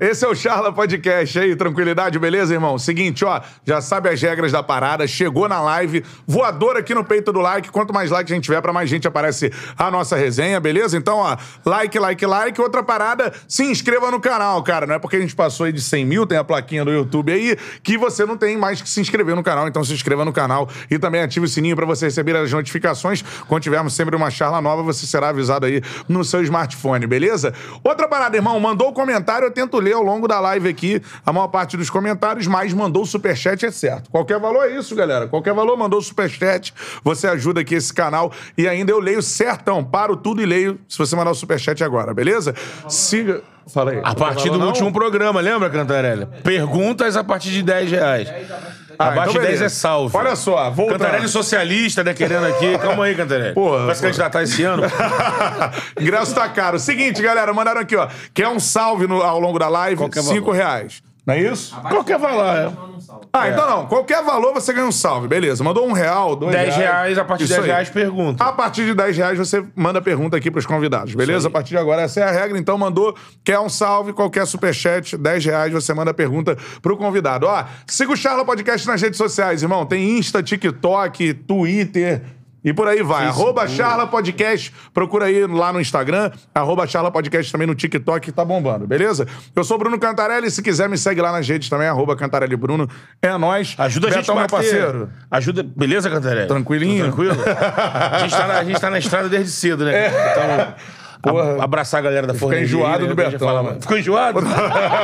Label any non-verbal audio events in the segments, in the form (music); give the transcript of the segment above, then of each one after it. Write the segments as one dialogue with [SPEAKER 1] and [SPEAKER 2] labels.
[SPEAKER 1] Esse é o Charla Podcast aí, tranquilidade, beleza, irmão? Seguinte, ó, já sabe as regras da parada, chegou na live, voador aqui no peito do like, quanto mais like a gente tiver, pra mais gente aparece a nossa resenha, beleza? Então, ó, like, like, like, outra parada, se inscreva no canal, cara, não é porque a gente passou aí de 100 mil, tem a plaquinha do YouTube aí, que você não tem mais que se inscrever no canal, então se inscreva no canal e também ative o sininho pra você receber as notificações, quando tivermos sempre uma charla nova, você será avisado aí no seu smartphone, beleza? Outra parada, irmão, mandou o comentário, eu tento ler ao longo da live aqui a maior parte dos comentários, mas mandou o superchat, é certo. Qualquer valor é isso, galera. Qualquer valor, mandou o superchat. Você ajuda aqui esse canal e ainda eu leio certão. Paro tudo e leio se você mandar o superchat agora, beleza? Siga. Fala aí.
[SPEAKER 2] A partir do
[SPEAKER 1] Não?
[SPEAKER 2] último programa, lembra, Cantarelli? Perguntas a partir de 10 reais.
[SPEAKER 1] Ah,
[SPEAKER 2] Abaixo
[SPEAKER 1] então
[SPEAKER 2] de 10
[SPEAKER 1] beleza.
[SPEAKER 2] é salve.
[SPEAKER 1] Olha só, voltando.
[SPEAKER 2] Cantarelli socialista, né? Querendo aqui. Calma aí, Cantarelli.
[SPEAKER 1] Porra,
[SPEAKER 2] Vai se
[SPEAKER 1] porra.
[SPEAKER 2] candidatar esse ano?
[SPEAKER 1] (laughs) Ingresso tá caro. Seguinte, galera, mandaram aqui, ó. Quer um salve no- ao longo da live?
[SPEAKER 2] Qualquer valor.
[SPEAKER 1] Cinco reais. Não é (laughs) isso?
[SPEAKER 2] Qualquer valor. é.
[SPEAKER 1] Ah, então não. Qualquer valor você ganha um salve, beleza. Mandou um real, dois
[SPEAKER 2] 10 reais, a partir de
[SPEAKER 1] Isso
[SPEAKER 2] 10
[SPEAKER 1] aí.
[SPEAKER 2] reais, pergunta.
[SPEAKER 1] A partir de 10 reais você manda pergunta aqui pros convidados, beleza? A partir de agora essa é a regra, então mandou, quer um salve, qualquer superchat, 10 reais você manda pergunta pro convidado. Ó, siga o Charla Podcast nas redes sociais, irmão. Tem Insta, TikTok, Twitter... E por aí vai. Arroba Charla Podcast. Procura aí lá no Instagram. Arroba Charla Podcast também no TikTok. Tá bombando, beleza? Eu sou Bruno Cantarelli. Se quiser, me segue lá nas redes também. Arroba Cantarelli Bruno. É nóis.
[SPEAKER 2] Ajuda a gente,
[SPEAKER 1] Betão,
[SPEAKER 2] bater.
[SPEAKER 1] meu parceiro.
[SPEAKER 2] Ajuda. Beleza, Cantarelli?
[SPEAKER 1] Tranquilinho?
[SPEAKER 2] Tudo
[SPEAKER 1] (laughs)
[SPEAKER 2] Tranquilo? a, gente tá na, a gente tá na estrada desde cedo,
[SPEAKER 1] (laughs)
[SPEAKER 2] né? Então.
[SPEAKER 1] É. Porra.
[SPEAKER 2] a- abraçar a galera da forneria.
[SPEAKER 1] enjoado
[SPEAKER 2] né?
[SPEAKER 1] do
[SPEAKER 2] A gente
[SPEAKER 1] Bertão,
[SPEAKER 2] fala,
[SPEAKER 1] mano.
[SPEAKER 2] Ficou enjoado?
[SPEAKER 1] (laughs)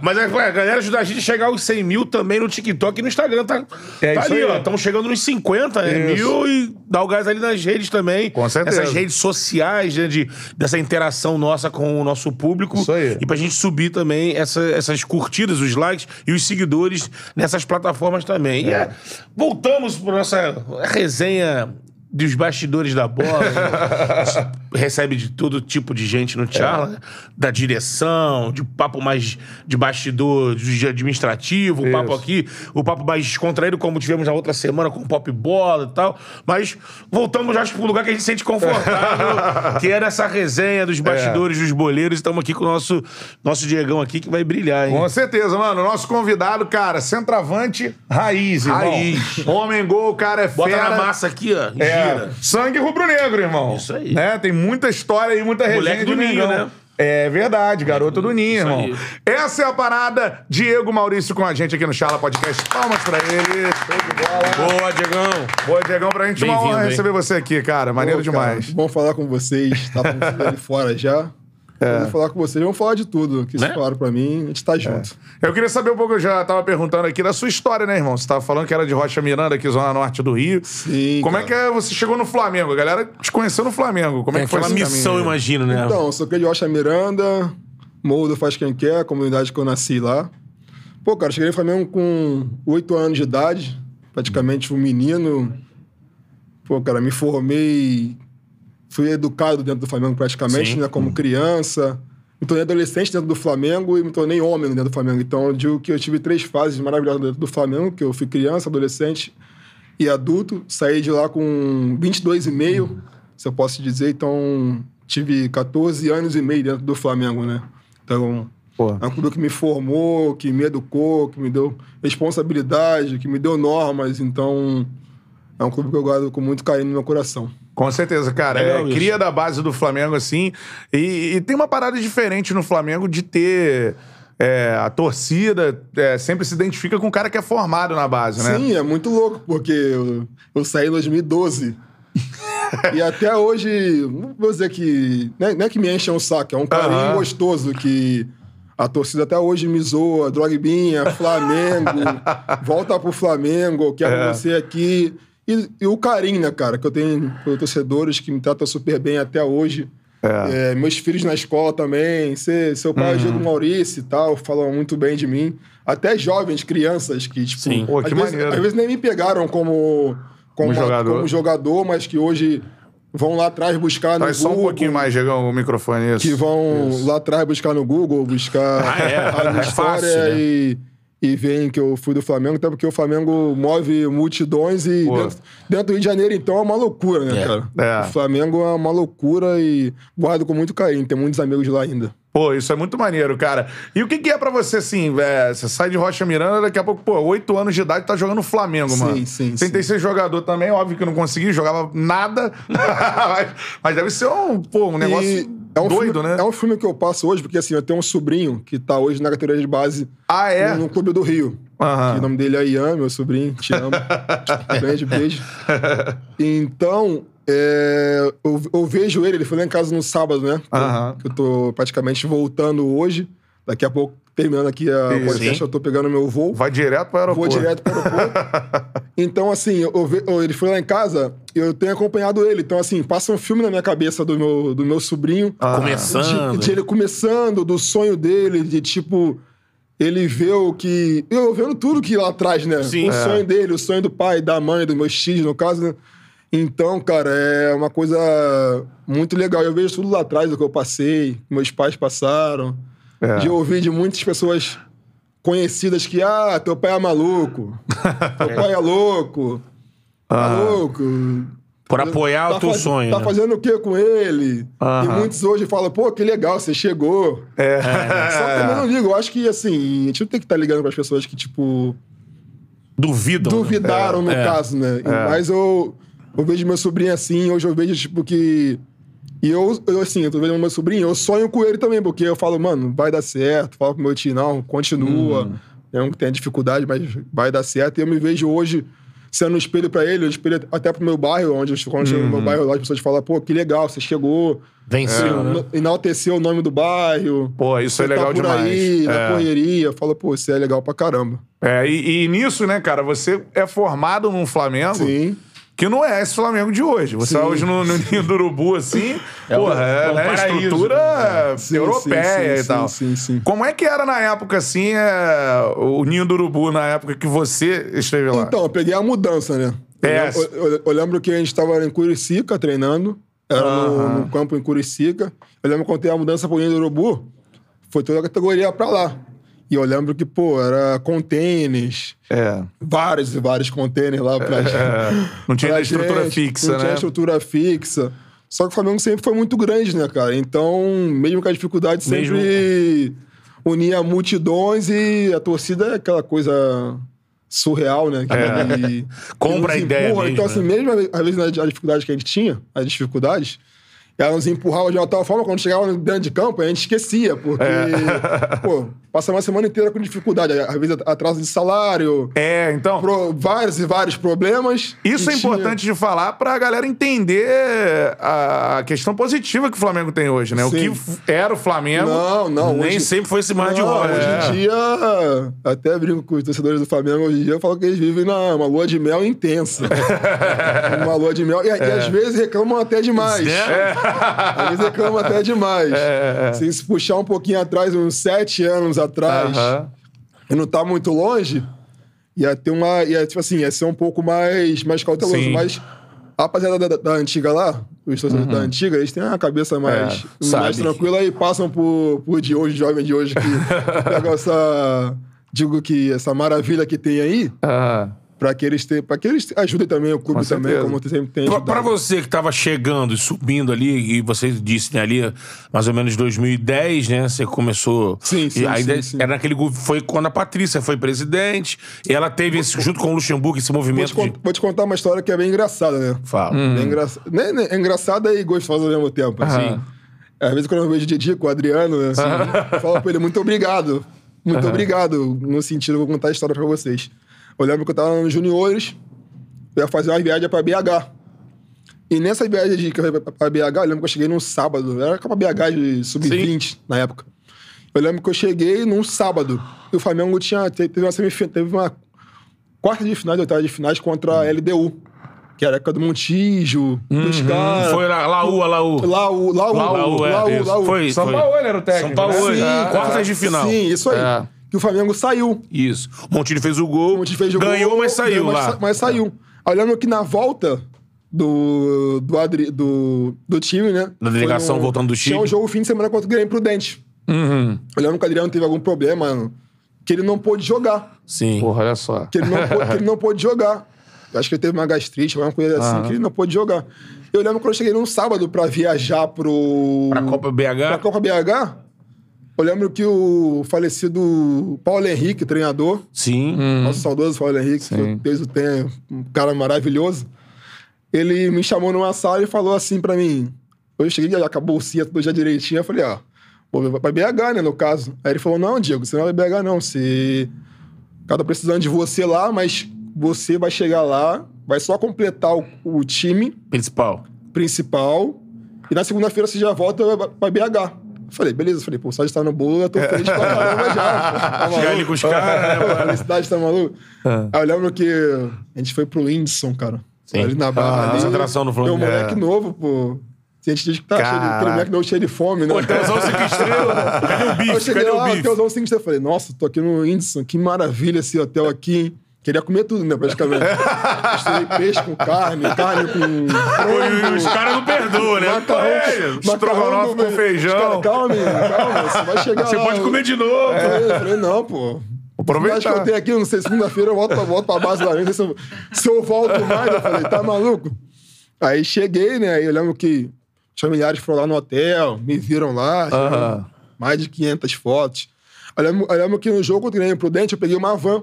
[SPEAKER 2] Mas é, a galera ajudar a gente a chegar aos 100 mil também no TikTok e no Instagram. Tá,
[SPEAKER 1] É
[SPEAKER 2] tá
[SPEAKER 1] isso
[SPEAKER 2] ali,
[SPEAKER 1] aí.
[SPEAKER 2] ó. Estamos chegando nos 50 né,
[SPEAKER 1] Isso.
[SPEAKER 2] mil e dá o gás ali nas redes também.
[SPEAKER 1] Com certeza.
[SPEAKER 2] Essas redes sociais, né, de, dessa interação nossa com o nosso público.
[SPEAKER 1] Isso aí.
[SPEAKER 2] E pra gente subir também essa- essas curtidas, os likes e os seguidores nessas plataformas também. E é, voltamos para nossa resenha dos bastidores da bola. A gente Recebe de todo tipo de gente no Tchala, né? da direção, de papo mais de bastidor, de administrativo, o papo
[SPEAKER 1] Isso.
[SPEAKER 2] aqui, o papo mais descontraído, como tivemos na outra semana com o Pop Bola e tal. Mas voltamos, acho, para um lugar que a gente se sente confortável, que era essa resenha dos bastidores, dos boleiros. Estamos aqui com o nosso, nosso Diegão aqui, que vai brilhar, hein?
[SPEAKER 1] Com certeza, mano. Nosso convidado, cara, centroavante raiz, irmão.
[SPEAKER 2] Raiz.
[SPEAKER 1] Homem gol, o cara é
[SPEAKER 2] Bota
[SPEAKER 1] fera.
[SPEAKER 2] na massa aqui, ó, e
[SPEAKER 1] É,
[SPEAKER 2] gira.
[SPEAKER 1] sangue rubro-negro, irmão.
[SPEAKER 2] Isso aí.
[SPEAKER 1] Né? Tem muita história e muita resenha
[SPEAKER 2] Moleque do
[SPEAKER 1] de
[SPEAKER 2] Ninho,
[SPEAKER 1] Mengão.
[SPEAKER 2] né?
[SPEAKER 1] É verdade, garoto do Ninho, irmão.
[SPEAKER 2] aí.
[SPEAKER 1] Essa é a parada. Diego Maurício com a gente aqui no Charla Podcast. Palmas pra ele. Show de bola.
[SPEAKER 2] Boa, Diegão.
[SPEAKER 1] Boa, Diegão, pra gente uma
[SPEAKER 2] Bem-vindo,
[SPEAKER 1] honra
[SPEAKER 2] hein?
[SPEAKER 1] receber você aqui, cara. Maneiro
[SPEAKER 3] Pô, cara,
[SPEAKER 1] demais.
[SPEAKER 3] Bom falar com vocês. Tava ali
[SPEAKER 1] (laughs)
[SPEAKER 3] fora já.
[SPEAKER 1] É.
[SPEAKER 3] Vamos falar com vocês. Vamos falar de tudo que
[SPEAKER 2] Né?
[SPEAKER 3] vocês falaram pra mim. A gente tá junto.
[SPEAKER 1] Eu queria saber um pouco, eu já tava perguntando aqui da sua história, né, irmão? Você tava falando que era de Rocha Miranda, aqui, Zona Norte do Rio.
[SPEAKER 3] Sim,
[SPEAKER 1] Como é que
[SPEAKER 3] cara.
[SPEAKER 1] é, você chegou no Flamengo? A galera te conheceu no Flamengo. Como é,
[SPEAKER 2] É
[SPEAKER 1] que foi
[SPEAKER 2] aquela
[SPEAKER 1] esse
[SPEAKER 2] missão,
[SPEAKER 1] caminho?
[SPEAKER 2] imagino, né?
[SPEAKER 3] Então, eu sou criado de Rocha Miranda. Moldo faz quem quer. Comunidade que eu nasci lá. Pô, cara, cheguei no Flamengo com 8 anos de idade. Praticamente um menino. Pô, cara, me formei... Fui educado dentro do Flamengo praticamente,
[SPEAKER 2] Sim.
[SPEAKER 3] né? Como criança. Me tornei adolescente dentro do Flamengo e me tornei homem dentro do Flamengo. Então, eu digo que eu tive três fases maravilhosas dentro do Flamengo, que eu fui criança, adolescente e adulto. Saí de lá com 22,5, se eu posso dizer. Então, tive 14 anos e meio dentro do Flamengo, né? Então,
[SPEAKER 1] Pô.
[SPEAKER 3] é um clube que me formou, que me educou, que me deu responsabilidade, que me deu normas. Então, é um clube que eu guardo com muito carinho no meu coração.
[SPEAKER 1] Com certeza, cara.
[SPEAKER 2] Legal
[SPEAKER 1] É,
[SPEAKER 2] isso.
[SPEAKER 1] cria da base do Flamengo, assim. E, e tem uma parada diferente no Flamengo de ter. é, a torcida é, sempre se identifica com o cara que é formado na base, né?
[SPEAKER 3] Sim, é muito louco, porque eu, eu saí em 2012. e até hoje, não vou dizer que. Não é, não é que me enchem o saco, é um carinho
[SPEAKER 1] Aham.
[SPEAKER 3] gostoso que a torcida até hoje me zoa, Drogbinha,
[SPEAKER 1] (laughs)
[SPEAKER 3] Flamengo, volta pro Flamengo, eu quero
[SPEAKER 1] É.
[SPEAKER 3] você aqui. E, e o carinho, né, cara, que eu tenho pelos torcedores que me tratam super bem até hoje. É, meus filhos na escola também, se- seu
[SPEAKER 1] Uhum.
[SPEAKER 3] pai é Diego Maurício e tal, falam muito bem de mim. Até jovens, crianças que, tipo,
[SPEAKER 2] Sim.
[SPEAKER 1] Pô, que
[SPEAKER 3] às, vezes,
[SPEAKER 1] maneiro.
[SPEAKER 3] às vezes nem me pegaram como,
[SPEAKER 1] Como
[SPEAKER 3] como,
[SPEAKER 1] jogador.
[SPEAKER 3] como jogador, mas que hoje vão lá atrás buscar no
[SPEAKER 1] Traz só um
[SPEAKER 3] Google.
[SPEAKER 1] pouquinho mais, Diegão, o microfone. Isso.
[SPEAKER 3] Que vão lá atrás buscar no Google, buscar
[SPEAKER 2] Ah, é?
[SPEAKER 3] a minha
[SPEAKER 2] É fácil,
[SPEAKER 3] história
[SPEAKER 2] né?
[SPEAKER 3] e, e veem que eu fui do Flamengo, até porque o Flamengo move multidões e
[SPEAKER 1] Pô.
[SPEAKER 3] dentro, dentro do Rio de Janeiro, então, é uma loucura, né,
[SPEAKER 2] É.
[SPEAKER 3] cara?
[SPEAKER 1] É.
[SPEAKER 3] O Flamengo é uma loucura e guardo com muito carinho, tem muitos amigos lá ainda.
[SPEAKER 1] Pô, isso é muito maneiro, cara. E o que, que é pra você, assim, velho? Você sai de Rocha Miranda, daqui a pouco, pô, 8 anos de idade, tá jogando Flamengo,
[SPEAKER 3] Sim,
[SPEAKER 1] mano.
[SPEAKER 3] sim,
[SPEAKER 1] Tentei ser jogador também, óbvio que eu não consegui, jogava nada. (laughs) mas, mas deve ser um, pô, um negócio
[SPEAKER 3] E é um
[SPEAKER 1] doido,
[SPEAKER 3] filme,
[SPEAKER 1] né?
[SPEAKER 3] É um filme que eu passo hoje, porque assim, eu tenho um sobrinho que tá hoje na categoria de base
[SPEAKER 1] Ah, é?
[SPEAKER 3] no, no Clube do Rio.
[SPEAKER 1] Aham.
[SPEAKER 3] Que o nome dele é Ian, meu sobrinho, te
[SPEAKER 1] (laughs)
[SPEAKER 3] amo. Grande beijo. Então, é, eu, eu vejo ele, ele foi lá em casa no sábado, né?
[SPEAKER 1] Aham.
[SPEAKER 3] Que eu tô praticamente voltando hoje. Daqui a pouco, terminando aqui a
[SPEAKER 1] Sim.
[SPEAKER 3] podcast, eu tô pegando meu voo.
[SPEAKER 1] Vai direto pro
[SPEAKER 3] Vou
[SPEAKER 1] aeroporto.
[SPEAKER 3] direto para o aeroporto.
[SPEAKER 1] (laughs)
[SPEAKER 3] então, assim, eu ve- eu- ele foi lá em casa e eu tenho acompanhado ele. Então, assim, passa um filme na minha cabeça do meu, do meu sobrinho.
[SPEAKER 2] Ah, Começando.
[SPEAKER 3] De, de ele começando, do sonho dele, de tipo. Ele vê o que. Eu vendo tudo que lá atrás, né?
[SPEAKER 2] Sim.
[SPEAKER 3] o
[SPEAKER 2] É.
[SPEAKER 3] sonho dele, o sonho do pai, da mãe, do meu X, no caso, né? Então, cara, é uma coisa muito legal. Eu vejo tudo lá atrás do que eu passei, que meus pais passaram.
[SPEAKER 1] É.
[SPEAKER 3] De ouvir de muitas pessoas conhecidas que, ah, teu pai é maluco, teu pai é louco, tá louco.
[SPEAKER 2] Por apoiar o
[SPEAKER 3] Tá
[SPEAKER 2] teu
[SPEAKER 3] faz-
[SPEAKER 2] sonho.
[SPEAKER 3] Tá
[SPEAKER 2] né?
[SPEAKER 3] fazendo o que com ele? E
[SPEAKER 1] Aham.
[SPEAKER 3] muitos hoje falam, pô, que legal, você chegou.
[SPEAKER 1] É.
[SPEAKER 3] (laughs) Só que também não ligo, eu acho que assim, a gente não tem que estar ligando para as pessoas que, tipo,
[SPEAKER 2] Duvidam. né?
[SPEAKER 3] duvidaram no
[SPEAKER 2] É.
[SPEAKER 3] caso, né? E- Mas eu, eu vejo meu sobrinho assim, hoje eu vejo, tipo, que. E eu, eu, assim, eu tô vendo meu sobrinho, eu sonho com ele também, porque eu falo, mano, vai dar certo. Falo pro meu tio, não, continua.
[SPEAKER 1] Hum.
[SPEAKER 3] É um que tem dificuldade, mas vai dar certo. E eu me vejo hoje sendo um espelho pra ele, um espelho até pro meu bairro, onde eu- quando eu chego no
[SPEAKER 1] Uhum.
[SPEAKER 3] meu bairro, lá as pessoas falam, pô, que legal, você chegou.
[SPEAKER 2] Venceu, né?
[SPEAKER 3] Enalteceu o nome do bairro.
[SPEAKER 1] Pô, É. isso
[SPEAKER 3] Você
[SPEAKER 1] é legal
[SPEAKER 3] tá por
[SPEAKER 1] demais.
[SPEAKER 3] aí,
[SPEAKER 1] É.
[SPEAKER 3] na correria. Fala, pô, isso é legal pra caramba.
[SPEAKER 1] É, e, e nisso, né, cara, você é formado num Flamengo
[SPEAKER 3] Sim.
[SPEAKER 1] que não é esse Flamengo de hoje. Você
[SPEAKER 3] Sim.
[SPEAKER 1] é hoje no, no ninho do Urubu, assim,
[SPEAKER 2] É um-
[SPEAKER 1] porra, é,
[SPEAKER 2] é um
[SPEAKER 1] né,
[SPEAKER 2] paraíso,
[SPEAKER 1] estrutura
[SPEAKER 3] Sim,
[SPEAKER 1] europeia
[SPEAKER 3] né? É. sim,
[SPEAKER 1] e
[SPEAKER 3] sim,
[SPEAKER 1] tal.
[SPEAKER 3] Sim, sim.
[SPEAKER 1] Como é que era na época, assim, é, o ninho do Urubu, na época que você esteve lá?
[SPEAKER 3] Então, eu peguei a mudança, né?
[SPEAKER 1] É.
[SPEAKER 3] Eu, eu- eu lembro que a gente tava em Curicica treinando. Era no- no, campo em Curicica. Eu lembro quando teve a mudança pro Ninho do Urubu, foi toda a categoria pra lá. E eu lembro que, pô, era contêineres,
[SPEAKER 1] é.
[SPEAKER 3] vários e vários contêineres
[SPEAKER 1] (laughs)
[SPEAKER 3] lá pra
[SPEAKER 1] É, não tinha
[SPEAKER 3] pra
[SPEAKER 1] ainda estrutura
[SPEAKER 3] gente,
[SPEAKER 1] fixa,
[SPEAKER 3] não
[SPEAKER 1] né?
[SPEAKER 3] tinha estrutura fixa. Só que o Flamengo sempre foi muito grande, né, cara? Então, mesmo com a dificuldade,
[SPEAKER 2] Mesmo-
[SPEAKER 3] sempre unia multidões e a torcida é aquela coisa surreal, né? (laughs) Que e-
[SPEAKER 2] Compra
[SPEAKER 3] e nos
[SPEAKER 2] a ideia mesmo,
[SPEAKER 3] Então, assim,
[SPEAKER 2] né?
[SPEAKER 3] mesmo às vezes na a dificuldade que a gente tinha, as dificuldades, ela nos empurrava de uma tal forma, quando chegava dentro de campo, a gente esquecia, porque, (laughs) pô, passava uma semana inteira com dificuldade. Às vezes atraso de salário,
[SPEAKER 1] É, então.
[SPEAKER 3] pro- vários e vários problemas.
[SPEAKER 1] Isso
[SPEAKER 3] E
[SPEAKER 1] é
[SPEAKER 3] tinha-
[SPEAKER 1] importante de falar pra galera entender a a questão positiva que o Flamengo tem hoje, né? O
[SPEAKER 3] Sim.
[SPEAKER 1] que f- era o Flamengo.
[SPEAKER 3] Não, não.
[SPEAKER 2] Nem
[SPEAKER 3] hoje...
[SPEAKER 2] sempre foi esse mar de é,
[SPEAKER 3] Não,
[SPEAKER 2] rosa.
[SPEAKER 1] É.
[SPEAKER 3] Hoje em dia, até brinco com os torcedores do Flamengo, hoje em dia eu falo que eles vivem numa lua de mel
[SPEAKER 1] (laughs)
[SPEAKER 3] intensa. uma lua de mel. E, e às
[SPEAKER 1] É.
[SPEAKER 3] vezes reclamam até demais.
[SPEAKER 2] É.
[SPEAKER 3] Às vezes reclamam até demais.
[SPEAKER 1] É, é.
[SPEAKER 3] Se se puxar um pouquinho atrás, uns sete anos atrás,
[SPEAKER 1] Aham.
[SPEAKER 3] e não tá muito longe, ia ter uma. Ia, tipo assim, ia ser um pouco mais, mais cauteloso.
[SPEAKER 1] Sim.
[SPEAKER 3] Mas a rapaziada da, da antiga lá, os torcedores da antiga, eles têm a cabeça mais,
[SPEAKER 2] Uhum. É, sabe.
[SPEAKER 3] mais tranquila e passam por, por de hoje, jovem de
[SPEAKER 2] (laughs)
[SPEAKER 3] hoje, que pegam essa. Digo que essa maravilha que tem aí,
[SPEAKER 1] Aham.
[SPEAKER 3] pra que eles tenham. Pra que eles ajudem também o clube
[SPEAKER 1] Com
[SPEAKER 3] também,
[SPEAKER 1] certeza.
[SPEAKER 3] como sempre tem.
[SPEAKER 2] Pra,
[SPEAKER 3] ajudado.
[SPEAKER 2] pra você que tava chegando e subindo ali, e você disse, né, ali, mais ou menos 2010, né? Você começou.
[SPEAKER 3] Sim, sim,
[SPEAKER 2] E ainda
[SPEAKER 3] sim, sim.
[SPEAKER 2] Era naquele. go- Foi quando a Patrícia foi presidente. E ela teve, esse, junto com o Luxemburgo, esse
[SPEAKER 3] vou,
[SPEAKER 2] movimento.
[SPEAKER 3] te cont-
[SPEAKER 2] de...
[SPEAKER 3] vou te contar uma história que é bem engraçada, né?
[SPEAKER 2] Fala.
[SPEAKER 3] É, engraça- né, né, é engraçada e gostosa ao mesmo tempo. assim.
[SPEAKER 1] Aham.
[SPEAKER 3] Às vezes, quando eu vejo o Didico, o Adriano, né, assim, eu falo pra ele: muito obrigado. Muito obrigado. No sentido, eu vou contar a história pra vocês. Eu lembro que eu tava nos juniores, eu ia fazer uma viagem pra BH. E nessa viagem de- que eu ia pra- pra BH, eu lembro que eu cheguei num sábado. Era com a BH de sub-20 na época. Eu lembro que eu cheguei num sábado. E o Flamengo tinha, te- teve, uma semif- teve uma quarta de finais, oitava de finais
[SPEAKER 2] Hum.
[SPEAKER 3] contra a LDU. Que era a época do Montijo, dos caras.
[SPEAKER 2] Uhum. Hum, Foi lá, Laú, Laú.
[SPEAKER 3] Laú, Laú,
[SPEAKER 2] Laú, é,
[SPEAKER 3] Laú,
[SPEAKER 2] isso.
[SPEAKER 3] Laú.
[SPEAKER 2] Foi,
[SPEAKER 1] São
[SPEAKER 2] foi.
[SPEAKER 1] Paulo era o técnico.
[SPEAKER 2] São Paulo,
[SPEAKER 1] né?
[SPEAKER 2] é, quartas de final.
[SPEAKER 3] Sim, isso aí.
[SPEAKER 1] É.
[SPEAKER 3] Que o Flamengo saiu.
[SPEAKER 2] Isso. O Montilho fez o gol.
[SPEAKER 3] O Montijo fez o
[SPEAKER 2] ganhou,
[SPEAKER 3] gol,
[SPEAKER 2] mas saiu
[SPEAKER 3] ganhou,
[SPEAKER 2] lá.
[SPEAKER 3] Mas, mas saiu. Aí eu lembro que na volta do, do, Adri- do, do time, né?
[SPEAKER 2] Da delegação
[SPEAKER 3] foi
[SPEAKER 2] voltando do
[SPEAKER 3] Tinha
[SPEAKER 2] Chile.
[SPEAKER 3] um jogo fim de semana contra o Grêmio Prudente.
[SPEAKER 1] Uhum.
[SPEAKER 3] Eu lembro que o Adriano teve algum problema, mano, que ele não pôde jogar.
[SPEAKER 2] Sim.
[SPEAKER 1] Porra, olha só.
[SPEAKER 3] que ele não pôde, que ele não pôde jogar. Eu Acho que ele teve uma gastrite, alguma coisa assim, que ele não pôde jogar. Eu lembro quando eu cheguei num sábado pra viajar pro.
[SPEAKER 2] Pra Copa BH.
[SPEAKER 3] pra Copa BH. Eu lembro que o falecido Paulo Henrique, treinador,
[SPEAKER 2] Sim.
[SPEAKER 3] nosso saudoso Paulo Henrique, que
[SPEAKER 1] Sim.
[SPEAKER 3] Deus o tenha, um cara maravilhoso, ele me chamou numa sala e falou assim pra mim, eu cheguei, já acabou o CIA, tudo já direitinho, eu falei, ó, vou pra BH, né, no caso. Aí ele falou, não, Diego, você não vai pra BH não, você... O cara tá precisando de você lá, mas você vai chegar lá, vai só completar o- o time
[SPEAKER 2] Principal.
[SPEAKER 3] principal. E na segunda-feira você já volta pra BH. Falei, beleza. Falei, pô, o estádio tá no bolo, eu tô feliz pra caramba já. Tá
[SPEAKER 2] Chegar ali com
[SPEAKER 3] maluco?
[SPEAKER 2] os caras, né, mano?
[SPEAKER 3] (laughs) A cidade tá maluco? Aí eu lembro que a gente foi pro Lindson, cara. Ali na barra.
[SPEAKER 2] Ah,
[SPEAKER 3] ali,
[SPEAKER 2] concentração no Flamengo.
[SPEAKER 3] Tem um moleque
[SPEAKER 1] É.
[SPEAKER 3] novo, pô. A gente diz que tá cheio de,
[SPEAKER 1] Caraca.
[SPEAKER 3] aquele moleque novo cheio de fome, né?
[SPEAKER 2] Pô, então é tem usando cinco estrelas. Cadê o
[SPEAKER 3] (laughs) Aí eu
[SPEAKER 2] bife?
[SPEAKER 3] cheguei
[SPEAKER 2] Cadê
[SPEAKER 3] lá,
[SPEAKER 2] o
[SPEAKER 3] o
[SPEAKER 2] bife?
[SPEAKER 3] hotelzão 5 estrelas. Falei, nossa, tô aqui no Indson, que maravilha esse hotel aqui, hein? Queria comer tudo, né,
[SPEAKER 2] (laughs)
[SPEAKER 3] praticamente. Misturei peixe com carne, carne com
[SPEAKER 2] Pô, e Os caras não perdoam, né? Pô, é,
[SPEAKER 3] Macarrão,
[SPEAKER 1] estrogonofe
[SPEAKER 3] macarrão
[SPEAKER 1] com
[SPEAKER 3] no-
[SPEAKER 1] feijão.
[SPEAKER 3] Os Cara, calma, menino, calma, você vai chegar
[SPEAKER 2] Você
[SPEAKER 3] lá.
[SPEAKER 2] pode comer de novo.
[SPEAKER 3] Eu falei, eu falei, não, pô.
[SPEAKER 1] É. Aproveitar.
[SPEAKER 3] Acho que eu tenho aqui, não sei, segunda-feira eu volto pra, volto pra base da Arena, se eu, se eu volto mais, eu falei, tá maluco? Aí cheguei, né, aí eu lembro que os familiares foram lá no hotel, me viram lá, tiraram mais de 500 fotos. Eu lembro, eu lembro que no jogo contra o Grêmio Prudente, eu peguei uma van,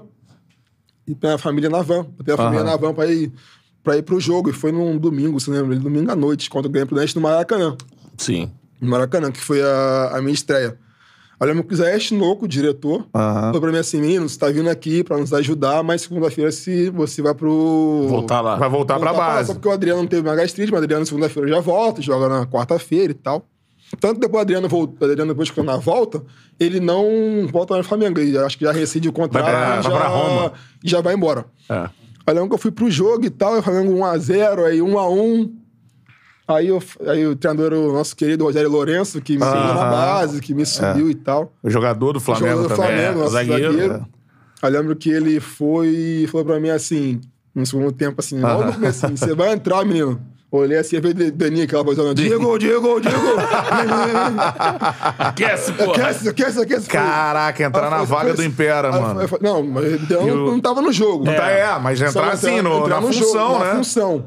[SPEAKER 3] e tem a família na van, botei a família
[SPEAKER 1] Aham.
[SPEAKER 3] na van pra ir, pra ir pro jogo, e foi num domingo, se lembra, domingo à noite, contra o Grêmio Prudente no Maracanã
[SPEAKER 2] Sim.
[SPEAKER 3] no Maracanã, que foi a, a minha estreia. Eu lembro que o Zé Chinoco, o diretor,
[SPEAKER 1] Aham.
[SPEAKER 3] falou pra mim assim, menino, você tá vindo aqui pra nos ajudar, mas segunda-feira se você vai pro...
[SPEAKER 2] Voltar lá.
[SPEAKER 1] Vai voltar, pra
[SPEAKER 3] lá,
[SPEAKER 1] base.
[SPEAKER 3] Só porque o Adriano não teve uma gastrite, mas o Adriano segunda-feira já volta, joga na quarta-feira e tal. Tanto depois o Adriano, volta, o Adriano depois que na volta, ele não volta mais no Flamengo. Ele acho que já rescinde o contrato
[SPEAKER 1] Vai pra-
[SPEAKER 3] e
[SPEAKER 1] vai
[SPEAKER 3] já,
[SPEAKER 1] pra Roma.
[SPEAKER 3] e já vai embora.
[SPEAKER 2] É.
[SPEAKER 3] Aí eu lembro que eu fui pro jogo e tal, e o Flamengo 1x0, aí 1x1. Aí, eu, aí o treinador, o nosso querido Rogério Lourenço, que me
[SPEAKER 1] Ah.
[SPEAKER 3] subiu na base, que me
[SPEAKER 1] É.
[SPEAKER 3] subiu e tal.
[SPEAKER 1] O Jogador do Flamengo
[SPEAKER 3] Jogador do
[SPEAKER 1] também.
[SPEAKER 3] Flamengo,
[SPEAKER 2] é,
[SPEAKER 3] nosso
[SPEAKER 2] zagueiro,
[SPEAKER 3] zagueiro.
[SPEAKER 1] é.
[SPEAKER 3] Aí eu lembro que ele foi e falou pra mim assim, no segundo tempo, assim, logo no começo, assim, você vai entrar, menino. Olhei assim, veio o Dani, aquela voz, Diego, Diego,
[SPEAKER 1] (laughs)
[SPEAKER 3] Diego.
[SPEAKER 2] Aquece, pô.
[SPEAKER 3] aquece, aquece, aquece.
[SPEAKER 1] Caraca, entrar
[SPEAKER 3] Aí
[SPEAKER 1] na
[SPEAKER 3] eu falei,
[SPEAKER 1] vaga do
[SPEAKER 3] "Aquece".
[SPEAKER 1] Impera,
[SPEAKER 3] Aí eu
[SPEAKER 1] mano.
[SPEAKER 3] falei, Não, mas eu
[SPEAKER 1] E o-
[SPEAKER 3] não tava no jogo.
[SPEAKER 1] Não tá, é, mas
[SPEAKER 3] Só
[SPEAKER 1] entrar assim no,
[SPEAKER 3] entrar
[SPEAKER 1] na
[SPEAKER 3] no jogo,
[SPEAKER 1] função,
[SPEAKER 3] na
[SPEAKER 1] né?
[SPEAKER 3] função.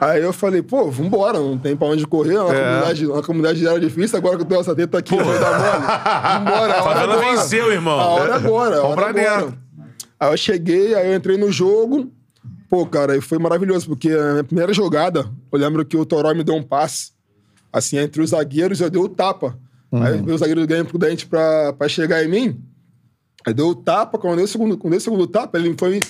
[SPEAKER 3] Aí eu falei, pô, vambora, não tem pra onde correr, a
[SPEAKER 1] É.
[SPEAKER 3] comunidade, a comunidade já era difícil, agora que eu tenho essa teta aqui, vai dar
[SPEAKER 1] (laughs)
[SPEAKER 3] mole. Vambora,
[SPEAKER 1] Tá
[SPEAKER 3] a hora
[SPEAKER 2] Favela
[SPEAKER 3] agora.
[SPEAKER 2] venceu, irmão.
[SPEAKER 3] A hora agora, a
[SPEAKER 1] É. Vamos
[SPEAKER 3] hora
[SPEAKER 1] pra
[SPEAKER 3] agora.
[SPEAKER 1] dentro.
[SPEAKER 3] Aí eu cheguei, aí eu entrei no jogo, pô, cara, e foi maravilhoso, porque a minha primeira jogada, eu lembro que o Toró me deu um passe, assim, entre os zagueiros, eu dei o tapa. Aí o zagueiro ganha pro dente pra, pra chegar em mim, aí deu o tapa, quando eu dei o segundo, quando eu dei o segundo tapa, ele foi...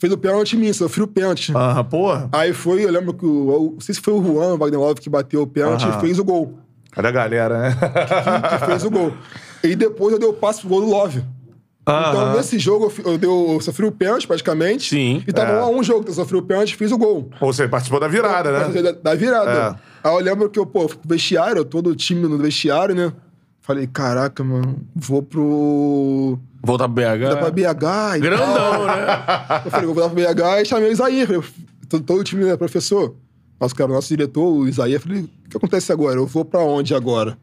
[SPEAKER 3] Fez o pênalti em mim, sofri o pênalti.
[SPEAKER 1] Aham, porra.
[SPEAKER 3] Aí foi, eu lembro que o. eu Não sei se foi o Juan Wagner Love que bateu o pênalti
[SPEAKER 1] Aham.
[SPEAKER 3] e fez o gol.
[SPEAKER 1] Cadê a galera,
[SPEAKER 3] (laughs)
[SPEAKER 1] né?
[SPEAKER 3] Que fez o gol. E depois eu dei o passe pro gol do Love. Então, nesse jogo, eu fi- eu, dei o- eu sofri o pênalti praticamente.
[SPEAKER 2] Sim,
[SPEAKER 3] E tava
[SPEAKER 1] é.
[SPEAKER 3] um a um jogo que eu sofri o pênalti e fiz o gol.
[SPEAKER 1] Ou você participou da virada, né?
[SPEAKER 3] Da, da virada.
[SPEAKER 1] É.
[SPEAKER 3] Aí eu lembro que eu, pô, fui pro vestiário, todo o time no vestiário, né? Falei, caraca, mano, vou pro.
[SPEAKER 2] Voltar pro BH.
[SPEAKER 3] Dá pra BH e
[SPEAKER 2] Grandão, né?
[SPEAKER 3] Eu falei, vou voltar pro BH e chamei o Isaías. Falei, todo, todo o time, né, professor? Nosso cara, nosso diretor, o Isaías. Falei, o que acontece agora? Eu vou pra onde agora?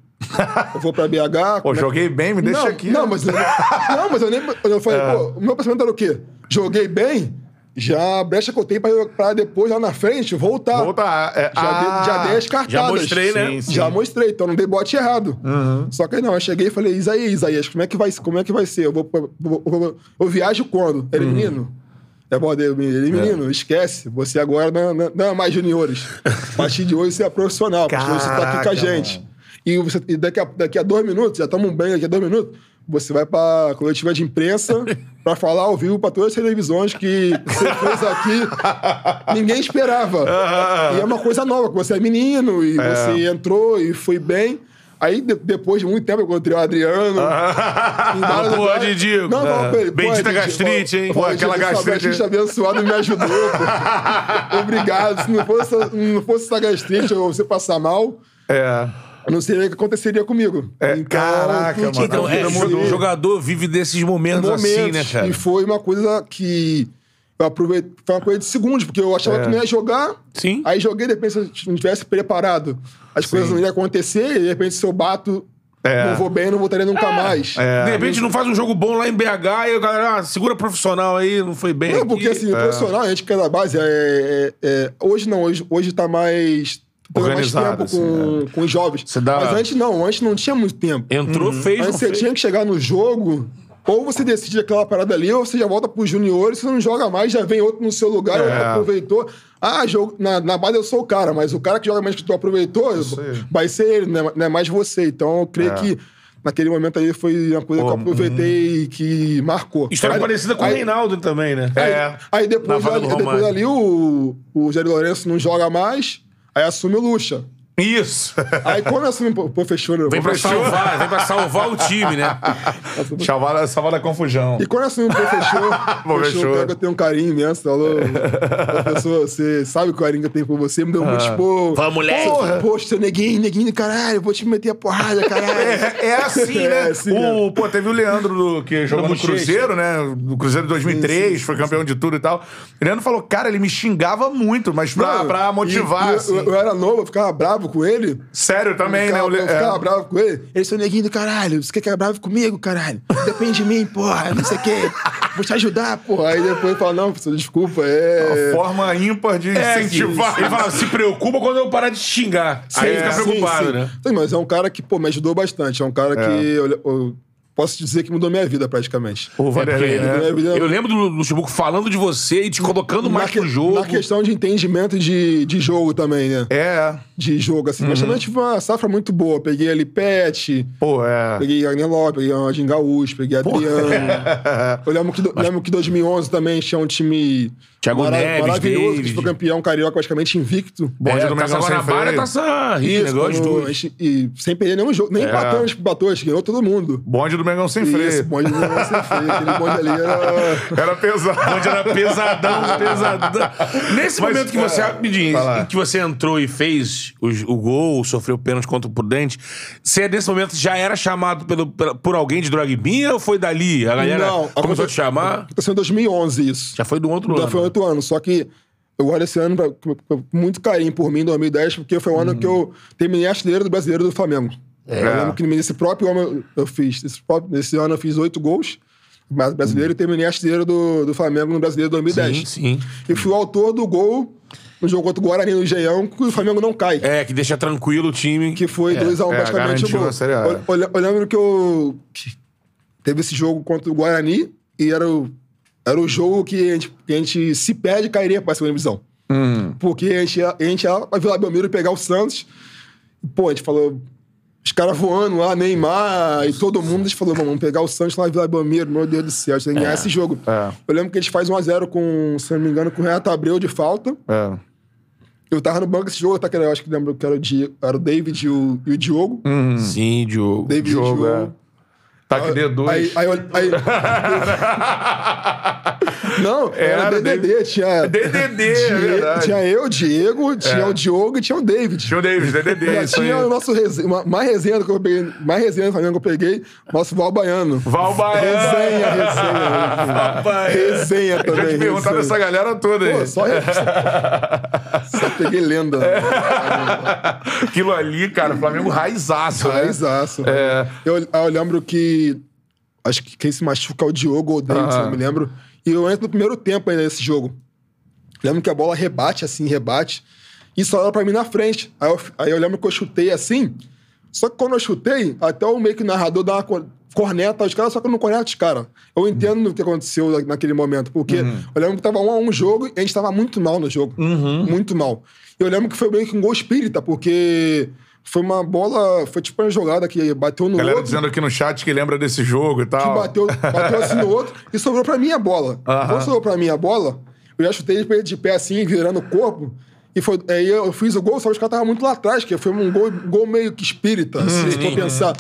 [SPEAKER 3] Eu vou pra
[SPEAKER 1] Pô,
[SPEAKER 3] BH? como é que-
[SPEAKER 1] joguei bem, me deixa
[SPEAKER 3] não,
[SPEAKER 1] aqui.
[SPEAKER 3] Não,
[SPEAKER 1] né?
[SPEAKER 3] mas eu, não, mas eu nem. Eu falei, pô, o meu pensamento era o quê? Joguei bem, já a brecha que eu tenho pra, pra depois, lá na frente, voltar.
[SPEAKER 1] Voltar. É,
[SPEAKER 3] Já,
[SPEAKER 1] ah,
[SPEAKER 3] dei, já dei as cartadas.
[SPEAKER 2] já mostrei, né? Sim, sim.
[SPEAKER 3] Já mostrei, então não dei bote errado. Só que aí não, eu cheguei e falei, Isaías, Isaías, como é que vai, como é que vai ser? Eu, vou, pra- vou- vou- eu viajo quando? Ele, menino. É bom dele, ele, menino, esquece. Você agora não, não, não é mais juniores. A partir de hoje você é profissional, porque você tá aqui com
[SPEAKER 1] Caraca,
[SPEAKER 3] a gente. E, você- e daqui, a, daqui a dois minutos, já toma um banho daqui a dois minutos, você vai pra coletiva de imprensa pra falar ao vivo pra todas as televisões que você fez aqui. Ninguém esperava. E é uma coisa nova, que você é menino e você entrou e foi bem. Aí, de- depois de muito tempo, eu encontrei o Adriano. em vários
[SPEAKER 2] Pô,
[SPEAKER 3] lugares.
[SPEAKER 2] Didigo.
[SPEAKER 3] Não, não, pra ele, pô,
[SPEAKER 2] É. Bendita
[SPEAKER 3] Didi,
[SPEAKER 2] gastrite, hein?
[SPEAKER 1] Pô, aquela
[SPEAKER 3] Didi, essa
[SPEAKER 1] gastrite-
[SPEAKER 3] gastrite abençoada me ajudou. pô. Obrigado. Se não fosse, não fosse essa gastrite ou você passar mal,
[SPEAKER 1] É.
[SPEAKER 3] eu não sei nem o que aconteceria comigo. Então,
[SPEAKER 1] É, caraca,
[SPEAKER 3] tudo
[SPEAKER 1] mano.
[SPEAKER 3] que
[SPEAKER 2] Então, é,
[SPEAKER 3] aconteceu-
[SPEAKER 1] Mudou.
[SPEAKER 2] o jogador vive desses momentos,
[SPEAKER 3] momentos,
[SPEAKER 2] assim, né, cara?
[SPEAKER 3] E foi uma coisa que eu aproveitei. Foi uma coisa de segundos, porque eu achava que não ia jogar.
[SPEAKER 2] Sim.
[SPEAKER 3] Aí joguei, de repente, se eu não tivesse preparado, as coisas não iam acontecer, e de repente, se eu bato,
[SPEAKER 1] É.
[SPEAKER 3] não vou bem, não voltaria nunca mais.
[SPEAKER 2] De repente não faz um jogo bom lá em BH e a galera, ah, segura profissional aí, não foi bem.
[SPEAKER 3] Não, assim,
[SPEAKER 2] aqui.
[SPEAKER 3] porque assim, o profissional, a gente que é da base, é, é- é- hoje não, hoje, hoje tá mais. ter mais
[SPEAKER 1] Organizado,
[SPEAKER 3] tempo com, com os jovens.
[SPEAKER 2] Você dá-
[SPEAKER 3] Mas antes não, antes não tinha muito tempo.
[SPEAKER 2] Entrou, fez, não
[SPEAKER 3] Antes você
[SPEAKER 2] fez.
[SPEAKER 3] tinha que chegar no jogo, ou você decide aquela parada ali, ou você já volta pros juniores, você não joga mais, já vem outro no seu lugar,
[SPEAKER 1] É.
[SPEAKER 3] aproveitou. Ah, jogo, na, na base eu sou o cara, mas o cara que joga mais que tu aproveitou, vai ser ele, não é, não é mais você. Então eu
[SPEAKER 2] É.
[SPEAKER 3] creio que naquele momento ali foi uma coisa que eu aproveitei e que marcou.
[SPEAKER 2] hum. História
[SPEAKER 3] Aí-
[SPEAKER 2] parecida com o
[SPEAKER 3] aí-
[SPEAKER 2] Reinaldo também, né?
[SPEAKER 1] É.
[SPEAKER 3] Aí
[SPEAKER 2] Na
[SPEAKER 3] depois,
[SPEAKER 2] vaga
[SPEAKER 3] ali,
[SPEAKER 2] do Romário.
[SPEAKER 3] depois ali o, o Jair Lourenço não joga mais, aí assume o Lucha.
[SPEAKER 1] Isso.
[SPEAKER 3] Aí quando assume o professor...
[SPEAKER 2] Vem pra salvar, vem pra salvar o time, né?
[SPEAKER 1] Salvar salvar da confusão.
[SPEAKER 3] E quando
[SPEAKER 1] (laughs)
[SPEAKER 3] assumiu o professor,
[SPEAKER 1] Professor.
[SPEAKER 3] professor cara, que eu tenho um carinho imenso, falou, professor, você sabe o carinho que eu tenho por você, me deu
[SPEAKER 1] Ah.
[SPEAKER 3] muito expor.
[SPEAKER 2] Vamos, moleque.
[SPEAKER 3] Porra, poxa, seu neguinho, neguinho, caralho, vou te meter a porrada, caralho.
[SPEAKER 1] É, é assim, né?
[SPEAKER 3] (laughs) É assim,
[SPEAKER 1] o, pô, teve o Leandro do- que jogou no
[SPEAKER 2] Bochecha.
[SPEAKER 1] Cruzeiro, né? No Cruzeiro de 2003, foi campeão de tudo e tal. O Leandro falou, cara, ele me xingava muito, mas pra,
[SPEAKER 3] Não,
[SPEAKER 1] pra
[SPEAKER 3] e-
[SPEAKER 1] motivar,
[SPEAKER 3] e eu-
[SPEAKER 1] assim.
[SPEAKER 3] eu, eu era novo, eu ficava bravo com ele.
[SPEAKER 1] Sério também, né?
[SPEAKER 3] ficava,
[SPEAKER 1] O Le-
[SPEAKER 3] eu ficava
[SPEAKER 1] é.
[SPEAKER 3] bravo com ele. Ele, seu neguinho do caralho, você quer que é bravo comigo, caralho? Depende de mim, porra, não sei o quê. Vou te ajudar, porra. Aí depois ele fala, não, professor, desculpa, é...
[SPEAKER 1] Uma forma ímpar de
[SPEAKER 2] É, que-
[SPEAKER 1] incentivar. assim,
[SPEAKER 2] Ele fala, se preocupa quando eu parar de xingar.
[SPEAKER 3] Sim,
[SPEAKER 2] Aí ele fica
[SPEAKER 3] É, sim,
[SPEAKER 2] preocupado,
[SPEAKER 3] sim.
[SPEAKER 2] né?
[SPEAKER 3] Sim, mas é um cara que, pô, me ajudou bastante. É um cara que eu, eu posso dizer que mudou minha vida praticamente.
[SPEAKER 1] O
[SPEAKER 2] É, porque
[SPEAKER 1] Vanderlei, né?
[SPEAKER 3] ele- né?
[SPEAKER 2] Eu lembro do Luxemburgo falando de você e te colocando mais
[SPEAKER 3] que-
[SPEAKER 2] pro jogo.
[SPEAKER 3] na questão de entendimento de, de jogo também, né?
[SPEAKER 1] É.
[SPEAKER 3] De jogo,
[SPEAKER 2] Uhum.
[SPEAKER 3] assim. Mas também tive uma safra muito boa. Peguei ali Pet,
[SPEAKER 1] Pô, é.
[SPEAKER 3] peguei Agner Lopes, peguei a Gaúcho, peguei Adriano.
[SPEAKER 2] (laughs)
[SPEAKER 3] Eu lembro que, do- lembro que 2011 também tinha um time
[SPEAKER 2] Thiago Neves,
[SPEAKER 3] maravilhoso,
[SPEAKER 2] David.
[SPEAKER 3] que foi campeão carioca praticamente invicto.
[SPEAKER 1] Bonde
[SPEAKER 2] é,
[SPEAKER 1] do
[SPEAKER 2] taça
[SPEAKER 1] Mengão sem
[SPEAKER 2] Guanabara
[SPEAKER 1] freio.
[SPEAKER 2] e taça Rio,
[SPEAKER 3] Isso,
[SPEAKER 2] negócio É.
[SPEAKER 3] quando
[SPEAKER 2] doido.
[SPEAKER 3] a gente- E sem perder nenhum jogo. Nem empatamos pro Batores, ganhou todo mundo.
[SPEAKER 1] Bonde do Mengão sem
[SPEAKER 3] Esse
[SPEAKER 1] freio.
[SPEAKER 3] bonde não era sem freio. Aquele bonde ali era. (laughs)
[SPEAKER 1] Era pesado.
[SPEAKER 2] Onde era
[SPEAKER 1] (laughs)
[SPEAKER 2] pesadão, pesadão. Nesse
[SPEAKER 1] Mas,
[SPEAKER 2] momento que
[SPEAKER 1] cara,
[SPEAKER 2] você, rapidinho,
[SPEAKER 1] vai lá.
[SPEAKER 2] em que você entrou e fez os- o gol, sofreu pênalti contra o Prudente, você nesse momento já era chamado pelo, pela- por alguém de drogbinha ou foi dali? A galera
[SPEAKER 3] Não,
[SPEAKER 2] começou a
[SPEAKER 3] aconteceu-
[SPEAKER 2] te chamar?
[SPEAKER 3] Aconteceu em 2011 isso.
[SPEAKER 2] Já foi do outro
[SPEAKER 3] Já
[SPEAKER 2] ano.
[SPEAKER 3] foi oito anos. Só que eu guardo esse ano pra- com com muito carinho por mim em 2010, porque foi o ano que
[SPEAKER 2] Uhum.
[SPEAKER 3] eu terminei a artilheiro do brasileiro do Flamengo.
[SPEAKER 2] É.
[SPEAKER 3] Eu lembro que nesse próprio ano eu- eu fiz. Nesse, próprio- nesse ano eu fiz oito gols. mas Brasileiro e terminei a artilheiro do, do Flamengo no brasileiro de 2010.
[SPEAKER 2] Uhum. Sim, sim.
[SPEAKER 3] E fui o autor do gol no jogo contra o Guarani no Engenhão, que o Flamengo não cai.
[SPEAKER 2] É, que deixa tranquilo o time.
[SPEAKER 3] que foi 2x1
[SPEAKER 1] é,
[SPEAKER 3] praticamente o
[SPEAKER 1] garantiu
[SPEAKER 3] gol.
[SPEAKER 1] a Série A. é.
[SPEAKER 3] Eu- eu- eu lembro que eu. que teve esse jogo contra o Guarani e era o, era o jogo que a gente, que a gente se perde cairia pra segunda divisão.
[SPEAKER 1] Uhum.
[SPEAKER 3] Porque a gente, ia, a gente ia pra Vila Belmiro pegar o Santos. Pô, a gente falou. Os caras voando lá, Neymar e todo mundo. A gente falou, vamos pegar o Santos lá em Vila Belmiro. Meu Deus do céu, a gente tem que ganhar esse jogo.
[SPEAKER 1] É.
[SPEAKER 3] Eu lembro que a gente faz 1x0 com, se não me engano, com o Renato Abreu de falta.
[SPEAKER 1] É.
[SPEAKER 3] Eu tava no banco esse jogo, tá, que era- eu acho que lembro que era o, Di, era o David e o, e o Diogo.
[SPEAKER 2] Sim, Diogo.
[SPEAKER 3] David
[SPEAKER 1] Jogo,
[SPEAKER 3] Diogo.
[SPEAKER 1] é. Tá que dê dois.
[SPEAKER 3] Aí, aí, eu-
[SPEAKER 1] (laughs)
[SPEAKER 3] aí- Não, era,
[SPEAKER 1] Era (laughs)
[SPEAKER 3] DDD, tinha.
[SPEAKER 1] DDD, é
[SPEAKER 3] tinha,
[SPEAKER 1] verdade.
[SPEAKER 3] tinha eu, Diego, tinha o Diogo e tinha o David.
[SPEAKER 1] Tinha o Davis, DDD.
[SPEAKER 3] Ainda
[SPEAKER 1] é isso aí.
[SPEAKER 3] tinha o nosso resenha, uma, mais resenha do que eu peguei, mais resenha do Flamengo que eu peguei, nosso Val Baiano.
[SPEAKER 1] Val Baiano.
[SPEAKER 3] Resenha, resenha. resenha
[SPEAKER 1] Eu
[SPEAKER 3] também.
[SPEAKER 1] ia É. te perguntar
[SPEAKER 3] resenha.
[SPEAKER 1] dessa galera toda aí.
[SPEAKER 3] Pô, só, só peguei lenda.
[SPEAKER 1] É. Aquilo ali, cara, o Flamengo raizaço, né?
[SPEAKER 3] Raizaço.
[SPEAKER 1] É.
[SPEAKER 3] Eu, ah, eu lembro que. Acho que quem se machuca é o Diogo ou o David,
[SPEAKER 1] Aham.
[SPEAKER 3] não me lembro. E eu entro no primeiro tempo ainda nesse jogo. Lembro que a bola rebate, assim, rebate. E só era pra mim na frente. Aí eu, aí eu lembro que eu chutei assim. Só que quando eu chutei, até o meio que o narrador dá uma cor- corneta aos caras, só que eu não corneta os caras.
[SPEAKER 1] Uhum.
[SPEAKER 3] Eu entendo o que aconteceu na- naquele momento, porque eu lembro que tava um a um jogo e a gente tava muito mal no jogo.
[SPEAKER 1] Uhum.
[SPEAKER 3] Muito mal. E eu lembro que foi meio que um gol espírita, porque foi uma bola. Foi tipo uma jogada que bateu no
[SPEAKER 1] Galera
[SPEAKER 3] outro
[SPEAKER 1] dizendo aqui no chat que lembra desse jogo e
[SPEAKER 3] que
[SPEAKER 1] tal.
[SPEAKER 3] bateu, bateu assim
[SPEAKER 1] (laughs)
[SPEAKER 3] no outro e sobrou pra mim a bola.
[SPEAKER 1] Aham.
[SPEAKER 3] Quando sobrou pra mim a bola, eu já chutei ele de pé assim, virando o corpo. E foi, aí eu fiz o gol, só que os caras estavam muito lá atrás, que foi um gol, um gol meio que espírita,
[SPEAKER 1] Uhum.
[SPEAKER 3] se for pensar.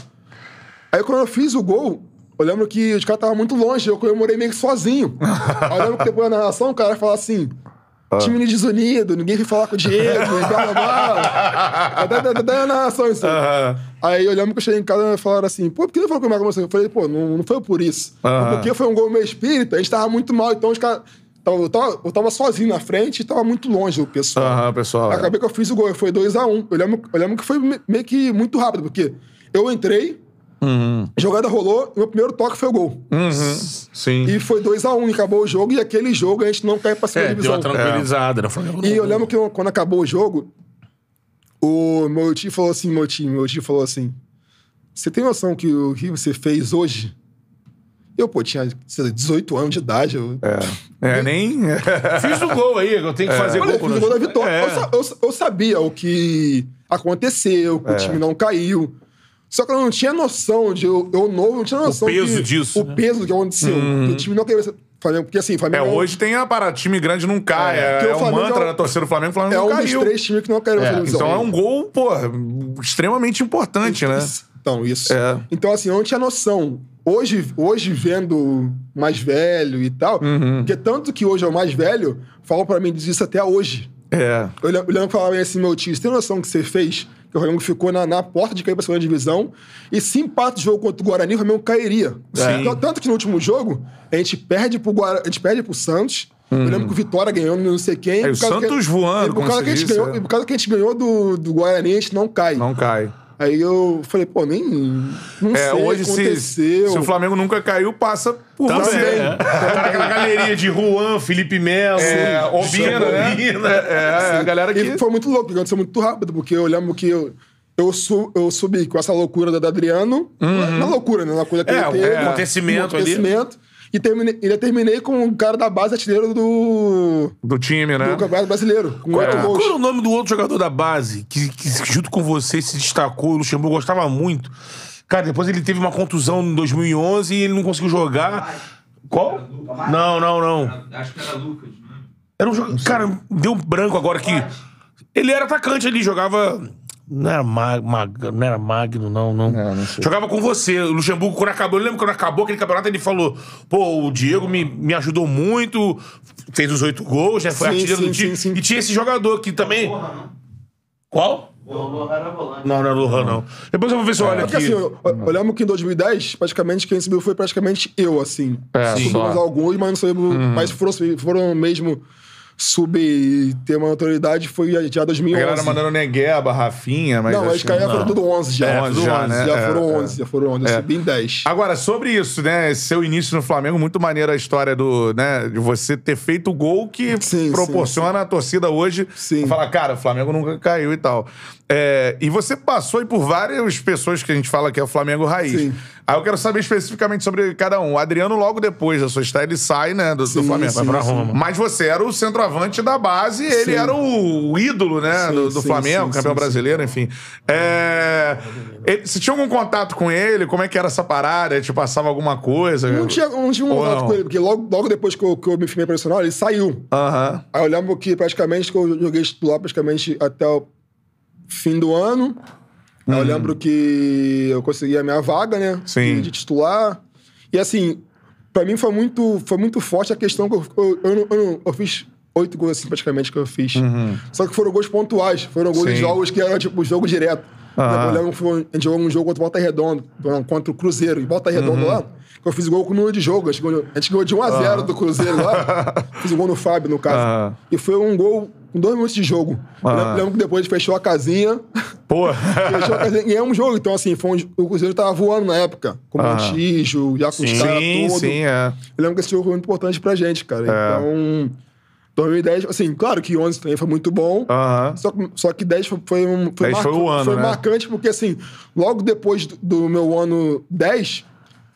[SPEAKER 3] Aí quando eu fiz o gol, eu lembro que os caras estavam muito longe, eu comemorei meio
[SPEAKER 1] (laughs)
[SPEAKER 3] que sozinho. Aí eu lembro que depois da narração, o cara fala assim.
[SPEAKER 1] Ah.
[SPEAKER 3] Time desunido, ninguém veio falar com o
[SPEAKER 1] (laughs)
[SPEAKER 3] Diego, e blá blá blá. Daí- daí- daí- daí a narração isso.
[SPEAKER 1] Aham.
[SPEAKER 3] Aí eu lembro que eu cheguei em casa e falaram assim, pô, por que não falou comigo com você? Eu falei, pô, não, não foi por isso.
[SPEAKER 1] Aham.
[SPEAKER 3] Porque foi um gol meio espírita, a gente tava muito mal, então os caras. tava- Eu tava, eu tava sozinho na frente e tava muito longe o pessoal.
[SPEAKER 1] Aham, pessoal.
[SPEAKER 3] Acabei que eu fiz o gol, foi 2x1. Eu, lembro, eu lembro que foi me- meio que muito rápido, porque eu entrei, a jogada rolou, meu primeiro toque foi o gol.
[SPEAKER 1] Uhum. Sim.
[SPEAKER 3] E foi 2x1, e acabou o jogo, e aquele jogo a gente não caiu pra segunda
[SPEAKER 2] É, deu
[SPEAKER 3] divisão.
[SPEAKER 2] uma tranquilizada. né? Flamengo
[SPEAKER 3] E
[SPEAKER 2] não-
[SPEAKER 3] eu lembro que eu- quando acabou o jogo, O meu tio falou assim, meu tio, meu tio falou assim, você tem noção que o que você fez hoje? Eu, pô, tinha sei lá, 18 anos de idade. Eu,
[SPEAKER 1] É,
[SPEAKER 3] (laughs)
[SPEAKER 1] nem.
[SPEAKER 2] Fiz o gol aí, eu tenho que fazer
[SPEAKER 3] É. Olha,
[SPEAKER 2] gol
[SPEAKER 3] eu fiz o gol da vitória.
[SPEAKER 1] É.
[SPEAKER 3] Eu, sa- eu sa- eu sabia o que aconteceu,
[SPEAKER 1] É.
[SPEAKER 3] que o time não caiu. Só que eu não tinha noção de. Eu, eu novo, não tinha noção.
[SPEAKER 2] peso
[SPEAKER 3] que-
[SPEAKER 2] disso,
[SPEAKER 3] O
[SPEAKER 2] né?
[SPEAKER 3] peso que aconteceu. Que o time não caiu. Flamengo, porque assim,
[SPEAKER 1] Uhum. É,
[SPEAKER 3] Flamengo.
[SPEAKER 1] hoje tem a parada, time grande não cai. É,
[SPEAKER 3] Porque o
[SPEAKER 1] é um
[SPEAKER 3] Flamengo
[SPEAKER 1] mantra
[SPEAKER 3] é um-
[SPEAKER 1] da torcida do Flamengo, o Flamengo
[SPEAKER 3] É
[SPEAKER 1] não
[SPEAKER 3] um
[SPEAKER 1] caiu.
[SPEAKER 3] dos três times que não caiu na
[SPEAKER 2] É,
[SPEAKER 3] televisão.
[SPEAKER 1] Então é um gol, pô, extremamente importante, né?
[SPEAKER 3] Isso- Então, isso.
[SPEAKER 1] É.
[SPEAKER 3] Então, assim, eu não tinha noção. Hoje, hoje vendo mais velho e tal,
[SPEAKER 1] Uhum.
[SPEAKER 3] porque tanto que hoje é o mais velho, falam pra mim disso até hoje.
[SPEAKER 1] É.
[SPEAKER 3] Eu lem- eu lembro que falava assim, meu tio, você tem noção do que você fez? Que o Flamengo ficou na, na porta de cair pra segunda divisão. E se empata o jogo contra o Guarani, o Flamengo cairia.
[SPEAKER 1] Sim.
[SPEAKER 3] Então, tanto que no último jogo, a gente perde pro, Guara, a gente perde pro Santos. Eu lembro que o Vitória ganhou não sei quem.
[SPEAKER 1] Uhum. É,
[SPEAKER 3] por
[SPEAKER 1] o
[SPEAKER 3] causa que-
[SPEAKER 1] Santos voando,
[SPEAKER 3] e por
[SPEAKER 1] como
[SPEAKER 3] causa
[SPEAKER 1] se
[SPEAKER 3] que a gente
[SPEAKER 1] diz,
[SPEAKER 3] ganhou-
[SPEAKER 1] é.
[SPEAKER 3] e Por causa que a gente ganhou do, do Guarani, a gente não cai.
[SPEAKER 1] Não cai.
[SPEAKER 3] Aí eu falei, pô, nem. Não
[SPEAKER 1] É,
[SPEAKER 3] sei
[SPEAKER 1] hoje
[SPEAKER 3] o que
[SPEAKER 1] se,
[SPEAKER 3] aconteceu. Tá
[SPEAKER 1] se o Flamengo nunca caiu, passa por
[SPEAKER 2] Também.
[SPEAKER 1] você.
[SPEAKER 2] É. Tá naquela galeria de Juan, Felipe Melo,
[SPEAKER 1] É,
[SPEAKER 2] Sim.
[SPEAKER 1] Obina, né?
[SPEAKER 2] Obina.
[SPEAKER 1] É, a galera que...
[SPEAKER 3] E foi muito louco, porque aconteceu muito rápido, porque eu lembro que eu, eu, su- eu subi com essa loucura da do Adriano. Na,
[SPEAKER 1] Uhum.
[SPEAKER 3] na loucura, né? Na loucura que
[SPEAKER 2] É,
[SPEAKER 3] ele
[SPEAKER 1] um
[SPEAKER 2] o-
[SPEAKER 3] teve.
[SPEAKER 2] é, acontecimento
[SPEAKER 3] um
[SPEAKER 2] ali.
[SPEAKER 3] acontecimento. E terminei, ainda terminei com o cara da base artilheiro do,
[SPEAKER 1] Do time, né?
[SPEAKER 3] do Campeonato Brasileiro, com oito
[SPEAKER 1] é.
[SPEAKER 2] Qual
[SPEAKER 3] gols.
[SPEAKER 2] era o nome do outro jogador da base que, que junto com você se destacou, o Luxemburgo gostava muito? Cara, depois ele teve uma contusão em 2011 e ele não conseguiu jogar. Qual? Não, não, não.
[SPEAKER 4] Acho que era Lucas, né?
[SPEAKER 2] Era um jogador. Cara, deu um branco agora que. Ele era atacante, ele jogava. Não era, mag, Mag- não era Magno, não, não.
[SPEAKER 3] É,
[SPEAKER 2] Jogava com você. O Luxemburgo, quando acabou, eu lembro quando acabou aquele campeonato, ele falou: pô, o Diego me, me ajudou muito, fez os oito gols, né? Foi
[SPEAKER 3] Sim,
[SPEAKER 2] artilheiro
[SPEAKER 3] sim,
[SPEAKER 2] do time.
[SPEAKER 3] sim, sim.
[SPEAKER 2] E tinha esse jogador que também. Qual? Não, não era Lohan, não. Depois eu vou ver se eu olho
[SPEAKER 3] Porque
[SPEAKER 2] aqui.
[SPEAKER 3] assim, eu, eu lembro que em 2010, praticamente quem subiu foi praticamente eu, assim.
[SPEAKER 1] É,
[SPEAKER 3] Subimos
[SPEAKER 1] só. Uhum.
[SPEAKER 3] alguns, mas não subimos. Mas foram, foram mesmo subir e ter uma autoridade foi já
[SPEAKER 1] A
[SPEAKER 3] 2011.
[SPEAKER 1] galera mandando Negueba, Rafinha, mas...
[SPEAKER 3] assim. não,
[SPEAKER 1] acho
[SPEAKER 3] acho que aí
[SPEAKER 1] não.
[SPEAKER 3] foram tudo 11 já.
[SPEAKER 1] É,
[SPEAKER 3] tudo
[SPEAKER 1] 11 já, né?
[SPEAKER 3] já
[SPEAKER 1] É,
[SPEAKER 3] foram
[SPEAKER 1] é.
[SPEAKER 3] 11, já foram 11. Eu subi em 10.
[SPEAKER 1] Agora, sobre isso, né? Esse seu início no Flamengo, muito maneira a história do, né, de você ter feito o gol que
[SPEAKER 3] Sim,
[SPEAKER 1] proporciona a torcida hoje
[SPEAKER 3] Sim.
[SPEAKER 1] falar, cara, o Flamengo nunca caiu e tal. É, e você passou aí por várias pessoas que a gente fala que é o Flamengo raiz.
[SPEAKER 3] Sim.
[SPEAKER 1] Aí eu quero saber especificamente sobre cada um. O Adriano, logo depois da sua estreia, ele sai, né, do, do Flamengo.
[SPEAKER 3] sim,
[SPEAKER 1] Vai pra
[SPEAKER 2] sim.
[SPEAKER 1] Roma. Mas você era o centroavante da base, e ele
[SPEAKER 3] Sim.
[SPEAKER 1] era o, o ídolo, né,
[SPEAKER 3] Sim,
[SPEAKER 1] do, do
[SPEAKER 3] sim,
[SPEAKER 1] Flamengo,
[SPEAKER 3] sim,
[SPEAKER 1] campeão
[SPEAKER 3] sim, sim.
[SPEAKER 1] brasileiro, enfim. É... ele- Você tinha algum contato com ele? Como é que era essa parada? Ele te passava alguma coisa?
[SPEAKER 3] Não tinha, não tinha um
[SPEAKER 1] Ou
[SPEAKER 3] contato
[SPEAKER 1] não?
[SPEAKER 3] com ele, porque logo, logo depois que eu, que eu me firmei profissional, ele saiu.
[SPEAKER 1] Aham.
[SPEAKER 3] Aí eu lembro que praticamente que eu joguei titular praticamente até o fim do ano.
[SPEAKER 1] Uhum.
[SPEAKER 3] Aí eu lembro que eu consegui a minha vaga, né?
[SPEAKER 1] Sim.
[SPEAKER 3] De, de titular. E assim, pra mim foi muito, foi muito forte a questão que eu, eu, eu, não- eu não- eu fiz oito gols assim praticamente que eu fiz. Só que foram gols pontuais, foram gols de
[SPEAKER 1] Uhum. Sim.
[SPEAKER 3] jogos que eram tipo jogo direto.
[SPEAKER 1] Ah.
[SPEAKER 3] Eu lembro que foi- a gente jogou um jogo contra o Volta Redondo, não, contra o Cruzeiro, e Volta Redondo
[SPEAKER 1] Uhum.
[SPEAKER 3] lá, que eu fiz gol com o número de jogo. A gente ganhou, a gente ganhou de 1 a 0 do Cruzeiro lá.
[SPEAKER 1] (laughs)
[SPEAKER 3] fiz um gol no Fábio, no caso.
[SPEAKER 1] Ah.
[SPEAKER 3] E foi um gol com dois minutos de jogo. Eu
[SPEAKER 1] Ah.
[SPEAKER 3] lembro que depois a gente fechou a casinha. (laughs)
[SPEAKER 1] Pô.
[SPEAKER 2] (laughs)
[SPEAKER 3] fechou a casinha e é um jogo. Então, assim, foi um jo- o Cruzeiro tava voando na época. Com o
[SPEAKER 1] Ah.
[SPEAKER 3] Montijo, já com os caras
[SPEAKER 1] sim, É.
[SPEAKER 3] todos.
[SPEAKER 1] sim, é.
[SPEAKER 3] Eu lembro que esse jogo foi muito importante pra gente, cara. Então, 2010, assim, claro que 11 também foi muito bom.
[SPEAKER 1] Aham.
[SPEAKER 3] Só, que- só que 10 foi, foi um.
[SPEAKER 1] 10 Ah. foi o ano,
[SPEAKER 3] Foi
[SPEAKER 1] né?
[SPEAKER 3] marcante, porque, assim, logo depois do- do meu ano 10,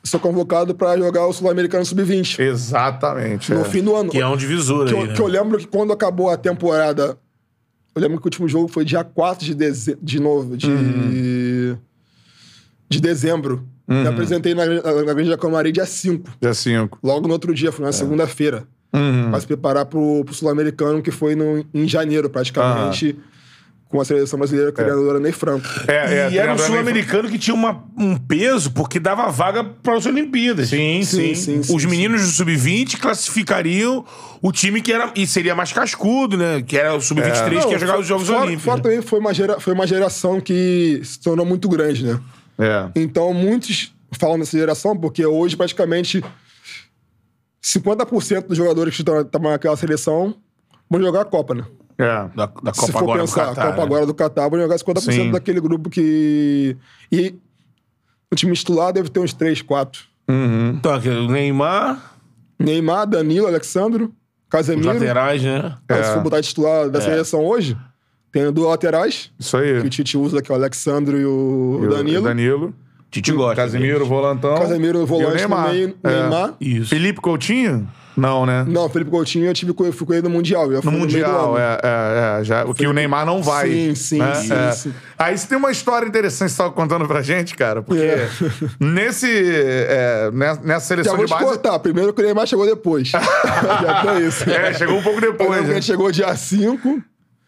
[SPEAKER 3] sou convocado pra jogar o Sul-Americano Sub-20.
[SPEAKER 1] Exatamente.
[SPEAKER 3] No
[SPEAKER 1] é.
[SPEAKER 3] fim do ano.
[SPEAKER 2] Que é um divisor
[SPEAKER 3] Que,
[SPEAKER 2] aí,
[SPEAKER 3] eu,
[SPEAKER 2] né?
[SPEAKER 3] que eu lembro que quando acabou a temporada. Eu lembro que o último jogo foi dia 4 de dezembro. De novo, de.
[SPEAKER 2] Uhum.
[SPEAKER 3] De dezembro. Me apresentei na, na, na Grande da Camarim dia 5.
[SPEAKER 1] Dia 5.
[SPEAKER 3] Logo no outro dia, foi
[SPEAKER 2] É.
[SPEAKER 3] na segunda-feira.
[SPEAKER 1] Uhum.
[SPEAKER 3] Pra se preparar pro, pro Sul-Americano, que foi no, em janeiro, praticamente,
[SPEAKER 2] Ah.
[SPEAKER 3] com a seleção brasileira com a treinadora Ney Franco.
[SPEAKER 1] É, é,
[SPEAKER 2] e era um
[SPEAKER 1] treinador
[SPEAKER 2] sul-americano que tinha uma- um peso porque dava vaga para as Olimpíadas.
[SPEAKER 1] Sim, sim.
[SPEAKER 3] Sim, sim, sim,
[SPEAKER 2] Os
[SPEAKER 3] sim.
[SPEAKER 2] meninos do sub-20 classificariam o time que era e seria mais cascudo, né? Que era o sub-23 que ia jogar os Jogos
[SPEAKER 3] É. fora,
[SPEAKER 2] Olímpicos.
[SPEAKER 3] Fora
[SPEAKER 2] né?
[SPEAKER 3] também foi uma, gera- foi uma geração que se tornou muito grande, né?
[SPEAKER 1] É.
[SPEAKER 3] Então, muitos falam dessa geração, porque hoje, praticamente, 50% dos jogadores que estão estão naquela seleção vão jogar a Copa, né?
[SPEAKER 1] É.
[SPEAKER 2] Da, da
[SPEAKER 3] Se
[SPEAKER 2] Copa
[SPEAKER 3] for
[SPEAKER 2] agora do
[SPEAKER 3] pensar,
[SPEAKER 2] Catar,
[SPEAKER 3] a Copa
[SPEAKER 2] né?
[SPEAKER 3] agora do Catar, vão jogar 50%
[SPEAKER 1] Sim.
[SPEAKER 3] daquele grupo que... E o time titular deve ter uns 3, 4.
[SPEAKER 2] Então, aqui, o Neymar,
[SPEAKER 3] Neymar, Danilo, Alexandro,
[SPEAKER 2] os
[SPEAKER 3] Casemiro.
[SPEAKER 2] laterais, né?
[SPEAKER 3] Cara, Se for botar titular da seleção hoje, Tem dois laterais,
[SPEAKER 1] Isso
[SPEAKER 3] que o
[SPEAKER 1] aí.
[SPEAKER 3] Tite usa, que é o Alexandre e o
[SPEAKER 1] E o
[SPEAKER 3] Danilo.
[SPEAKER 1] Danilo.
[SPEAKER 2] Tite gosta.
[SPEAKER 1] Casimiro, volantão.
[SPEAKER 3] Casemiro,
[SPEAKER 1] E o
[SPEAKER 3] volante no
[SPEAKER 1] Neymar.
[SPEAKER 3] meio,
[SPEAKER 1] É.
[SPEAKER 3] Neymar.
[SPEAKER 2] Isso.
[SPEAKER 1] Felipe Coutinho? Não, né?
[SPEAKER 3] Não, Felipe Coutinho, eu, tive, com- eu fui com ele no Mundial. Eu
[SPEAKER 1] No Mundial, é, é, é, já, o que o Neymar não vai.
[SPEAKER 3] Sim, sim,
[SPEAKER 1] né?
[SPEAKER 3] sim,
[SPEAKER 1] É.
[SPEAKER 3] sim.
[SPEAKER 1] Aí você tem uma história interessante que você estava contando pra gente, cara, porque
[SPEAKER 3] É.
[SPEAKER 1] nesse, é, nessa, nessa
[SPEAKER 3] Já
[SPEAKER 1] seleção
[SPEAKER 3] vou
[SPEAKER 1] de
[SPEAKER 3] te
[SPEAKER 1] base.
[SPEAKER 3] cortar. Primeiro que o Neymar chegou
[SPEAKER 1] (laughs)
[SPEAKER 3] depois. Já tem isso.
[SPEAKER 1] É, chegou um pouco
[SPEAKER 3] Eu lembro
[SPEAKER 1] depois.
[SPEAKER 3] que
[SPEAKER 1] né?
[SPEAKER 3] ele chegou dia 5,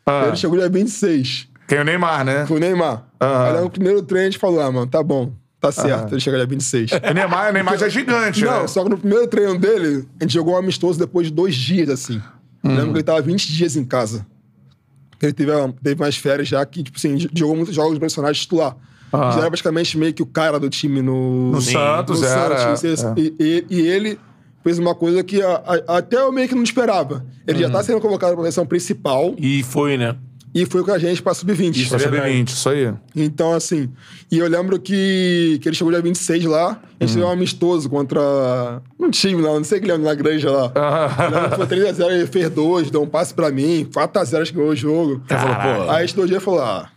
[SPEAKER 1] Ah.
[SPEAKER 3] ele chegou dia 26.
[SPEAKER 1] Tem o Neymar, né?
[SPEAKER 3] Foi o Neymar.
[SPEAKER 1] Aham.
[SPEAKER 3] Aí no primeiro treino a gente falou, ah, mano, tá bom, tá certo. Ele chega dia 26.
[SPEAKER 1] O Neymar, o Neymar já é gigante,
[SPEAKER 3] Não,
[SPEAKER 1] né?
[SPEAKER 3] só que no primeiro treino dele, a gente jogou um amistoso depois de dois dias, assim.
[SPEAKER 1] Hum.
[SPEAKER 3] Eu lembro que ele tava 20 dias em casa. Ele teve, ah, teve umas férias já que, tipo assim, jogou muitos jogos de personagem titular. Já era praticamente meio que o cara do time no...
[SPEAKER 1] Ah. No Santos, era, é.
[SPEAKER 3] E, e- e ele fez uma coisa que a- a- até eu meio que não esperava. Ele
[SPEAKER 1] Uhum.
[SPEAKER 3] já tá sendo convocado pra seleção principal
[SPEAKER 2] E foi,
[SPEAKER 3] (laughs)
[SPEAKER 2] né?
[SPEAKER 3] e foi com a gente pra sub-20.
[SPEAKER 1] Isso é sub-20, isso aí.
[SPEAKER 3] Então, assim, e eu lembro que, que ele chegou dia 26 lá, a gente teve um amistoso contra um time lá, não sei que lembro, na granja lá. Eu lembro que Foi 3x0, ele fez dois, deu um passe pra mim, 4x0 acho que ganhou o jogo.
[SPEAKER 2] Ele falou, pô,
[SPEAKER 3] Aí a gente dois dias falou, ah,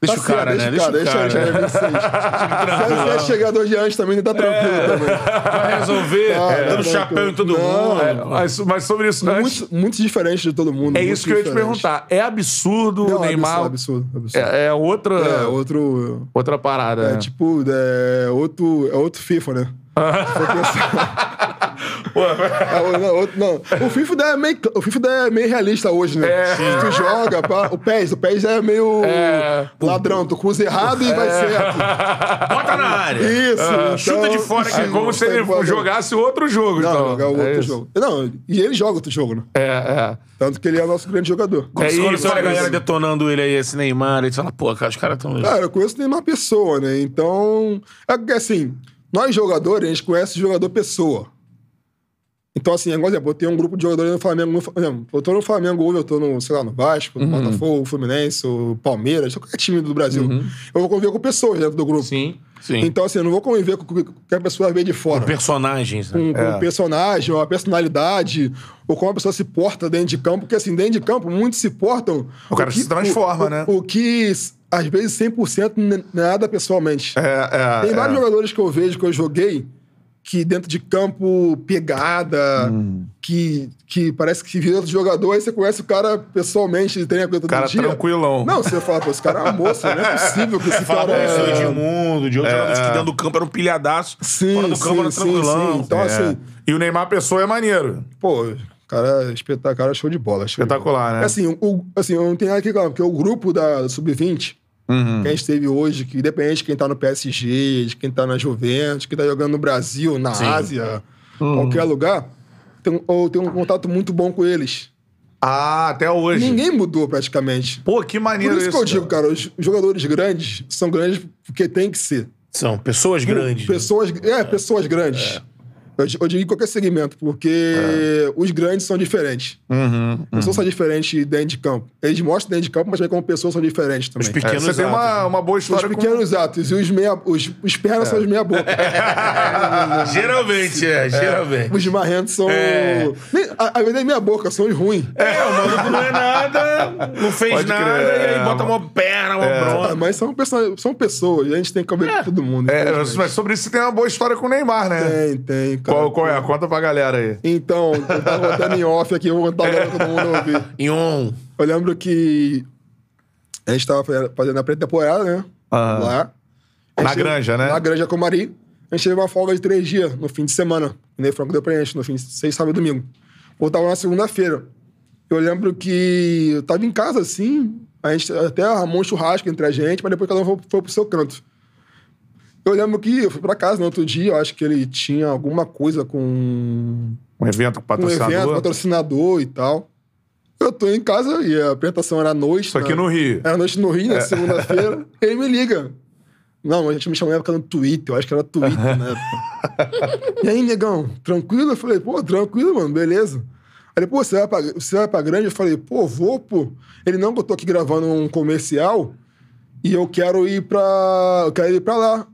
[SPEAKER 2] deixa
[SPEAKER 3] tá
[SPEAKER 2] o cara,
[SPEAKER 3] certo,
[SPEAKER 2] né? Deixa,
[SPEAKER 3] deixa
[SPEAKER 2] o cara.
[SPEAKER 3] Deixa, deixa, dia 26. Se ele chegar dois dias antes também, não tá tranquilo também.
[SPEAKER 2] Vai resolver,
[SPEAKER 3] É.
[SPEAKER 2] dando
[SPEAKER 3] Não,
[SPEAKER 2] chapéu em todo
[SPEAKER 3] não.
[SPEAKER 2] mundo.
[SPEAKER 1] É, mas, mas sobre isso, antes,
[SPEAKER 3] Muito, muito diferente de todo mundo.
[SPEAKER 1] é
[SPEAKER 3] muito
[SPEAKER 1] isso que eu ia te
[SPEAKER 3] diferente.
[SPEAKER 1] perguntar. É absurdo
[SPEAKER 3] Não,
[SPEAKER 1] o Neymar.
[SPEAKER 3] absurdo, absurdo, absurdo.
[SPEAKER 1] É, é outra,
[SPEAKER 3] é outro...
[SPEAKER 1] outra parada.
[SPEAKER 3] É,
[SPEAKER 1] né?
[SPEAKER 3] tipo, é outro, é outro
[SPEAKER 1] (laughs)
[SPEAKER 3] FIFA, né? Se for pensar- É, o- não, outro- não. O FIFA é meio, o FIFA é meio realista hoje, né? Tu joga, pá, o PES, o PES é meio
[SPEAKER 1] É.
[SPEAKER 3] ladrão, tu cruza errado e vai certo.
[SPEAKER 2] Bota na área.
[SPEAKER 3] Isso, então,
[SPEAKER 2] chuta de fora, que
[SPEAKER 1] É
[SPEAKER 2] Sim,
[SPEAKER 1] como se ele
[SPEAKER 3] jogasse
[SPEAKER 1] jogasse outro
[SPEAKER 2] né?
[SPEAKER 1] jogo,
[SPEAKER 3] Não,
[SPEAKER 1] então.
[SPEAKER 3] jogar outro
[SPEAKER 1] é isso.
[SPEAKER 3] jogo. Não, e ele joga outro jogo, né?
[SPEAKER 1] É, é.
[SPEAKER 3] Tanto que ele é o nosso grande jogador.
[SPEAKER 1] É
[SPEAKER 2] Quando
[SPEAKER 1] isso,
[SPEAKER 2] tá a
[SPEAKER 1] é
[SPEAKER 2] galera
[SPEAKER 1] isso.
[SPEAKER 2] detonando ele aí, esse Neymar, ele fala, pô, cara, os caras estão...
[SPEAKER 3] Cara, eu conheço Neymar pessoa, né? Então, é que, assim, nós jogadores, a gente conhece jogador pessoa. Então, assim, agora, por exemplo, eu tenho um grupo de jogadores no Flamengo. No, Fa- por exemplo, eu tô no Flamengo hoje, eu tô no, sei lá, no Vasco, no Botafogo, Fluminense, o Palmeiras, qualquer time do Brasil. Eu vou conviver com pessoas dentro do grupo.
[SPEAKER 1] Sim.
[SPEAKER 2] Sim.
[SPEAKER 3] Então, assim, eu não vou conviver com o que a pessoa vem de fora.
[SPEAKER 2] Personagens, né?
[SPEAKER 3] Com,
[SPEAKER 1] É.
[SPEAKER 3] com um personagem, uma personalidade, ou como a pessoa se porta dentro de campo, porque assim, dentro de campo, muitos se portam.
[SPEAKER 1] O cara se transforma,
[SPEAKER 3] o-
[SPEAKER 1] né?
[SPEAKER 3] O que, às vezes, 100% n- nada pessoalmente.
[SPEAKER 1] É, é,
[SPEAKER 3] Tem
[SPEAKER 1] é.
[SPEAKER 3] vários jogadores que eu vejo que eu joguei que dentro de campo, pegada,
[SPEAKER 1] Hum.
[SPEAKER 3] que, que parece que vira outro jogador, aí você conhece o cara pessoalmente, treina com ele todo
[SPEAKER 1] Cara
[SPEAKER 3] dia.
[SPEAKER 1] tranquilão.
[SPEAKER 3] Não, você fala, pô, esse cara é uma moça, não é possível que esse
[SPEAKER 2] Fala
[SPEAKER 3] cara... é
[SPEAKER 2] isso, o Edmundo, de outros
[SPEAKER 1] É,
[SPEAKER 2] jogadores que dentro do campo era um pilhadaço,
[SPEAKER 3] Sim,
[SPEAKER 2] fora do campo era
[SPEAKER 3] sim, sim,
[SPEAKER 2] tranquilão.
[SPEAKER 3] sim. Então,
[SPEAKER 1] É.
[SPEAKER 3] assim,
[SPEAKER 1] E o Neymar Pessoa é maneiro.
[SPEAKER 3] Pô, o cara, é espetacular, cara, é show de bola. show de
[SPEAKER 1] Espetacular,
[SPEAKER 3] bola.
[SPEAKER 1] né?
[SPEAKER 3] Assim, o, assim, eu não tenho nada que reclamar, porque o grupo da Sub-20,
[SPEAKER 1] Uhum.
[SPEAKER 3] que a gente teve hoje, que independente de quem tá no PSG, de quem tá na Juventus, quem tá jogando no Brasil, na Ásia,
[SPEAKER 1] Uhum.
[SPEAKER 3] qualquer lugar, tem, eu tenho um contato muito bom com eles.
[SPEAKER 1] Ah, até hoje.
[SPEAKER 3] Ninguém mudou praticamente.
[SPEAKER 1] Pô, que
[SPEAKER 3] Por
[SPEAKER 1] maneiro
[SPEAKER 3] isso que eu digo,
[SPEAKER 1] cara.
[SPEAKER 3] cara, os jogadores grandes são grandes porque tem que ser.
[SPEAKER 2] São pessoas grandes.
[SPEAKER 3] Pessoas, é, pessoas grandes. Eu, di- eu digo em qualquer segmento, porque os grandes são diferentes. Pessoas são diferentes dentro de campo. Eles mostram dentro de campo, mas também como pessoas são diferentes também.
[SPEAKER 2] Os
[SPEAKER 1] É,
[SPEAKER 2] pequenos
[SPEAKER 1] você tem uma,
[SPEAKER 2] atos.
[SPEAKER 1] uma boa
[SPEAKER 3] Os
[SPEAKER 1] história com-
[SPEAKER 3] pequenos atos e os meia... Os, os pernas são os meia boca.
[SPEAKER 2] (laughs) Geralmente, é, geralmente.
[SPEAKER 3] os marrentos são...
[SPEAKER 2] É.
[SPEAKER 3] Nem- a, a verdade é meia boca, são os ruins.
[SPEAKER 2] É, o maluco não é nada, não fez
[SPEAKER 1] Pode crer,
[SPEAKER 2] nada, e
[SPEAKER 1] é,
[SPEAKER 2] aí bota
[SPEAKER 1] mano.
[SPEAKER 2] uma perna, uma
[SPEAKER 3] Ah,
[SPEAKER 2] bronca.
[SPEAKER 3] mas são, perso- são pessoas, e a gente tem que comer com todo mundo.
[SPEAKER 1] É,
[SPEAKER 3] infelizmente.
[SPEAKER 1] mas sobre isso você tem uma boa história com o Neymar, né?
[SPEAKER 3] Tem, tem, É, cara.
[SPEAKER 1] Qual, qual é? Conta pra galera aí.
[SPEAKER 3] Então, eu tava contando em off aqui, eu vou contar agora pra todo mundo ouvir.
[SPEAKER 2] E um.
[SPEAKER 3] Eu lembro que a gente tava fazendo- fazendo a pré-temporada, né?
[SPEAKER 1] Aham.
[SPEAKER 3] Lá. A
[SPEAKER 1] Ah. Na
[SPEAKER 3] gente teve-
[SPEAKER 1] granja, né?
[SPEAKER 3] Na granja com o Mari. A gente teve uma folga de três dias no fim de semana. O Ney Franco deu pra gente no fim de seis, sábado e domingo. Voltava na segunda-feira. Eu lembro que eu tava em casa, assim, a gente até arrumou um churrasco entre a gente, mas depois cada um foi, foi pro seu canto. Eu lembro que eu fui pra casa no outro dia, eu acho que ele tinha alguma coisa com
[SPEAKER 1] Um evento com
[SPEAKER 3] um
[SPEAKER 1] patrocinador.
[SPEAKER 3] evento, patrocinador e tal. Eu tô em casa e a apresentação era à noite.
[SPEAKER 1] Isso aqui
[SPEAKER 3] né?
[SPEAKER 1] no Rio.
[SPEAKER 3] Era à noite no Rio, na segunda-feira. Ele me liga. Não, a gente me chamou na época no Twitter, eu acho que era Twitter na época. e aí, negão, tranquilo? Eu falei, pô, tranquilo, mano, beleza. Aí ele, pô, você vai, pra, você vai pra grande? Eu falei, pô, vou, pô. Ele, não, que eu tô aqui gravando um comercial e eu quero ir pra. Eu quero ir pra lá.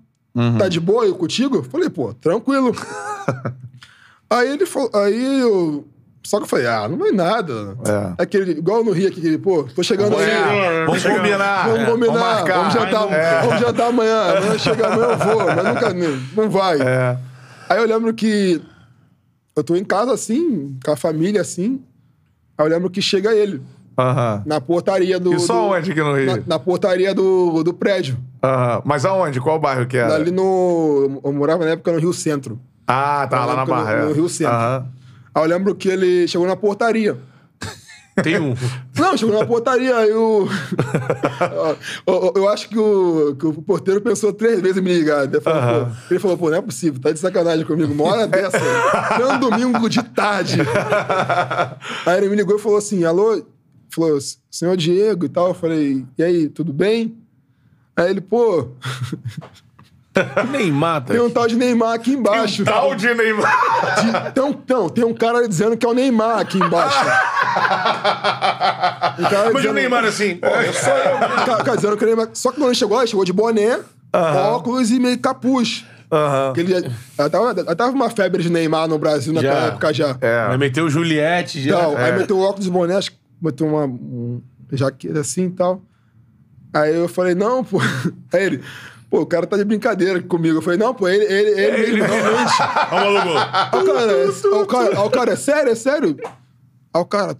[SPEAKER 3] Tá de boa aí contigo? Eu falei, pô, tranquilo. aí ele falou. Aí eu Só que eu falei, ah, não vai nada.
[SPEAKER 1] É.
[SPEAKER 3] Aquele, igual no Rio aqui, aquele, pô, tô chegando aí.
[SPEAKER 1] É, vamos
[SPEAKER 2] Chegamos.
[SPEAKER 1] combinar.
[SPEAKER 3] Vamos
[SPEAKER 1] É,
[SPEAKER 3] combinar,
[SPEAKER 1] Vamos
[SPEAKER 3] vamos,
[SPEAKER 1] marcar.
[SPEAKER 3] jantar,
[SPEAKER 1] É.
[SPEAKER 3] vamos jantar amanhã. Amanhã chega amanhã, eu vou, mas nunca, não- não vai.
[SPEAKER 1] É.
[SPEAKER 3] Aí eu lembro que eu tô em casa assim, com a família assim. Aí eu lembro que chega ele,
[SPEAKER 1] Aham.
[SPEAKER 3] na portaria do.
[SPEAKER 1] E só
[SPEAKER 3] do-
[SPEAKER 1] onde aqui no Rio?
[SPEAKER 3] Na, na portaria do, do prédio.
[SPEAKER 1] Aham. Mas aonde? Qual bairro que é? era?
[SPEAKER 3] Ali no. Eu morava na época no Rio Centro.
[SPEAKER 1] Ah, tá, lá na
[SPEAKER 3] no-
[SPEAKER 1] Barra. é.
[SPEAKER 3] no Rio Centro.
[SPEAKER 1] Aham.
[SPEAKER 3] Aí eu lembro que ele chegou na portaria.
[SPEAKER 2] Tem um.
[SPEAKER 3] Não, chegou na portaria, aí
[SPEAKER 2] (laughs)
[SPEAKER 3] o. eu, eu- eu acho que o, que o porteiro pensou três vezes em me ligar. Ele falou,
[SPEAKER 1] Aham.
[SPEAKER 3] pô, ele falou, pô, não é possível, tá de sacanagem comigo, uma hora dessa. Não é um domingo
[SPEAKER 2] (laughs)
[SPEAKER 3] de tarde. aí ele me ligou e falou assim: alô, falou, senhor Diego e tal. Eu falei, e aí, tudo bem? Aí ele, pô,
[SPEAKER 2] Nem mata.
[SPEAKER 3] tem um tal de Neymar aqui embaixo.
[SPEAKER 1] Tal de Neymar.
[SPEAKER 3] De- Então, então, tem um cara dizendo que é o Neymar aqui embaixo. Um cara
[SPEAKER 2] Mas o
[SPEAKER 3] dizendo-
[SPEAKER 2] Neymar assim, pô, eu sou eu.
[SPEAKER 3] Ca- Um cara dizendo que o Neymar- Só que quando ele chegou, ele chegou de boné, óculos e meio capuz.
[SPEAKER 1] Aham.
[SPEAKER 3] Porque Ele já, já tava, já tava uma febre de Neymar no Brasil naquela
[SPEAKER 2] Já.
[SPEAKER 3] época já.
[SPEAKER 2] Vai
[SPEAKER 1] É.
[SPEAKER 2] meter o Juliette já.
[SPEAKER 3] Então,
[SPEAKER 1] é.
[SPEAKER 3] aí meteu óculos e boné, acho que botou uma um, jaqueta assim e tal. Aí eu falei, não, pô. (laughs) Aí ele, pô, o cara tá de brincadeira comigo. Eu falei, não, pô, ele, ele,
[SPEAKER 2] É,
[SPEAKER 3] ele, ele realmente.
[SPEAKER 2] Ó, maluco.
[SPEAKER 3] Aí o cara, aí o cara, aí o cara, é sério, é sério? Aí o cara,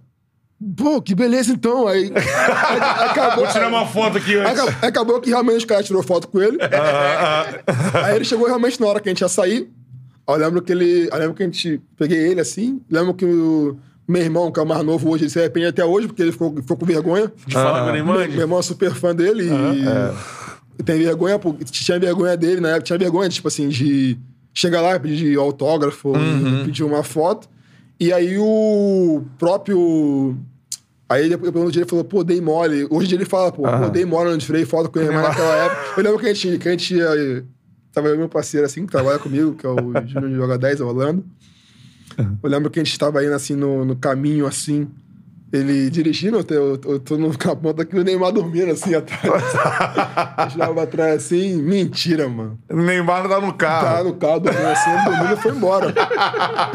[SPEAKER 3] pô, que beleza então. Aí, aí acabou.
[SPEAKER 2] Vou tirar uma foto Ah, aqui
[SPEAKER 3] Aí
[SPEAKER 2] antes.
[SPEAKER 3] acabou- aí acabou que realmente os caras tirou foto com ele. aí ele chegou realmente na hora que a gente ia sair. Aí eu lembro que ele. Eu lembro que a gente. Peguei ele assim. Lembro que o meu irmão, que é o mais novo hoje, ele se arrepende até hoje, porque ele ficou, ficou com vergonha.
[SPEAKER 2] De falar com o Neymar.
[SPEAKER 3] Meu irmão é super fã dele e. e Tem vergonha, pô, tinha vergonha dele na época, tinha vergonha, tipo assim, de chegar lá, pedir autógrafo, pedir uma foto. E aí o próprio. Aí depois no dia ele falou, pô, dei mole. Hoje em dia ele fala, pô, pô dei mole, eu não tirei foto com ele mais naquela época. Eu lembro que a gente, que a gente ia- Tava eu e meu parceiro assim, que trabalha comigo, que é o Júnior de Joga 10, é o Orlando. Eu lembro que a gente tava indo assim no, no caminho assim. Ele dirigindo, eu, te- eu, eu tô no (laughs) capão aqui, o Neymar dormindo assim atrás. Eu tirava atrás assim, mentira, mano.
[SPEAKER 1] Neymar tá no
[SPEAKER 3] Tá
[SPEAKER 1] carro.
[SPEAKER 3] no carro dormindo assim, ele dormindo e foi embora. (laughs)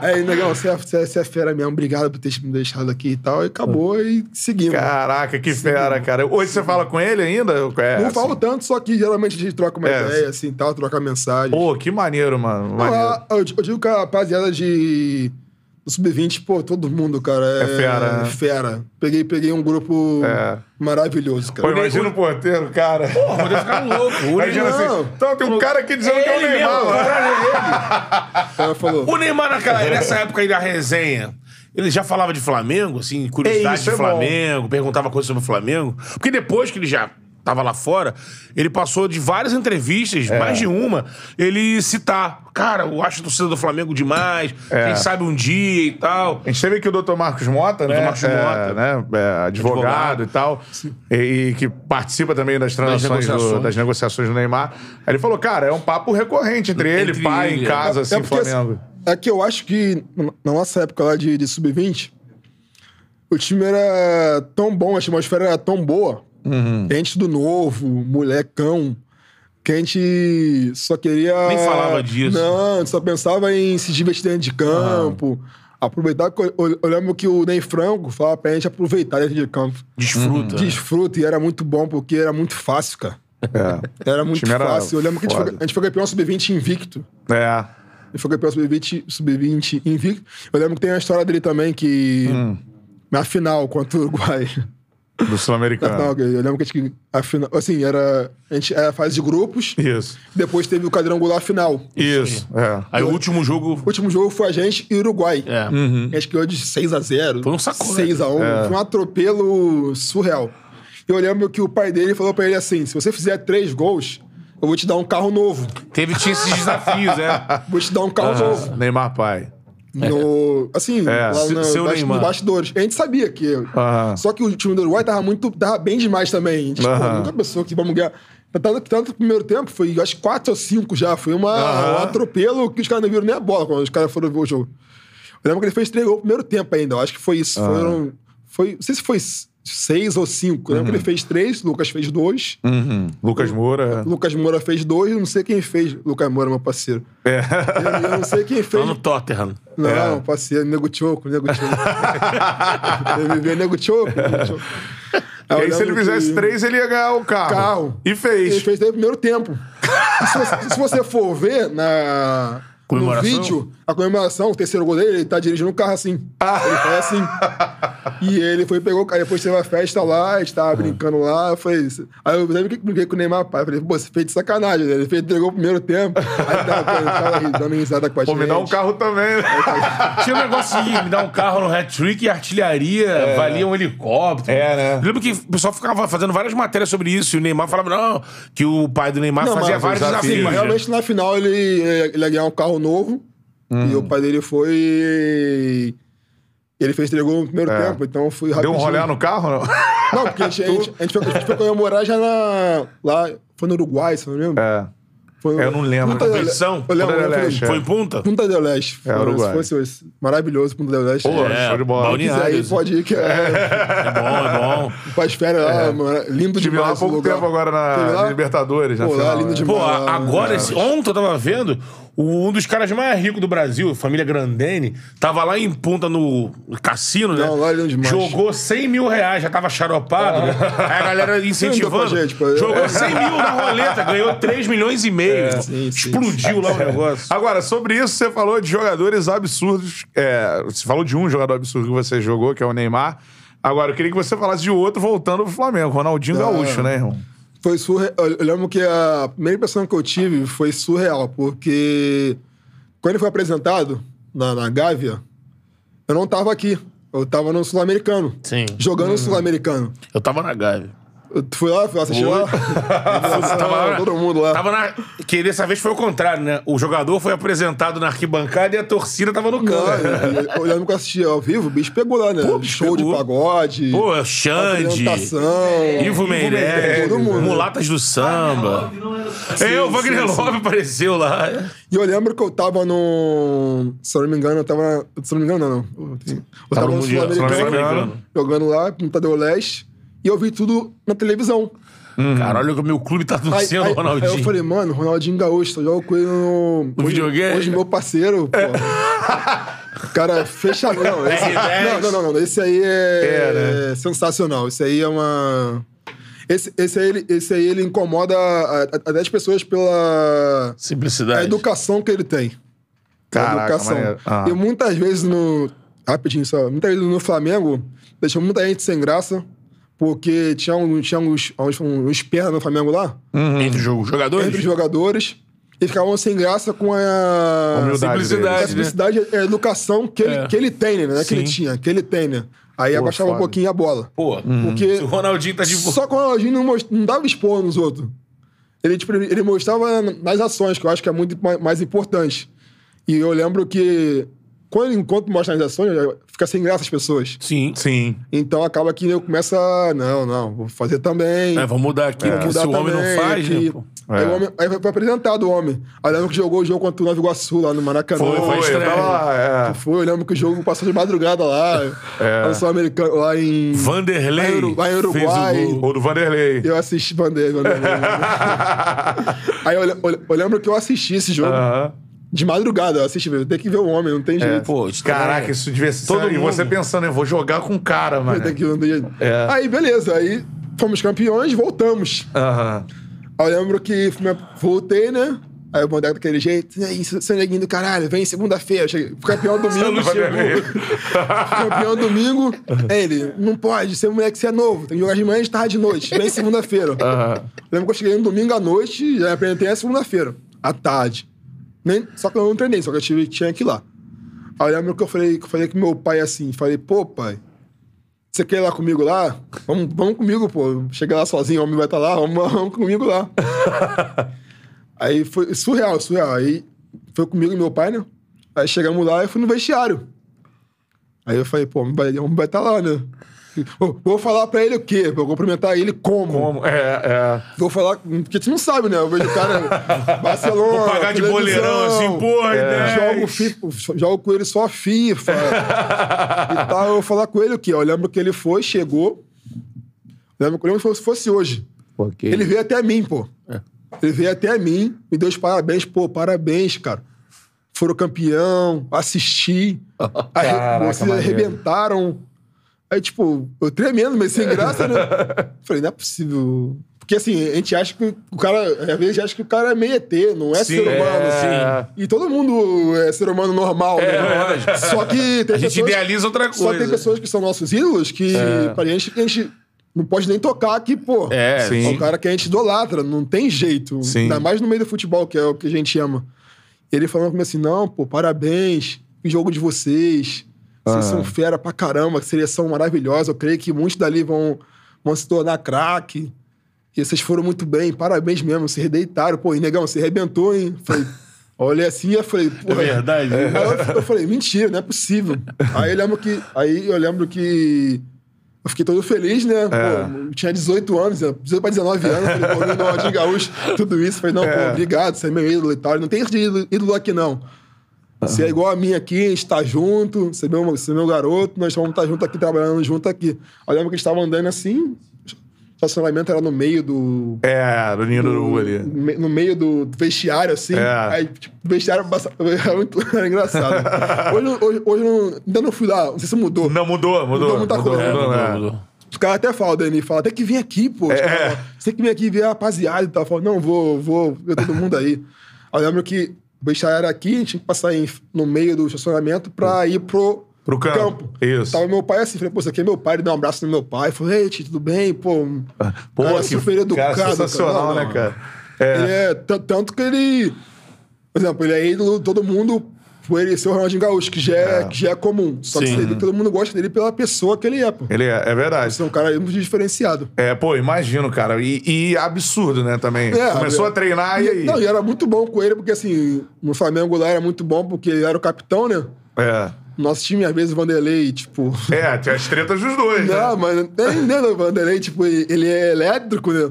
[SPEAKER 3] Aí, negão, você é, você é- você é fera mesmo, obrigado por ter me deixado aqui e tal. E acabou e seguimos.
[SPEAKER 1] Caraca, que fera, cara. Hoje você fala com ele ainda? É,
[SPEAKER 3] Não
[SPEAKER 1] assim.
[SPEAKER 3] falo tanto, só que geralmente a gente troca uma
[SPEAKER 1] É,
[SPEAKER 3] ideia assim e tal, troca mensagem.
[SPEAKER 1] Pô, que maneiro, mano.
[SPEAKER 3] Não, é.
[SPEAKER 1] Maneiro.
[SPEAKER 3] a- eu, eu digo que a rapaziada de do Sub-20, pô, todo mundo, cara, é,
[SPEAKER 1] É fera, né?
[SPEAKER 3] fera. Peguei, peguei um grupo
[SPEAKER 1] É.
[SPEAKER 3] maravilhoso,
[SPEAKER 1] Pô,
[SPEAKER 3] cara.
[SPEAKER 1] imagina o porteiro, cara.
[SPEAKER 2] Porra, mas eu ficar louco. O
[SPEAKER 1] Imagina
[SPEAKER 2] Neymar,
[SPEAKER 1] assim. Então, tem um cara aqui dizendo que é o
[SPEAKER 2] Ele
[SPEAKER 1] Neymar.
[SPEAKER 2] mesmo,
[SPEAKER 1] mano.
[SPEAKER 2] caralho, ele.
[SPEAKER 3] Ela falou,
[SPEAKER 2] O Neymar, naquela,
[SPEAKER 1] É.
[SPEAKER 2] nessa época aí da resenha, ele já falava de Flamengo, assim,
[SPEAKER 1] É,
[SPEAKER 2] curiosidade
[SPEAKER 1] isso
[SPEAKER 2] de
[SPEAKER 1] é
[SPEAKER 2] Flamengo, perguntava coisas sobre o Flamengo. Porque depois que ele já tava lá fora, ele passou de várias entrevistas,
[SPEAKER 1] É.
[SPEAKER 2] mais de uma, ele citar. Cara, eu acho a torcida do Flamengo demais,
[SPEAKER 1] É.
[SPEAKER 2] quem sabe um dia e tal.
[SPEAKER 1] A gente teve aqui o Dr. Marcos Mota, né?
[SPEAKER 2] Marcos
[SPEAKER 1] É,
[SPEAKER 2] Mota.
[SPEAKER 1] né? É, advogado,
[SPEAKER 2] Advogado.
[SPEAKER 1] e tal. E, e que participa também das transações, do- das negociações
[SPEAKER 2] negociações.
[SPEAKER 1] do, Neymar. Aí ele falou, cara, é um papo recorrente entre ele,
[SPEAKER 2] Entre
[SPEAKER 1] pai, em
[SPEAKER 2] ele,
[SPEAKER 1] casa,
[SPEAKER 3] É
[SPEAKER 1] assim,
[SPEAKER 3] porque,
[SPEAKER 1] Flamengo.
[SPEAKER 3] assim, É que eu acho que na- na nossa época lá de, de sub-20, o time era tão bom, a atmosfera era tão boa.
[SPEAKER 1] Uhum.
[SPEAKER 3] que A gente do novo, molecão, que a gente só queria.
[SPEAKER 2] Nem falava disso.
[SPEAKER 3] Não, a gente só pensava em se divertir dentro de campo. Aproveitar, que eu, eu- eu lembro que o Ney Franco falava pra gente aproveitar dentro de campo.
[SPEAKER 1] Uhum.
[SPEAKER 2] Desfruta.
[SPEAKER 3] Desfruta, e era muito bom, porque era muito fácil, cara.
[SPEAKER 1] É.
[SPEAKER 3] Era muito
[SPEAKER 1] time era
[SPEAKER 3] fácil. Eu lembro que a gente,
[SPEAKER 1] foda.
[SPEAKER 3] foi, a gente foi campeão sub-20 invicto.
[SPEAKER 1] É.
[SPEAKER 3] Ele foi campeão sub-20 sub invicto. Eu lembro que tem a história dele também, que
[SPEAKER 2] Hum.
[SPEAKER 3] na final contra o
[SPEAKER 2] (laughs)
[SPEAKER 3] Uruguai.
[SPEAKER 1] Do
[SPEAKER 2] Tá.
[SPEAKER 3] Na final,
[SPEAKER 1] Sul-Americano.
[SPEAKER 3] eu lembro que a gente, a final, assim, era, a gente era a fase de grupos,
[SPEAKER 2] (laughs)
[SPEAKER 1] Isso.
[SPEAKER 3] depois teve o quadrangular final.
[SPEAKER 1] Isso. É.
[SPEAKER 2] Aí o último jogo.
[SPEAKER 3] O último jogo foi a gente e o Uruguai.
[SPEAKER 2] É.
[SPEAKER 3] A gente ganhou de 6x0.
[SPEAKER 2] Foi um sacode. É.
[SPEAKER 3] 6x1. Foi um atropelo surreal. Eu lembro que o pai dele falou pra ele assim: se você fizer três gols, eu vou te dar um carro novo.
[SPEAKER 2] Teve, tinha esses
[SPEAKER 1] (laughs)
[SPEAKER 2] desafios, é.
[SPEAKER 3] Vou te dar um carro novo.
[SPEAKER 1] Neymar pai.
[SPEAKER 3] No, assim,
[SPEAKER 1] É,
[SPEAKER 3] lá
[SPEAKER 1] se-
[SPEAKER 3] no,
[SPEAKER 2] seu
[SPEAKER 3] bas-
[SPEAKER 2] Neymar.
[SPEAKER 3] no bastidores. A gente sabia que.
[SPEAKER 1] Aham.
[SPEAKER 3] Só que o time do Uruguai tava muito. tava bem demais também. A gente, pô,
[SPEAKER 1] Aham.
[SPEAKER 3] nunca pensou que vamos ganhar. Tanto, tanto no primeiro tempo, foi acho que 4 ou 5 já. Foi uma,
[SPEAKER 1] Aham.
[SPEAKER 3] um atropelo que os caras não viram nem a bola quando os caras foram ver o jogo. Eu lembro que ele fez três gols no primeiro tempo ainda. Eu acho que foi isso. Foram. Foi, não sei se foi seis ou cinco. Eu lembro
[SPEAKER 1] Uhum.
[SPEAKER 3] que ele fez três, Lucas fez dois.
[SPEAKER 2] Uhum.
[SPEAKER 1] Lucas Moura.
[SPEAKER 3] Lucas Moura fez dois, não sei quem fez. Lucas Moura, meu parceiro.
[SPEAKER 1] É.
[SPEAKER 3] Eu, eu não
[SPEAKER 1] (laughs)
[SPEAKER 3] sei quem fez.
[SPEAKER 2] Lá no Tottenham.
[SPEAKER 3] Não, parceiro, nego choco, nego
[SPEAKER 1] (laughs)
[SPEAKER 3] choco. MV, nego choco. Nego Choco. eu
[SPEAKER 1] É. E aí, se ele
[SPEAKER 3] lembro
[SPEAKER 1] fizesse
[SPEAKER 3] que-
[SPEAKER 1] três, ele ia ganhar o carro.
[SPEAKER 3] Carro.
[SPEAKER 1] E
[SPEAKER 3] Ele
[SPEAKER 1] fez.
[SPEAKER 3] fez desde o primeiro tempo. E se, você, se você for ver na, no
[SPEAKER 2] Comemoração?
[SPEAKER 3] vídeo, a comemoração, o terceiro gol dele, ele tá dirigindo um carro assim. Ele faz
[SPEAKER 1] (laughs)
[SPEAKER 3] assim. E ele foi, pegou o carro, depois teve a festa lá, a gente
[SPEAKER 1] Ah.
[SPEAKER 3] tava brincando lá. Eu falei, aí eu lembro que brinquei com o Neymar, pai. Eu falei, pô, você fez de sacanagem, né? Ele fez, entregou o primeiro tempo. Aí tava,
[SPEAKER 1] (laughs)
[SPEAKER 3] tava ri- dando risada com a
[SPEAKER 1] Pô,
[SPEAKER 3] gente.
[SPEAKER 1] me dá um carro
[SPEAKER 3] (laughs)
[SPEAKER 1] também. né?
[SPEAKER 2] Tinha um negócio de me dar um carro no hat-trick e artilharia valia um helicóptero.
[SPEAKER 1] É, né?
[SPEAKER 2] Eu lembro que o pessoal ficava fazendo várias matérias sobre isso e o Neymar falava, não, que o pai do Neymar
[SPEAKER 3] Não,
[SPEAKER 2] fazia
[SPEAKER 3] mas
[SPEAKER 2] é vários
[SPEAKER 1] os desafios,
[SPEAKER 2] desafios. né?
[SPEAKER 3] Sim, mas realmente na final ele, ele ia ganhar um carro novo.
[SPEAKER 1] Hum.
[SPEAKER 3] E o pai dele foi. Ele fez três gols no primeiro
[SPEAKER 1] É.
[SPEAKER 3] tempo, então eu fui
[SPEAKER 1] Deu
[SPEAKER 3] rapidinho.
[SPEAKER 1] um rolé no carro, não?
[SPEAKER 3] Não, porque
[SPEAKER 1] (laughs)
[SPEAKER 3] a gente, a gente, a gente foi, a gente foi comemorar já na. Lá, foi no Uruguai, se eu não me lembro.
[SPEAKER 1] É.
[SPEAKER 3] Foi no-
[SPEAKER 1] Eu não lembro.
[SPEAKER 3] Punta del-
[SPEAKER 2] Competição?
[SPEAKER 3] Eu lembro,
[SPEAKER 1] Punta
[SPEAKER 3] eu
[SPEAKER 1] del
[SPEAKER 3] lembro.
[SPEAKER 1] Este,
[SPEAKER 3] foi
[SPEAKER 2] Foi em punta?
[SPEAKER 3] Punta del Leste. Foi,
[SPEAKER 1] Uruguai.
[SPEAKER 3] se fosse esse- maravilhoso Punta del Leste.
[SPEAKER 1] Pô, é,
[SPEAKER 3] Se
[SPEAKER 1] show de bola.
[SPEAKER 3] quiser
[SPEAKER 2] é, balneário.
[SPEAKER 3] aí, pode ir, que é.
[SPEAKER 2] É bom, é
[SPEAKER 3] (laughs)
[SPEAKER 2] bom.
[SPEAKER 3] Faz férias lá, mano, lindo
[SPEAKER 1] É. Tive lá
[SPEAKER 3] demais.
[SPEAKER 1] há
[SPEAKER 3] esse
[SPEAKER 1] pouco
[SPEAKER 3] lugar.
[SPEAKER 1] tempo agora
[SPEAKER 3] Teve
[SPEAKER 1] na
[SPEAKER 3] lá?
[SPEAKER 1] Libertadores. na
[SPEAKER 3] Pô, lá, é
[SPEAKER 1] final,
[SPEAKER 3] lindo
[SPEAKER 1] né?
[SPEAKER 3] demais.
[SPEAKER 2] Pô,
[SPEAKER 3] Mano,
[SPEAKER 2] agora,
[SPEAKER 3] cara.
[SPEAKER 2] esse, ontem eu tava vendo, o- um dos caras mais ricos do Brasil, família Grandene, tava lá em punta no cassino, né?
[SPEAKER 3] Não, lá ele é demais.
[SPEAKER 2] Jogou 100 mil reais, já tava charopado. né? Aí a galera incentivando.
[SPEAKER 3] Não deu pra gente, pô.
[SPEAKER 2] Jogou 100 mil na roleta, ganhou 3 milhões e meio.
[SPEAKER 3] É, sim, sim.
[SPEAKER 2] Explodiu lá o negócio.
[SPEAKER 1] Agora, sobre isso, você falou de jogadores absurdos. É, você falou de um jogador absurdo que você jogou, que é o Neymar. Agora, eu queria que você falasse de outro voltando pro Flamengo, Ronaldinho
[SPEAKER 3] Não.
[SPEAKER 1] Gaúcho, né, irmão?
[SPEAKER 3] Foi surreal. Eu lembro que a primeira impressão que eu tive foi surreal, porque quando ele foi apresentado na, na Gávea, eu não tava aqui. Eu tava no Sul-Americano.
[SPEAKER 2] Sim.
[SPEAKER 3] Jogando no Sul-Americano.
[SPEAKER 2] Eu tava na Gávea.
[SPEAKER 3] Eu fui lá, fui lá assistir lá. (laughs)
[SPEAKER 2] Tava lá-
[SPEAKER 3] Todo mundo lá.
[SPEAKER 2] Tava na. Que dessa vez foi o contrário, né? O jogador foi apresentado na arquibancada e a torcida tava no
[SPEAKER 3] Não,
[SPEAKER 2] canto.
[SPEAKER 3] eu- eu lembro que eu assisti ao vivo, o bicho pegou lá, né?
[SPEAKER 2] bicho
[SPEAKER 3] Show
[SPEAKER 2] pegou.
[SPEAKER 3] de pagode.
[SPEAKER 2] Pô, Xande.
[SPEAKER 3] apresentação.
[SPEAKER 2] Ivo Meirelles,
[SPEAKER 3] todo mundo.
[SPEAKER 2] Mulatas do Samba. É, o Wagner Love apareceu lá.
[SPEAKER 3] E eu lembro que eu tava no. Se eu não me engano, eu tava. Se eu não me engano, não. não. Eu tenho- eu tava
[SPEAKER 2] no
[SPEAKER 3] no
[SPEAKER 2] Mundial,
[SPEAKER 3] Sul-Americano,
[SPEAKER 2] Sul-Americano.
[SPEAKER 3] jogando lá, no Tadeu Leste, e eu vi tudo na televisão.
[SPEAKER 2] Cara, olha o que o meu clube tá
[SPEAKER 3] Aí,
[SPEAKER 2] torcendo,
[SPEAKER 3] aí-
[SPEAKER 2] Ronaldinho.
[SPEAKER 3] aí eu falei, mano, Ronaldinho Gaúcho, só jogo com ele no. hoje-
[SPEAKER 2] videogame? É.
[SPEAKER 3] Hoje, meu parceiro, pô. (laughs) Cara, fecha. Não, esse,
[SPEAKER 2] R10.
[SPEAKER 3] não, não, não, não, Esse aí é,
[SPEAKER 1] É,
[SPEAKER 2] né?
[SPEAKER 3] é sensacional. Esse aí é uma. Esse, esse, aí, ele- esse aí ele incomoda a- a- até as pessoas pela. a
[SPEAKER 2] Simplicidade.
[SPEAKER 3] educação que ele tem. A
[SPEAKER 1] Caraca,
[SPEAKER 3] educação.
[SPEAKER 1] maneiro. Ah.
[SPEAKER 3] E muitas vezes no. Rapidinho só. Muitas vezes no Flamengo, deixou muita gente sem graça, porque tinha, um, tinha uns, uns, uns pernas no Flamengo lá,
[SPEAKER 2] Uhum. Entre os jo- jogadores.
[SPEAKER 3] entre os jogadores, e ficavam sem graça com a.
[SPEAKER 1] Humildade
[SPEAKER 3] A
[SPEAKER 2] Simplicidade,
[SPEAKER 1] deles.
[SPEAKER 2] né?
[SPEAKER 3] simplicidade e a educação que ele,
[SPEAKER 2] É.
[SPEAKER 3] que ele tem, né? Não é que ele
[SPEAKER 2] Sim.
[SPEAKER 3] tinha, que ele tem, né? Aí
[SPEAKER 1] Pô,
[SPEAKER 3] abaixava
[SPEAKER 1] foda.
[SPEAKER 3] um pouquinho a bola.
[SPEAKER 2] Pô,
[SPEAKER 3] Porque
[SPEAKER 2] se o Ronaldinho tá (laughs) de boa.
[SPEAKER 3] só que o Ronaldinho não, most- não dava expor um nos outros. Ele, tipo, ele ele mostrava nas ações, que eu acho que é muito ma- mais importante. E eu lembro que quando enquanto mostra nas ações, eu- fica sem graça as pessoas.
[SPEAKER 2] Sim.
[SPEAKER 1] Sim.
[SPEAKER 3] Então acaba que eu começo a. Não, não, vou fazer também.
[SPEAKER 2] É, vamos mudar aqui, porque se o homem não faz,
[SPEAKER 3] aqui.
[SPEAKER 2] né? pô?
[SPEAKER 3] Aí, o
[SPEAKER 1] É.
[SPEAKER 3] homem- aí foi foi apresentado o homem. Aí eu lembro que jogou o jogo contra o Nova Iguaçu lá no Maracanã.
[SPEAKER 2] Foi, foi
[SPEAKER 1] Pô, eu
[SPEAKER 2] estranho.
[SPEAKER 1] tava lá, é.
[SPEAKER 3] Foi, eu lembro que o jogo passou de madrugada lá.
[SPEAKER 2] É.
[SPEAKER 3] Lá no Sul-Americano, lá em.
[SPEAKER 2] Vanderlei.
[SPEAKER 3] Lá em Uru- lá em
[SPEAKER 2] fez o
[SPEAKER 3] Uruguai.
[SPEAKER 2] (laughs) gol.
[SPEAKER 1] Ou do Vanderlei.
[SPEAKER 3] Eu assisti Bandeira.
[SPEAKER 1] (laughs)
[SPEAKER 3] Aí eu, eu- eu lembro que eu assisti esse jogo
[SPEAKER 1] Aham. É.
[SPEAKER 3] de madrugada. Eu assisti, velho, tem que ver o homem, não tem jeito.
[SPEAKER 2] Pô, estranho.
[SPEAKER 1] Caraca, isso devia ser.
[SPEAKER 2] Todo
[SPEAKER 1] e
[SPEAKER 2] mundo.
[SPEAKER 1] você pensando, eu vou jogar com o cara, mano.
[SPEAKER 3] Tem que, não tem jeito.
[SPEAKER 1] É.
[SPEAKER 3] Aí, beleza, aí fomos campeões, voltamos.
[SPEAKER 1] Aham.
[SPEAKER 3] Aí eu lembro que fui me- voltei, né? Aí eu mandei daquele jeito, e aí, seu seu neguinho do caralho, vem segunda-feira, eu cheguei, campeão domingo,
[SPEAKER 1] Vanderlei.
[SPEAKER 3] chegou. campeão domingo, aí ele, não pode, você é moleque, você é novo, tem que jogar de manhã, de tarde, de noite, vem segunda-feira.
[SPEAKER 1] Aham.
[SPEAKER 3] Lembro que eu cheguei no domingo à noite e já apresentei na segunda-feira, à tarde. Nem, só que eu não treinei, só que eu tive, tinha que ir lá. Aí eu lembro que eu falei, que eu falei com meu pai assim, falei, pô, pai, você quer ir lá comigo lá? Vamos, vamos comigo, pô. Chega lá sozinho, o homem vai estar lá, vamos, (laughs) vamos comigo lá. Aí foi surreal, surreal. Aí foi comigo e meu pai, né? Aí chegamos lá e fui no vestiário. Aí eu falei, pô, o homem vai estar lá, né? Eu Vou falar pra ele o quê? Vou cumprimentar ele como?
[SPEAKER 1] Como? É, é.
[SPEAKER 3] Vou falar, porque tu não sabe, né? Eu vejo
[SPEAKER 2] (laughs)
[SPEAKER 3] o cara Barcelona.
[SPEAKER 2] Vou pagar de
[SPEAKER 3] televisão, é,
[SPEAKER 2] boleirão assim, porra, ideia.
[SPEAKER 3] Jogo, FIFA, jogo com
[SPEAKER 2] (laughs)
[SPEAKER 3] ele só FIFA. e tal. Eu vou falar com ele o quê? Eu lembro que ele foi, chegou. Lembro lembro como se fosse hoje.
[SPEAKER 2] Porque...
[SPEAKER 3] Ele veio até mim, pô.
[SPEAKER 2] É.
[SPEAKER 3] Ele veio até mim, me deu os parabéns, pô, parabéns, cara. Foram campeão,
[SPEAKER 2] (laughs)
[SPEAKER 3] assisti. Arre-
[SPEAKER 1] Caraca,
[SPEAKER 3] vocês
[SPEAKER 1] maneiro.
[SPEAKER 3] arrebentaram. Aí, tipo, eu tremendo, mas sem
[SPEAKER 2] (laughs)
[SPEAKER 3] graça, né? Falei, não é possível. Porque assim, a gente acha que o cara. Às vezes acha que o cara é meio ET, não é
[SPEAKER 2] Sim,
[SPEAKER 3] ser humano,
[SPEAKER 1] é.
[SPEAKER 3] assim. E todo mundo é ser humano normal, né? Só que tem
[SPEAKER 2] É, A gente
[SPEAKER 3] pessoas-
[SPEAKER 2] idealiza outra coisa.
[SPEAKER 3] Só tem pessoas que são nossos ídolos que, pra gente, que a gente não pode nem tocar aqui, pô.
[SPEAKER 2] É,
[SPEAKER 1] Sim.
[SPEAKER 3] É um cara que a gente idolatra, não tem jeito.
[SPEAKER 1] Sim.
[SPEAKER 3] Ainda mais no meio do futebol, que é o que a gente ama. Ele falando comigo assim: não, pô, parabéns, que jogo de vocês. Vocês
[SPEAKER 2] Ah.
[SPEAKER 3] são fera pra caramba, que seleção maravilhosa. Eu creio que muitos dali vão, vão se tornar craque. E vocês foram muito bem, parabéns mesmo, se redeitaram. Pô, e negão, você arrebentou, hein? Falei, (laughs) olha assim, eu falei, pô.
[SPEAKER 2] É verdade.
[SPEAKER 3] Aí eu, eu falei, mentira, não é possível. Aí eu lembro que. Aí eu lembro que. Eu fiquei todo feliz, né? Pô, eu tinha 18 anos, 18 para 19 anos, falei, pô, no Ronaldinho Gaúcho, tudo isso. Falei, não, pô, obrigado, você é meu ídolo e tal. Não tem esse de ídolo- ídolo aqui, não. Você é igual a mim aqui, a gente tá junto, você é meu, você é meu garoto, nós vamos estar junto aqui, trabalhando junto aqui. Aí eu lembro que a gente tava andando assim, o estacionamento era no meio do
[SPEAKER 1] É, no Ninho do Urubu ali.
[SPEAKER 3] me- no meio do do vestiário, assim.
[SPEAKER 1] É.
[SPEAKER 3] Aí, tipo, o vestiário (laughs) passa- era muito era engraçado. Hoje, eu- hoje, hoje eu não, ainda não fui lá, não sei se mudou.
[SPEAKER 1] Não, mudou, mudou.
[SPEAKER 3] Mudou muita coisa.
[SPEAKER 1] mudou,
[SPEAKER 2] mudou,
[SPEAKER 1] né?
[SPEAKER 2] mudou.
[SPEAKER 3] Os caras até falam, Dani, fala, tem que vir aqui, pô.
[SPEAKER 1] É.
[SPEAKER 3] Os caras falam, Você tem que vir aqui ver a rapaziada e tal. Eu falo, não, vou, vou ver todo mundo aí. Aí eu lembro que o vestiário era aqui, a gente tinha que passar em- no meio do estacionamento pra ir pro.
[SPEAKER 1] Pro campo. Isso.
[SPEAKER 3] Tava meu pai assim, falei, pô, isso aqui é meu pai, ele deu um abraço no meu pai. Falei, ei, tio, tudo bem? Pô, um
[SPEAKER 1] Pô,
[SPEAKER 3] cara
[SPEAKER 1] que
[SPEAKER 3] super educado.
[SPEAKER 1] cara
[SPEAKER 3] cara.
[SPEAKER 1] sensacional,
[SPEAKER 3] Não,
[SPEAKER 1] né,
[SPEAKER 3] não.
[SPEAKER 1] cara? É.
[SPEAKER 3] Ele é t- tanto que ele. Por exemplo, ele é ídolo de todo mundo por ele ser o Ronaldinho Gaúcho, que já é, que já é comum. Só que
[SPEAKER 2] Sim.
[SPEAKER 3] ele- todo mundo gosta dele pela pessoa que ele é, pô.
[SPEAKER 1] Ele é, é verdade.
[SPEAKER 3] Você é um cara muito diferenciado.
[SPEAKER 1] É, pô, imagino, cara. E, e absurdo, né, também.
[SPEAKER 3] É,
[SPEAKER 1] Começou
[SPEAKER 3] é.
[SPEAKER 1] a treinar e aí.
[SPEAKER 3] Não, e era muito bom com ele, porque assim, no Flamengo lá era muito bom, porque ele era o capitão, né?
[SPEAKER 1] É.
[SPEAKER 3] Nosso time, às vezes, o Vanderlei, tipo.
[SPEAKER 1] É, tinha as tretas dos dois. né?
[SPEAKER 3] Não, mas nem, nem o Vanderlei, tipo, ele ele é elétrico, né?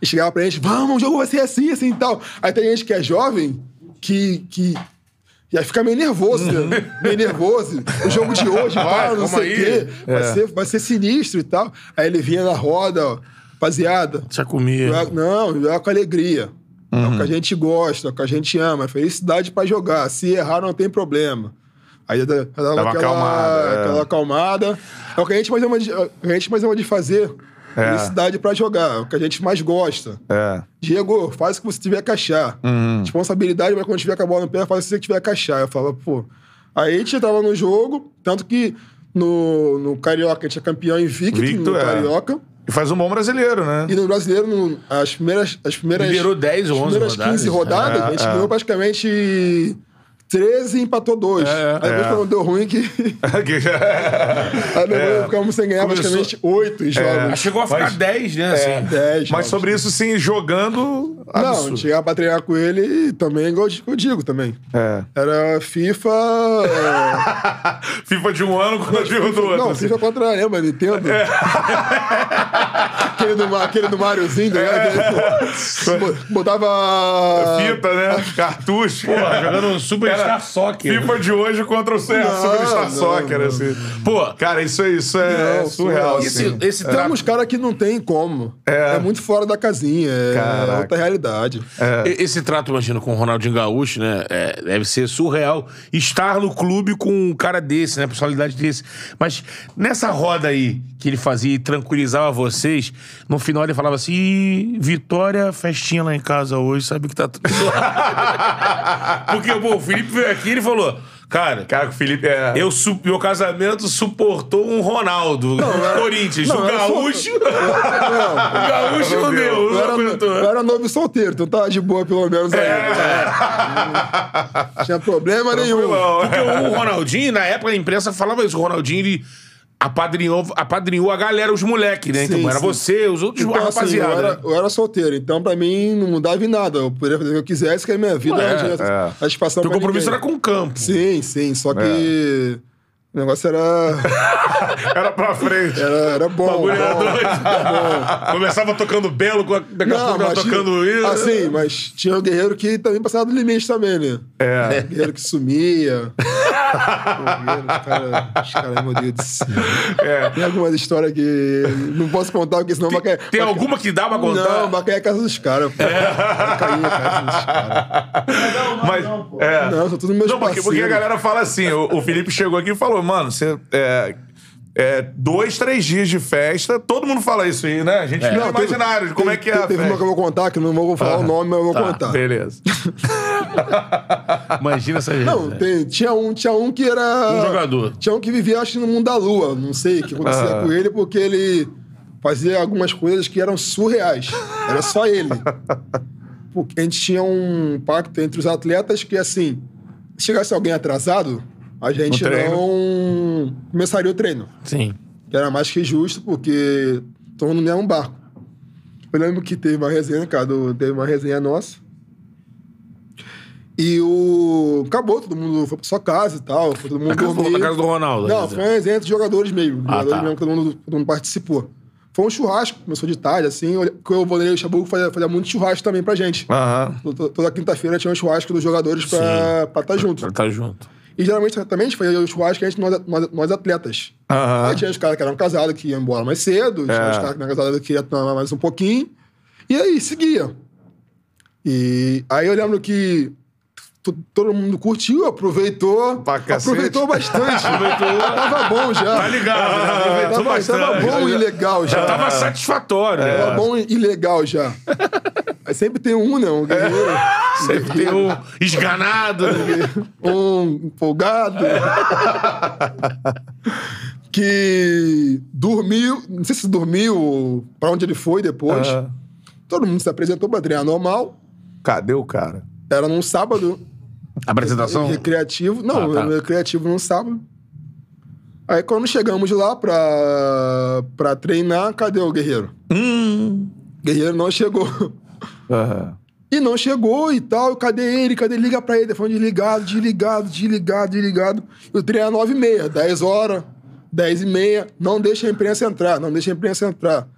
[SPEAKER 3] E chegava pra gente, vamos, o jogo vai ser assim, assim e tal. Aí tem gente que é jovem, que. que já fica meio nervoso, né? Meio nervoso. O jogo de hoje,
[SPEAKER 2] Uhum. Vai,
[SPEAKER 3] vai, não
[SPEAKER 2] calma
[SPEAKER 3] sei o
[SPEAKER 2] aí.
[SPEAKER 3] quê. Vai, ser, vai ser sinistro e tal. Aí ele vinha na roda, ó, rapaziada.
[SPEAKER 2] Deixa comigo.
[SPEAKER 3] joga- Não, joga com alegria. É
[SPEAKER 1] Uhum.
[SPEAKER 3] o que a gente gosta, é o que a gente ama. É felicidade pra jogar. Se errar, não tem problema. Aí eu dava, eu dava
[SPEAKER 1] Dava
[SPEAKER 3] aquela,
[SPEAKER 1] acalmada, é.
[SPEAKER 3] aquela acalmada. É o que a gente mais ama de, é o que a gente mais ama de fazer.
[SPEAKER 1] É.
[SPEAKER 3] Felicidade pra jogar. É o que a gente mais gosta.
[SPEAKER 1] É.
[SPEAKER 3] Diego, faz o que você tiver que achar.
[SPEAKER 1] Uhum.
[SPEAKER 3] Responsabilidade, mas quando tiver com a bola no pé, faz o que você tiver que achar. Eu falava, pô. Aí a gente tava no jogo, tanto que no, no Carioca a gente é campeão invicto
[SPEAKER 1] Victor,
[SPEAKER 3] no
[SPEAKER 1] é.
[SPEAKER 3] Carioca.
[SPEAKER 1] E faz um bom brasileiro, né?
[SPEAKER 3] E no brasileiro, no- as primeiras. As primeiras
[SPEAKER 2] Liderou 10 ou 11
[SPEAKER 3] primeiras
[SPEAKER 2] rodadas.
[SPEAKER 3] 15
[SPEAKER 1] É,
[SPEAKER 3] rodadas, a gente
[SPEAKER 1] é.
[SPEAKER 3] ganhou praticamente 13 e empatou 2.
[SPEAKER 2] É,
[SPEAKER 3] Aí depois
[SPEAKER 1] é.
[SPEAKER 3] quando
[SPEAKER 1] (laughs)
[SPEAKER 3] deu ruim, que. Aí depois ficamos sem ganhar
[SPEAKER 1] É. Começou-
[SPEAKER 3] praticamente 8
[SPEAKER 2] Ah,
[SPEAKER 3] jogos.
[SPEAKER 2] Chegou a ficar
[SPEAKER 1] Mas- É.
[SPEAKER 2] 10, né? assim.
[SPEAKER 3] 10
[SPEAKER 1] Mas
[SPEAKER 3] jogos.
[SPEAKER 1] sobre isso, sim, jogando.
[SPEAKER 3] Não, a
[SPEAKER 1] Absurdo.
[SPEAKER 3] gente chegava pra treinar com ele e também, igual eu digo- eu digo também.
[SPEAKER 1] É.
[SPEAKER 3] Era FIFA. é,
[SPEAKER 1] FIFA de um ano com o FIFA do outro.
[SPEAKER 3] não,
[SPEAKER 1] assim.
[SPEAKER 3] FIFA contra né, mano? Nintendo.
[SPEAKER 1] É.
[SPEAKER 3] aquele, do, Ma- aquele do Mariozinho, né?
[SPEAKER 1] É.
[SPEAKER 3] Aquele- Botava.
[SPEAKER 1] Fita, né? Cartucho.
[SPEAKER 2] Porra, jogando um Super
[SPEAKER 1] Era
[SPEAKER 2] Star Soccer.
[SPEAKER 1] (laughs) FIFA de hoje contra o Super Star
[SPEAKER 3] não,
[SPEAKER 1] Soccer,
[SPEAKER 3] não.
[SPEAKER 1] assim.
[SPEAKER 2] Pô,
[SPEAKER 1] Cara, isso, é- isso é
[SPEAKER 3] Não,
[SPEAKER 1] surreal,
[SPEAKER 3] surreal.
[SPEAKER 1] assim.
[SPEAKER 2] esse, esse
[SPEAKER 3] Tem
[SPEAKER 2] trato,
[SPEAKER 3] uns caras que não tem como. É. muito fora da casinha. É
[SPEAKER 1] Caraca. É.
[SPEAKER 3] outra realidade.
[SPEAKER 2] e- esse trato, imagino, com o Ronaldinho Gaúcho, né? é, deve ser surreal. Estar no clube com um cara desse, né? Personalidade desse. Mas nessa roda aí que ele fazia e tranquilizava vocês, no final ele falava assim: "Ih, Vitória, festinha lá em casa hoje, sabe que tá tudo. lá." (laughs) Porque pô, o Felipe veio aqui e ele falou: Cara,
[SPEAKER 1] Cara, que o Felipe é.
[SPEAKER 2] Eu su- meu casamento suportou um Ronaldo do Corinthians.
[SPEAKER 3] não,
[SPEAKER 2] o
[SPEAKER 3] era só- (laughs)
[SPEAKER 2] Gaúcho.
[SPEAKER 3] Não,
[SPEAKER 2] O Gaúcho não deu.
[SPEAKER 3] eu, era,
[SPEAKER 2] Não aguentou.
[SPEAKER 3] eu era novo e solteiro, então tava de boa pelo menos aí.
[SPEAKER 1] É.
[SPEAKER 3] Não tinha problema nenhum.
[SPEAKER 1] Tranquilão.
[SPEAKER 2] Porque o Ronaldinho, na época, a imprensa falava isso. O Ronaldinho, ele apadrinhou, apadrinhou a galera, os moleques, né?
[SPEAKER 3] Sim,
[SPEAKER 2] então era
[SPEAKER 3] sim.
[SPEAKER 2] você, os outros,
[SPEAKER 3] Então,
[SPEAKER 2] a
[SPEAKER 3] assim, eu,
[SPEAKER 2] rapaziada.
[SPEAKER 3] era,
[SPEAKER 2] né?
[SPEAKER 3] eu era solteiro, então pra mim não mudava em nada. Eu poderia fazer o que eu quisesse, que a minha vida
[SPEAKER 2] Ué,
[SPEAKER 3] era
[SPEAKER 1] é.
[SPEAKER 3] a satisfação
[SPEAKER 2] Teu
[SPEAKER 3] pra
[SPEAKER 2] compromisso
[SPEAKER 3] ninguém.
[SPEAKER 2] era com o campo.
[SPEAKER 3] Sim, sim, só que
[SPEAKER 1] É.
[SPEAKER 3] O negócio era,
[SPEAKER 1] Era pra frente.
[SPEAKER 3] era, era bom.
[SPEAKER 2] bagulho era
[SPEAKER 3] bom.
[SPEAKER 2] doido. Começava tocando belo, com a- daqui a pouco tava
[SPEAKER 3] mas
[SPEAKER 2] tocando
[SPEAKER 3] tinha-
[SPEAKER 2] isso.
[SPEAKER 3] Assim, mas tinha um guerreiro que também passava do limite também, né?
[SPEAKER 1] É.
[SPEAKER 3] Guerreiro que sumia. (laughs) Pô, guerreiro, cara, os caras, meu Deus do céu.
[SPEAKER 1] É.
[SPEAKER 3] Tem algumas histórias que não posso contar, porque senão vai cair.
[SPEAKER 2] Tem
[SPEAKER 3] vai
[SPEAKER 2] alguma que dá pra
[SPEAKER 3] cair-
[SPEAKER 2] contar?
[SPEAKER 3] é, Não, vai cair a casa dos caras. pô.
[SPEAKER 1] É.
[SPEAKER 3] Vai cair a casa dos caras.
[SPEAKER 1] Mas, é.
[SPEAKER 3] Não, são todos meus
[SPEAKER 1] Não, porque,
[SPEAKER 3] parceiros.
[SPEAKER 1] porque a galera fala assim, o, o Felipe chegou aqui e falou, mano, você. É, é, dois, três dias de festa, todo mundo fala isso aí, né? A gente fica
[SPEAKER 3] Não, teve-
[SPEAKER 1] imaginário de como é
[SPEAKER 3] teve-
[SPEAKER 1] que é a
[SPEAKER 3] Teve uma que
[SPEAKER 1] festa. Ah, tá.
[SPEAKER 3] eu vou contar, que eu não vou falar o nome, mas eu vou contar.
[SPEAKER 1] Beleza.
[SPEAKER 2] Imagina essa gente.
[SPEAKER 3] Não, tem- tinha, um, tinha um que era.
[SPEAKER 2] Um jogador.
[SPEAKER 3] Tinha um que vivia, acho, no mundo da lua. Não sei o que acontecia
[SPEAKER 1] Ah.
[SPEAKER 3] com ele, porque ele fazia algumas coisas que eram surreais. Era só ele. Porque a gente tinha um pacto entre os atletas que, assim, se chegasse alguém atrasado, a gente
[SPEAKER 1] No treino.
[SPEAKER 3] não começaria o treino.
[SPEAKER 2] Sim.
[SPEAKER 3] Que era mais que justo, porque todo mundo é um barco. Eu lembro que teve uma resenha, cara, do- teve uma resenha nossa. E o. Acabou, todo mundo foi pra sua casa e tal. Foi todo mundo
[SPEAKER 2] Acabou
[SPEAKER 3] dormir.
[SPEAKER 2] na casa do Ronaldo. quer
[SPEAKER 3] Não,
[SPEAKER 2] dizer.
[SPEAKER 3] foi uma resenha entre os jogadores mesmo.
[SPEAKER 2] Ah,
[SPEAKER 3] jogadores
[SPEAKER 2] tá.
[SPEAKER 3] mesmo, que todo mundo, todo mundo participou. Foi um churrasco, começou de tarde, assim. olha- Porque o Vanderlei Chabuco fazia, fazia muito churrasco também pra gente.
[SPEAKER 1] Aham.
[SPEAKER 3] Toda, toda quinta-feira tinha um churrasco dos jogadores pra
[SPEAKER 2] Sim.
[SPEAKER 3] estar tá junto.
[SPEAKER 2] Pra tá junto.
[SPEAKER 3] E geralmente também a gente fazia o churrasco entre nós, nós, nós atletas.
[SPEAKER 1] Aham.
[SPEAKER 3] Aí tinha os caras que eram casados que iam embora mais cedo,
[SPEAKER 1] É.
[SPEAKER 3] tinha os caras que eram casados que iam tomar mais um pouquinho. E aí, seguia. E aí eu lembro que to- todo mundo curtiu, aproveitou.
[SPEAKER 1] Pra cacete.
[SPEAKER 3] aproveitou bastante. tava bom já. Tá
[SPEAKER 2] ligado, né? Aproveitou
[SPEAKER 3] tava, Tava
[SPEAKER 2] bastante.
[SPEAKER 3] bom e legal já.
[SPEAKER 2] Já tava Tá satisfatório. né?
[SPEAKER 3] Tava bom e legal já. Aí sempre tem um, né? Um guerreiro.
[SPEAKER 2] Sempre tem um esganado. né?
[SPEAKER 3] um empolgado. que dormiu, não sei se dormiu ou pra onde ele foi depois.
[SPEAKER 1] Ah.
[SPEAKER 3] Todo mundo se apresentou pra treinar normal.
[SPEAKER 1] Cadê o cara?
[SPEAKER 3] Era num sábado,
[SPEAKER 2] Apresentação?
[SPEAKER 3] recreativo. Não,
[SPEAKER 2] Ah, tá.
[SPEAKER 3] era recreativo num sábado. Aí quando chegamos lá pra, pra treinar, cadê o guerreiro?
[SPEAKER 2] Hum.
[SPEAKER 3] Guerreiro não chegou.
[SPEAKER 1] Aham.
[SPEAKER 3] E não chegou e tal. Cadê ele? Cadê ele? Liga pra ele. Telefone desligado, desligado, desligado, desligado. Eu treino às 9 e meia, 10 horas, 10 e meia. Não deixa a imprensa entrar, não deixa a imprensa entrar.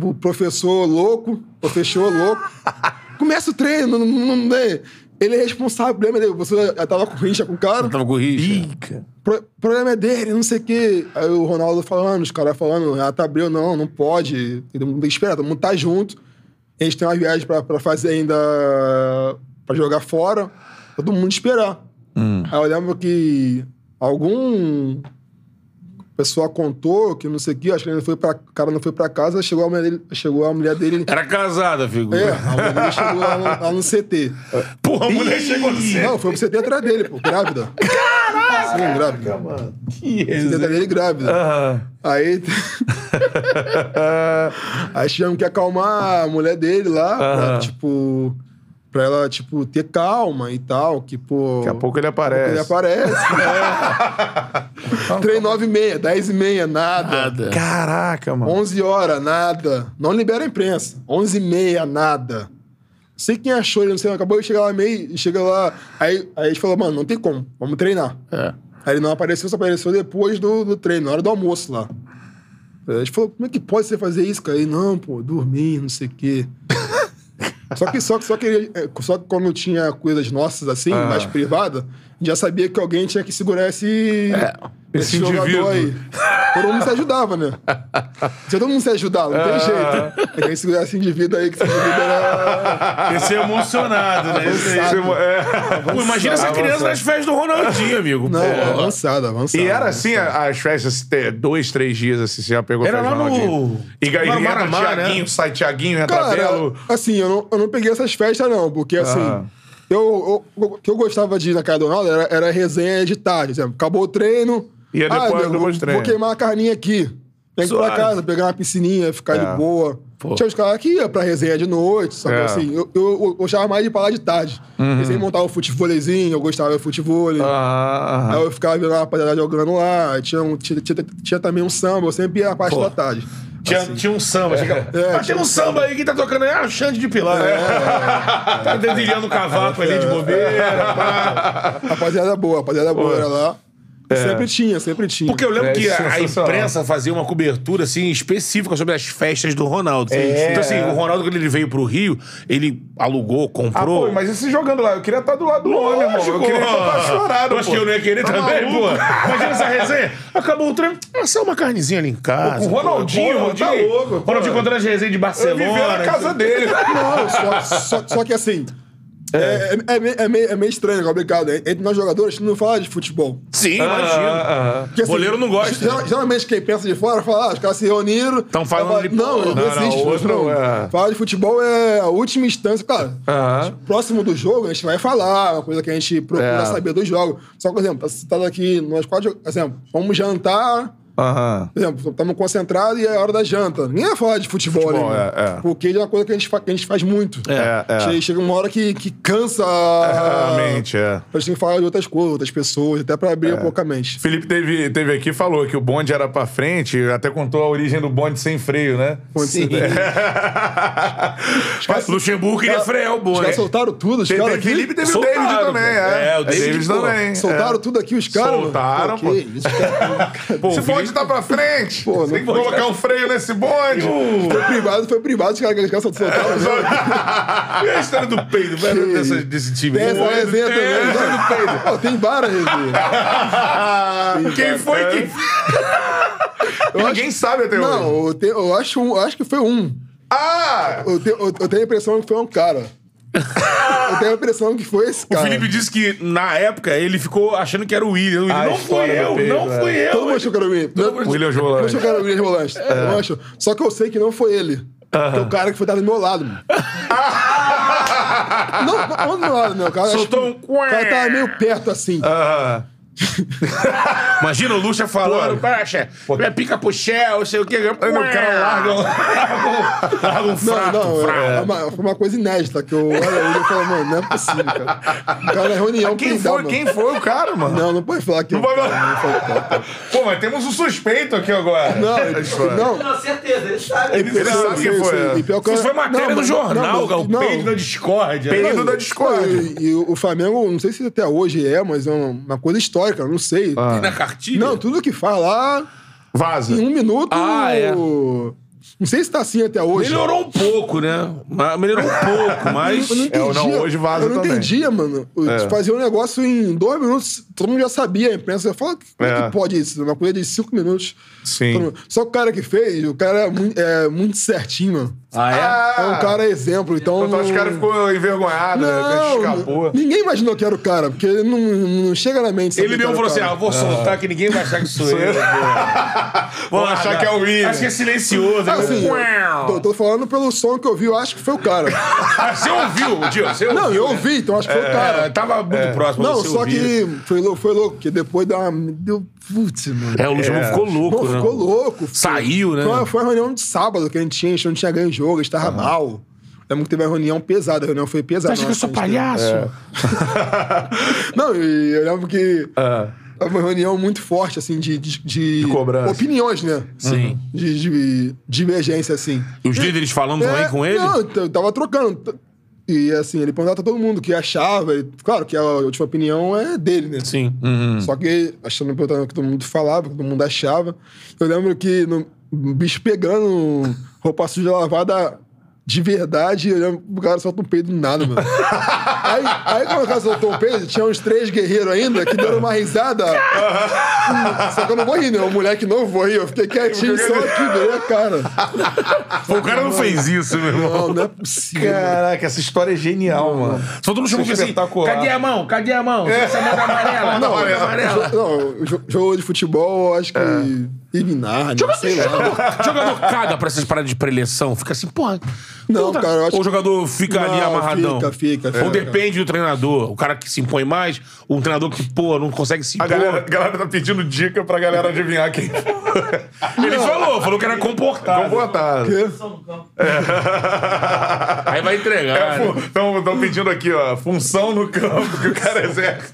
[SPEAKER 3] O professor louco, professor louco. Começa o treino, não, não, não- ele é responsável, o problema dele. Você já tava com rixa com o cara.
[SPEAKER 2] Tava com rixa.
[SPEAKER 1] Ica.
[SPEAKER 3] Pro, problema é dele, não sei o quê. Aí o Ronaldo falando, os caras falando, Renato Abreu, não, não pode. Todo mundo tem que esperar, todo mundo tá junto. A gente tem uma viagem pra, pra fazer ainda pra jogar fora. Todo mundo esperar. Aí eu lembro que algum pessoa contou que não sei o quê, acho que ele não foi pra, o cara não foi pra casa, chegou a mulher dele. Chegou a mulher dele
[SPEAKER 2] Era casada,
[SPEAKER 3] é,
[SPEAKER 2] figura.
[SPEAKER 3] a mulher dele chegou lá no, lá no CT.
[SPEAKER 2] Porra, a mulher chegou assim. no céu.
[SPEAKER 3] Não, foi pro CT atrás dele, pô, grávida. Caraca! Sim, grávida.
[SPEAKER 2] Que
[SPEAKER 3] CT atrás dele grávida.
[SPEAKER 1] Aham.
[SPEAKER 3] Aí. aí tivemos que acalmar a mulher dele lá, pra,
[SPEAKER 1] Aham.
[SPEAKER 3] tipo. Pra ela, tipo, ter calma e tal, que, pô.
[SPEAKER 1] Daqui a pouco ele
[SPEAKER 3] ele
[SPEAKER 1] aparece.
[SPEAKER 3] aparece, né? 3, 9 e meia, 10 e meia, nada.
[SPEAKER 2] Nada.
[SPEAKER 1] Caraca, mano.
[SPEAKER 3] 11 horas, nada. Não libera a imprensa. 11 e meia, nada. Não sei quem achou, ele não sei, acabou de chegar lá meio, chega lá. Aí, aí a gente falou, mano, não tem como, vamos treinar.
[SPEAKER 2] É.
[SPEAKER 3] Aí ele não apareceu, só apareceu depois do, do treino, na hora do almoço lá. Aí A gente falou, como é que pode você fazer isso, cara? Ele, não, pô, dormi, não sei o quê. (laughs) só que só, que- só que ele- eh, só que quando tinha coisas nossas assim,
[SPEAKER 1] Ah.
[SPEAKER 3] mais privada, já sabia que alguém tinha que segurar esse
[SPEAKER 1] É, esse indivíduo.
[SPEAKER 3] Todo mundo se
[SPEAKER 1] (laughs)
[SPEAKER 3] ajudava, né? Se todo mundo se ajudava,
[SPEAKER 1] Ah.
[SPEAKER 3] não tem jeito. Tem que segurar esse indivíduo aí que esse indivíduo era
[SPEAKER 2] Esse é emocionado, né? Esse aí.
[SPEAKER 1] Esse- é.
[SPEAKER 2] Pô, imagina essa criança nas festas do Ronaldinho, amigo.
[SPEAKER 3] não,
[SPEAKER 2] Pô.
[SPEAKER 3] avançado, avançado.
[SPEAKER 1] É. E era assim a- as festas, ter dois, três dias assim, você já pegou
[SPEAKER 2] Era
[SPEAKER 1] festa
[SPEAKER 2] lá no-
[SPEAKER 1] Ronaldinho. E aí
[SPEAKER 2] lá no
[SPEAKER 1] entra
[SPEAKER 2] Maramá,
[SPEAKER 1] Tiaguinho,
[SPEAKER 2] né?
[SPEAKER 1] sai Tiaguinho, entra
[SPEAKER 3] Cara,
[SPEAKER 1] Belo.
[SPEAKER 3] assim, eu não, eu não peguei essas festas, não, porque assim.
[SPEAKER 1] Ah.
[SPEAKER 3] Eu, eu- o que eu gostava de ir na casa do Ronaldo era, era resenha de tarde. Exemplo, acabou o treino.
[SPEAKER 1] Ia é depois-
[SPEAKER 3] nego,
[SPEAKER 1] depois do treino."
[SPEAKER 3] Vou queimar a carninha aqui. Tem que ir pra
[SPEAKER 2] Suave.
[SPEAKER 3] casa, pegar uma piscininha, ficar
[SPEAKER 1] É.
[SPEAKER 3] de boa. Tinha os caras que iam pra resenha de noite, sabe?
[SPEAKER 1] É. Uhum.
[SPEAKER 3] Assim, eu, eu, eu gostava mais de ir pra lá de tarde. Eu sempre montava o futevôleizinho, eu gostava de futevôlei.
[SPEAKER 1] Ah,
[SPEAKER 3] Aí eu ficava vendo a rapaziada jogando lá. Tinha, um- tinha, tinha, tinha também um samba, eu sempre ia na parte
[SPEAKER 2] Pô.
[SPEAKER 3] da tarde.
[SPEAKER 2] Tinha, tinha um samba. chegava-
[SPEAKER 3] Assim. É,
[SPEAKER 2] mas tem um samba aí que tá tocando aí. Ah, o Xande de Pilar. (laughs) Tá dedilhando o cavaco ali de bobeira. pá.
[SPEAKER 3] Rapaziada boa, rapaziada boa era lá. Sempre tinha, sempre tinha.
[SPEAKER 2] Porque eu lembro
[SPEAKER 1] É
[SPEAKER 2] que a- a
[SPEAKER 1] sensacional.
[SPEAKER 2] imprensa fazia uma cobertura assim específica sobre as festas do Ronaldo.
[SPEAKER 1] É.
[SPEAKER 2] Então assim, o Ronaldo quando ele veio pro Rio, ele alugou,
[SPEAKER 1] Ah,
[SPEAKER 2] comprou.
[SPEAKER 1] pô, mas e se jogando lá? Eu queria estar do lado do homem, irmão. Eu queria estar chorado,
[SPEAKER 2] Eu acho que eu não ia querer também, pô. Imagina essa resenha. Acabou o treino. Ah, saiu uma carnezinha ali em casa.
[SPEAKER 1] O Ronaldinho,
[SPEAKER 2] Pô,
[SPEAKER 1] tá louco, pô.
[SPEAKER 2] Ronaldinho contando as resenhas de
[SPEAKER 1] Eu vivia
[SPEAKER 2] Barcelona. né?
[SPEAKER 1] na casa dele.
[SPEAKER 3] Não, só, só- só que assim. É, é, é meio, é meio- é meio estranho, complicado. Entre nós jogadores, a gente não fala de futebol.
[SPEAKER 2] Sim, imagina.
[SPEAKER 3] Porque, assim,
[SPEAKER 2] Goleiro não gosta.
[SPEAKER 3] geral- Geralmente quem pensa de fora fala, ah, os caras se reuniram.
[SPEAKER 2] Tão falando
[SPEAKER 3] Fala,
[SPEAKER 2] de-
[SPEAKER 3] Não,
[SPEAKER 2] Não,
[SPEAKER 3] não,
[SPEAKER 1] não,
[SPEAKER 3] existe.
[SPEAKER 1] outro
[SPEAKER 3] não.
[SPEAKER 1] é.
[SPEAKER 3] Falar de futebol é a última instância. Cara, próximo do jogo a gente vai falar, uma coisa que a gente procura
[SPEAKER 1] É.
[SPEAKER 3] saber dos jogos. Só que, por exemplo, tá citado aqui, nós quatro, por exemplo, vamos jantar.
[SPEAKER 1] Aham.
[SPEAKER 3] Por exemplo, estamos concentrados e é hora da janta. Ninguém vai falar de futebol,
[SPEAKER 1] Futebol,
[SPEAKER 3] né?
[SPEAKER 1] é, é.
[SPEAKER 3] Porque é uma coisa que a gente, fa- que a gente faz muito.
[SPEAKER 1] É, é.
[SPEAKER 3] Che- Chega uma hora que, que cansa.
[SPEAKER 1] Realmente, é.
[SPEAKER 3] A gente tem que falar de outras coisas, outras pessoas, até pra abrir um pouco a mente.
[SPEAKER 1] Felipe teve, teve aqui e falou que o bonde era pra frente, até contou a origem do bonde sem freio, né?
[SPEAKER 3] Sim.
[SPEAKER 2] Luxemburgo queria
[SPEAKER 3] Cara,
[SPEAKER 2] frear o
[SPEAKER 3] Os
[SPEAKER 2] boi.
[SPEAKER 3] caras soltaram tudo, os
[SPEAKER 1] Teve,
[SPEAKER 3] caras
[SPEAKER 1] teve
[SPEAKER 3] aqui.
[SPEAKER 1] Felipe teve
[SPEAKER 2] soltaram,
[SPEAKER 1] o David também, é.
[SPEAKER 2] é, o David,
[SPEAKER 1] Davis
[SPEAKER 2] pô,
[SPEAKER 1] também.
[SPEAKER 3] Soltaram
[SPEAKER 1] é.
[SPEAKER 3] tudo aqui, os caras. mano.
[SPEAKER 1] Soltaram,
[SPEAKER 3] que isso, cara.
[SPEAKER 1] Pô, Esse bonde tá pra frente.
[SPEAKER 3] Pô,
[SPEAKER 1] Tem que
[SPEAKER 3] não-
[SPEAKER 1] colocar um freio nesse bonde.
[SPEAKER 3] Foi privado, foi privado, os caras os caras
[SPEAKER 1] É,
[SPEAKER 3] soltaram. né?
[SPEAKER 2] E a história do peido, velho, dessa- desse time?
[SPEAKER 3] Tem essa
[SPEAKER 2] Pô,
[SPEAKER 3] resenha
[SPEAKER 2] tem-
[SPEAKER 3] também. né? Pô, Tem várias resenhas.
[SPEAKER 2] Quem foi que...
[SPEAKER 1] Ninguém sabe até hoje.
[SPEAKER 3] Não, eu, te- eu acho, um- eu acho que foi um.
[SPEAKER 1] Ah!
[SPEAKER 3] Eu, te- eu- eu tenho a impressão que foi um cara. eu tenho a impressão que foi esse
[SPEAKER 2] O
[SPEAKER 3] cara.
[SPEAKER 2] Felipe disse que, na época, ele ficou achando que era o William. O William,
[SPEAKER 1] Ah,
[SPEAKER 2] não
[SPEAKER 1] a
[SPEAKER 2] fui
[SPEAKER 1] história do
[SPEAKER 2] eu,
[SPEAKER 1] peido,
[SPEAKER 2] não
[SPEAKER 1] é.
[SPEAKER 2] fui eu.
[SPEAKER 3] Todo mundo achou que era o William. Todo
[SPEAKER 1] William Jolante.
[SPEAKER 3] achou que era o William Rolante. Eu acho. Só que eu sei que não foi ele. Que é o cara que foi estar do meu lado, mano. não, não, não do meu lado, não. O cara,
[SPEAKER 2] Soltou
[SPEAKER 3] acho que-
[SPEAKER 2] um
[SPEAKER 3] O cara tava meio perto assim.
[SPEAKER 1] Ah.
[SPEAKER 2] Imagina o Lucha falando, Baixa, minha pica pro Shell, não sei o quê. O
[SPEAKER 1] o cara larga
[SPEAKER 2] larga, (laughs) larga um
[SPEAKER 3] Não,
[SPEAKER 2] frato,
[SPEAKER 3] não,
[SPEAKER 2] um frato.
[SPEAKER 3] é uma, foi uma coisa inédita que eu olha ele e falo, mano, não é possível, cara. O cara na reunião
[SPEAKER 1] Quem
[SPEAKER 3] peidar,
[SPEAKER 1] foi?
[SPEAKER 3] mano.
[SPEAKER 1] Quem foi o cara, mano?
[SPEAKER 3] Não, não pode falar que
[SPEAKER 1] Não vai
[SPEAKER 3] cara,
[SPEAKER 1] falar.
[SPEAKER 3] não foi, cara.
[SPEAKER 1] Pô, mas temos um suspeito aqui agora.
[SPEAKER 3] Não, ele- não,
[SPEAKER 4] Não, certeza, ele sabe.
[SPEAKER 1] Ele
[SPEAKER 3] Sim,
[SPEAKER 1] sabe quem
[SPEAKER 3] sim, sim.
[SPEAKER 1] foi.
[SPEAKER 3] E
[SPEAKER 1] é.
[SPEAKER 3] pior que
[SPEAKER 2] Isso
[SPEAKER 3] eu-
[SPEAKER 2] foi matéria
[SPEAKER 3] não,
[SPEAKER 2] do
[SPEAKER 3] mas-
[SPEAKER 2] jornal, cara. O
[SPEAKER 3] não,
[SPEAKER 2] peido da discórdia. né?
[SPEAKER 1] Peido
[SPEAKER 3] não,
[SPEAKER 1] da discórdia.
[SPEAKER 3] E, e o Flamengo, não sei se até hoje é, mas é uma, uma coisa histórica, não sei.
[SPEAKER 1] Ah.
[SPEAKER 2] Na cartilha.
[SPEAKER 3] Não, tudo que fala
[SPEAKER 1] Vaza.
[SPEAKER 3] em um minuto.
[SPEAKER 2] Ah, é.
[SPEAKER 3] Não sei se tá assim até hoje.
[SPEAKER 2] Melhorou um pouco, né? Mas- Melhorou um (laughs) pouco, mas...
[SPEAKER 3] Eu não
[SPEAKER 1] É, não,
[SPEAKER 3] entendia.
[SPEAKER 1] hoje vaza
[SPEAKER 3] eu não
[SPEAKER 1] também. É.
[SPEAKER 3] entendia, mano. Eles faziam um negócio em dois minutos, todo mundo já sabia, a imprensa fala, como é,
[SPEAKER 1] É.
[SPEAKER 3] que pode isso? Uma coisa de cinco minutos.
[SPEAKER 1] Sim.
[SPEAKER 3] Todo mundo- Só que o cara que fez, o cara é mui- é muito certinho, mano.
[SPEAKER 2] Ah, é?
[SPEAKER 3] É um cara exemplo, então.
[SPEAKER 1] Então, acho que o cara ficou envergonhado, né? De repente
[SPEAKER 3] Não,
[SPEAKER 1] escapou.
[SPEAKER 3] ninguém imaginou que era o cara, porque ele não, não chega na mente. saber
[SPEAKER 2] Ele
[SPEAKER 3] que
[SPEAKER 2] mesmo
[SPEAKER 3] era o
[SPEAKER 2] falou assim: ah,
[SPEAKER 3] cara.
[SPEAKER 2] vou soltar que ninguém vai achar que sou eu. (laughs)
[SPEAKER 1] Vão achar que é o William.
[SPEAKER 2] Acho que é silencioso.
[SPEAKER 3] Ah, assim,
[SPEAKER 2] um
[SPEAKER 3] eu tô, tô falando pelo som que eu vi, eu acho que foi
[SPEAKER 2] (laughs)
[SPEAKER 3] o cara.
[SPEAKER 2] Ah, você ouviu, Dio? Você ouviu?
[SPEAKER 3] não, eu ouvi, então acho que foi o
[SPEAKER 2] Cara,
[SPEAKER 3] cara.
[SPEAKER 2] tava muito próximo.
[SPEAKER 3] Não,
[SPEAKER 2] É, você
[SPEAKER 3] só
[SPEAKER 2] ouvir.
[SPEAKER 3] que foi louco, foi louco, porque depois da. me Deu. Putz, mano.
[SPEAKER 2] É, o Luxemburgo ficou louco,
[SPEAKER 3] Não,
[SPEAKER 2] né?
[SPEAKER 3] ficou louco. filho.
[SPEAKER 2] Saiu, né?
[SPEAKER 3] Foi, uma- foi uma reunião de sábado que a gente tinha, a gente não tinha ganho jogo, a gente tava mal. Lembro que teve uma reunião pesada, a reunião foi pesada.
[SPEAKER 2] Acho que eu
[SPEAKER 3] nossa,
[SPEAKER 2] sou
[SPEAKER 3] a gente teve-
[SPEAKER 2] palhaço.
[SPEAKER 3] Não, e eu lembro que
[SPEAKER 1] Ah,
[SPEAKER 3] é uma reunião muito forte, assim, de, de, de
[SPEAKER 1] cobrança.
[SPEAKER 3] opiniões, né?
[SPEAKER 2] Sim.
[SPEAKER 3] De, de divergência, assim.
[SPEAKER 2] E os líderes falando
[SPEAKER 3] É,
[SPEAKER 2] ruim com ele?
[SPEAKER 3] Não, eu tava trocando. T- E assim, ele perguntava pra todo mundo que achava. e, claro que a última opinião é dele, né?
[SPEAKER 2] Sim. Uhum.
[SPEAKER 3] Só que achando perguntando o que todo mundo falava, o que todo mundo achava. Eu lembro que no, um bicho pegando roupa suja lavada de verdade, eu lembro que o cara solta um peido do nada, mano. aí, aí quando o cara soltou um peido, tinha uns três guerreiros ainda que deram uma risada. Hum, Só que eu não vou rir, né? O moleque não vou rir. Eu fiquei quietinho só aqui, virei a cara.
[SPEAKER 2] o cara não fez isso, meu irmão.
[SPEAKER 3] Não, não é possível.
[SPEAKER 1] Caraca, essa história é genial, mano.
[SPEAKER 2] Só todo mundo chamou assim,
[SPEAKER 1] Espetacular.
[SPEAKER 2] cadê a mão? Cadê a mão?
[SPEAKER 3] É.
[SPEAKER 2] Essa mão da amarela.
[SPEAKER 1] Não,
[SPEAKER 2] Não,
[SPEAKER 1] amarela.
[SPEAKER 2] amarela.
[SPEAKER 3] Jo- Não, jo- jogo de futebol, eu acho que. eliminar, né? sei lá.
[SPEAKER 2] (laughs) jogador caga pra essas paradas de preleção. Fica assim, porra.
[SPEAKER 3] Não,
[SPEAKER 2] puta.
[SPEAKER 3] cara, eu acho
[SPEAKER 2] Ou o jogador fica ali
[SPEAKER 3] Não,
[SPEAKER 2] amarradão.
[SPEAKER 3] fica, fica,
[SPEAKER 2] Ou
[SPEAKER 3] fica.
[SPEAKER 2] depende do treinador. O cara que se impõe mais, ou um treinador que, pô, não consegue se
[SPEAKER 1] A
[SPEAKER 2] impor.
[SPEAKER 1] galera, a galera tá pedindo dica pra galera adivinhar quem foi.
[SPEAKER 2] Ele falou, falou que era comportado.
[SPEAKER 1] Comportado.
[SPEAKER 4] Só no campo.
[SPEAKER 2] Aí vai
[SPEAKER 1] É,
[SPEAKER 2] entregar. né?
[SPEAKER 1] Estão pedindo aqui, ó, função no campo que o cara exerce.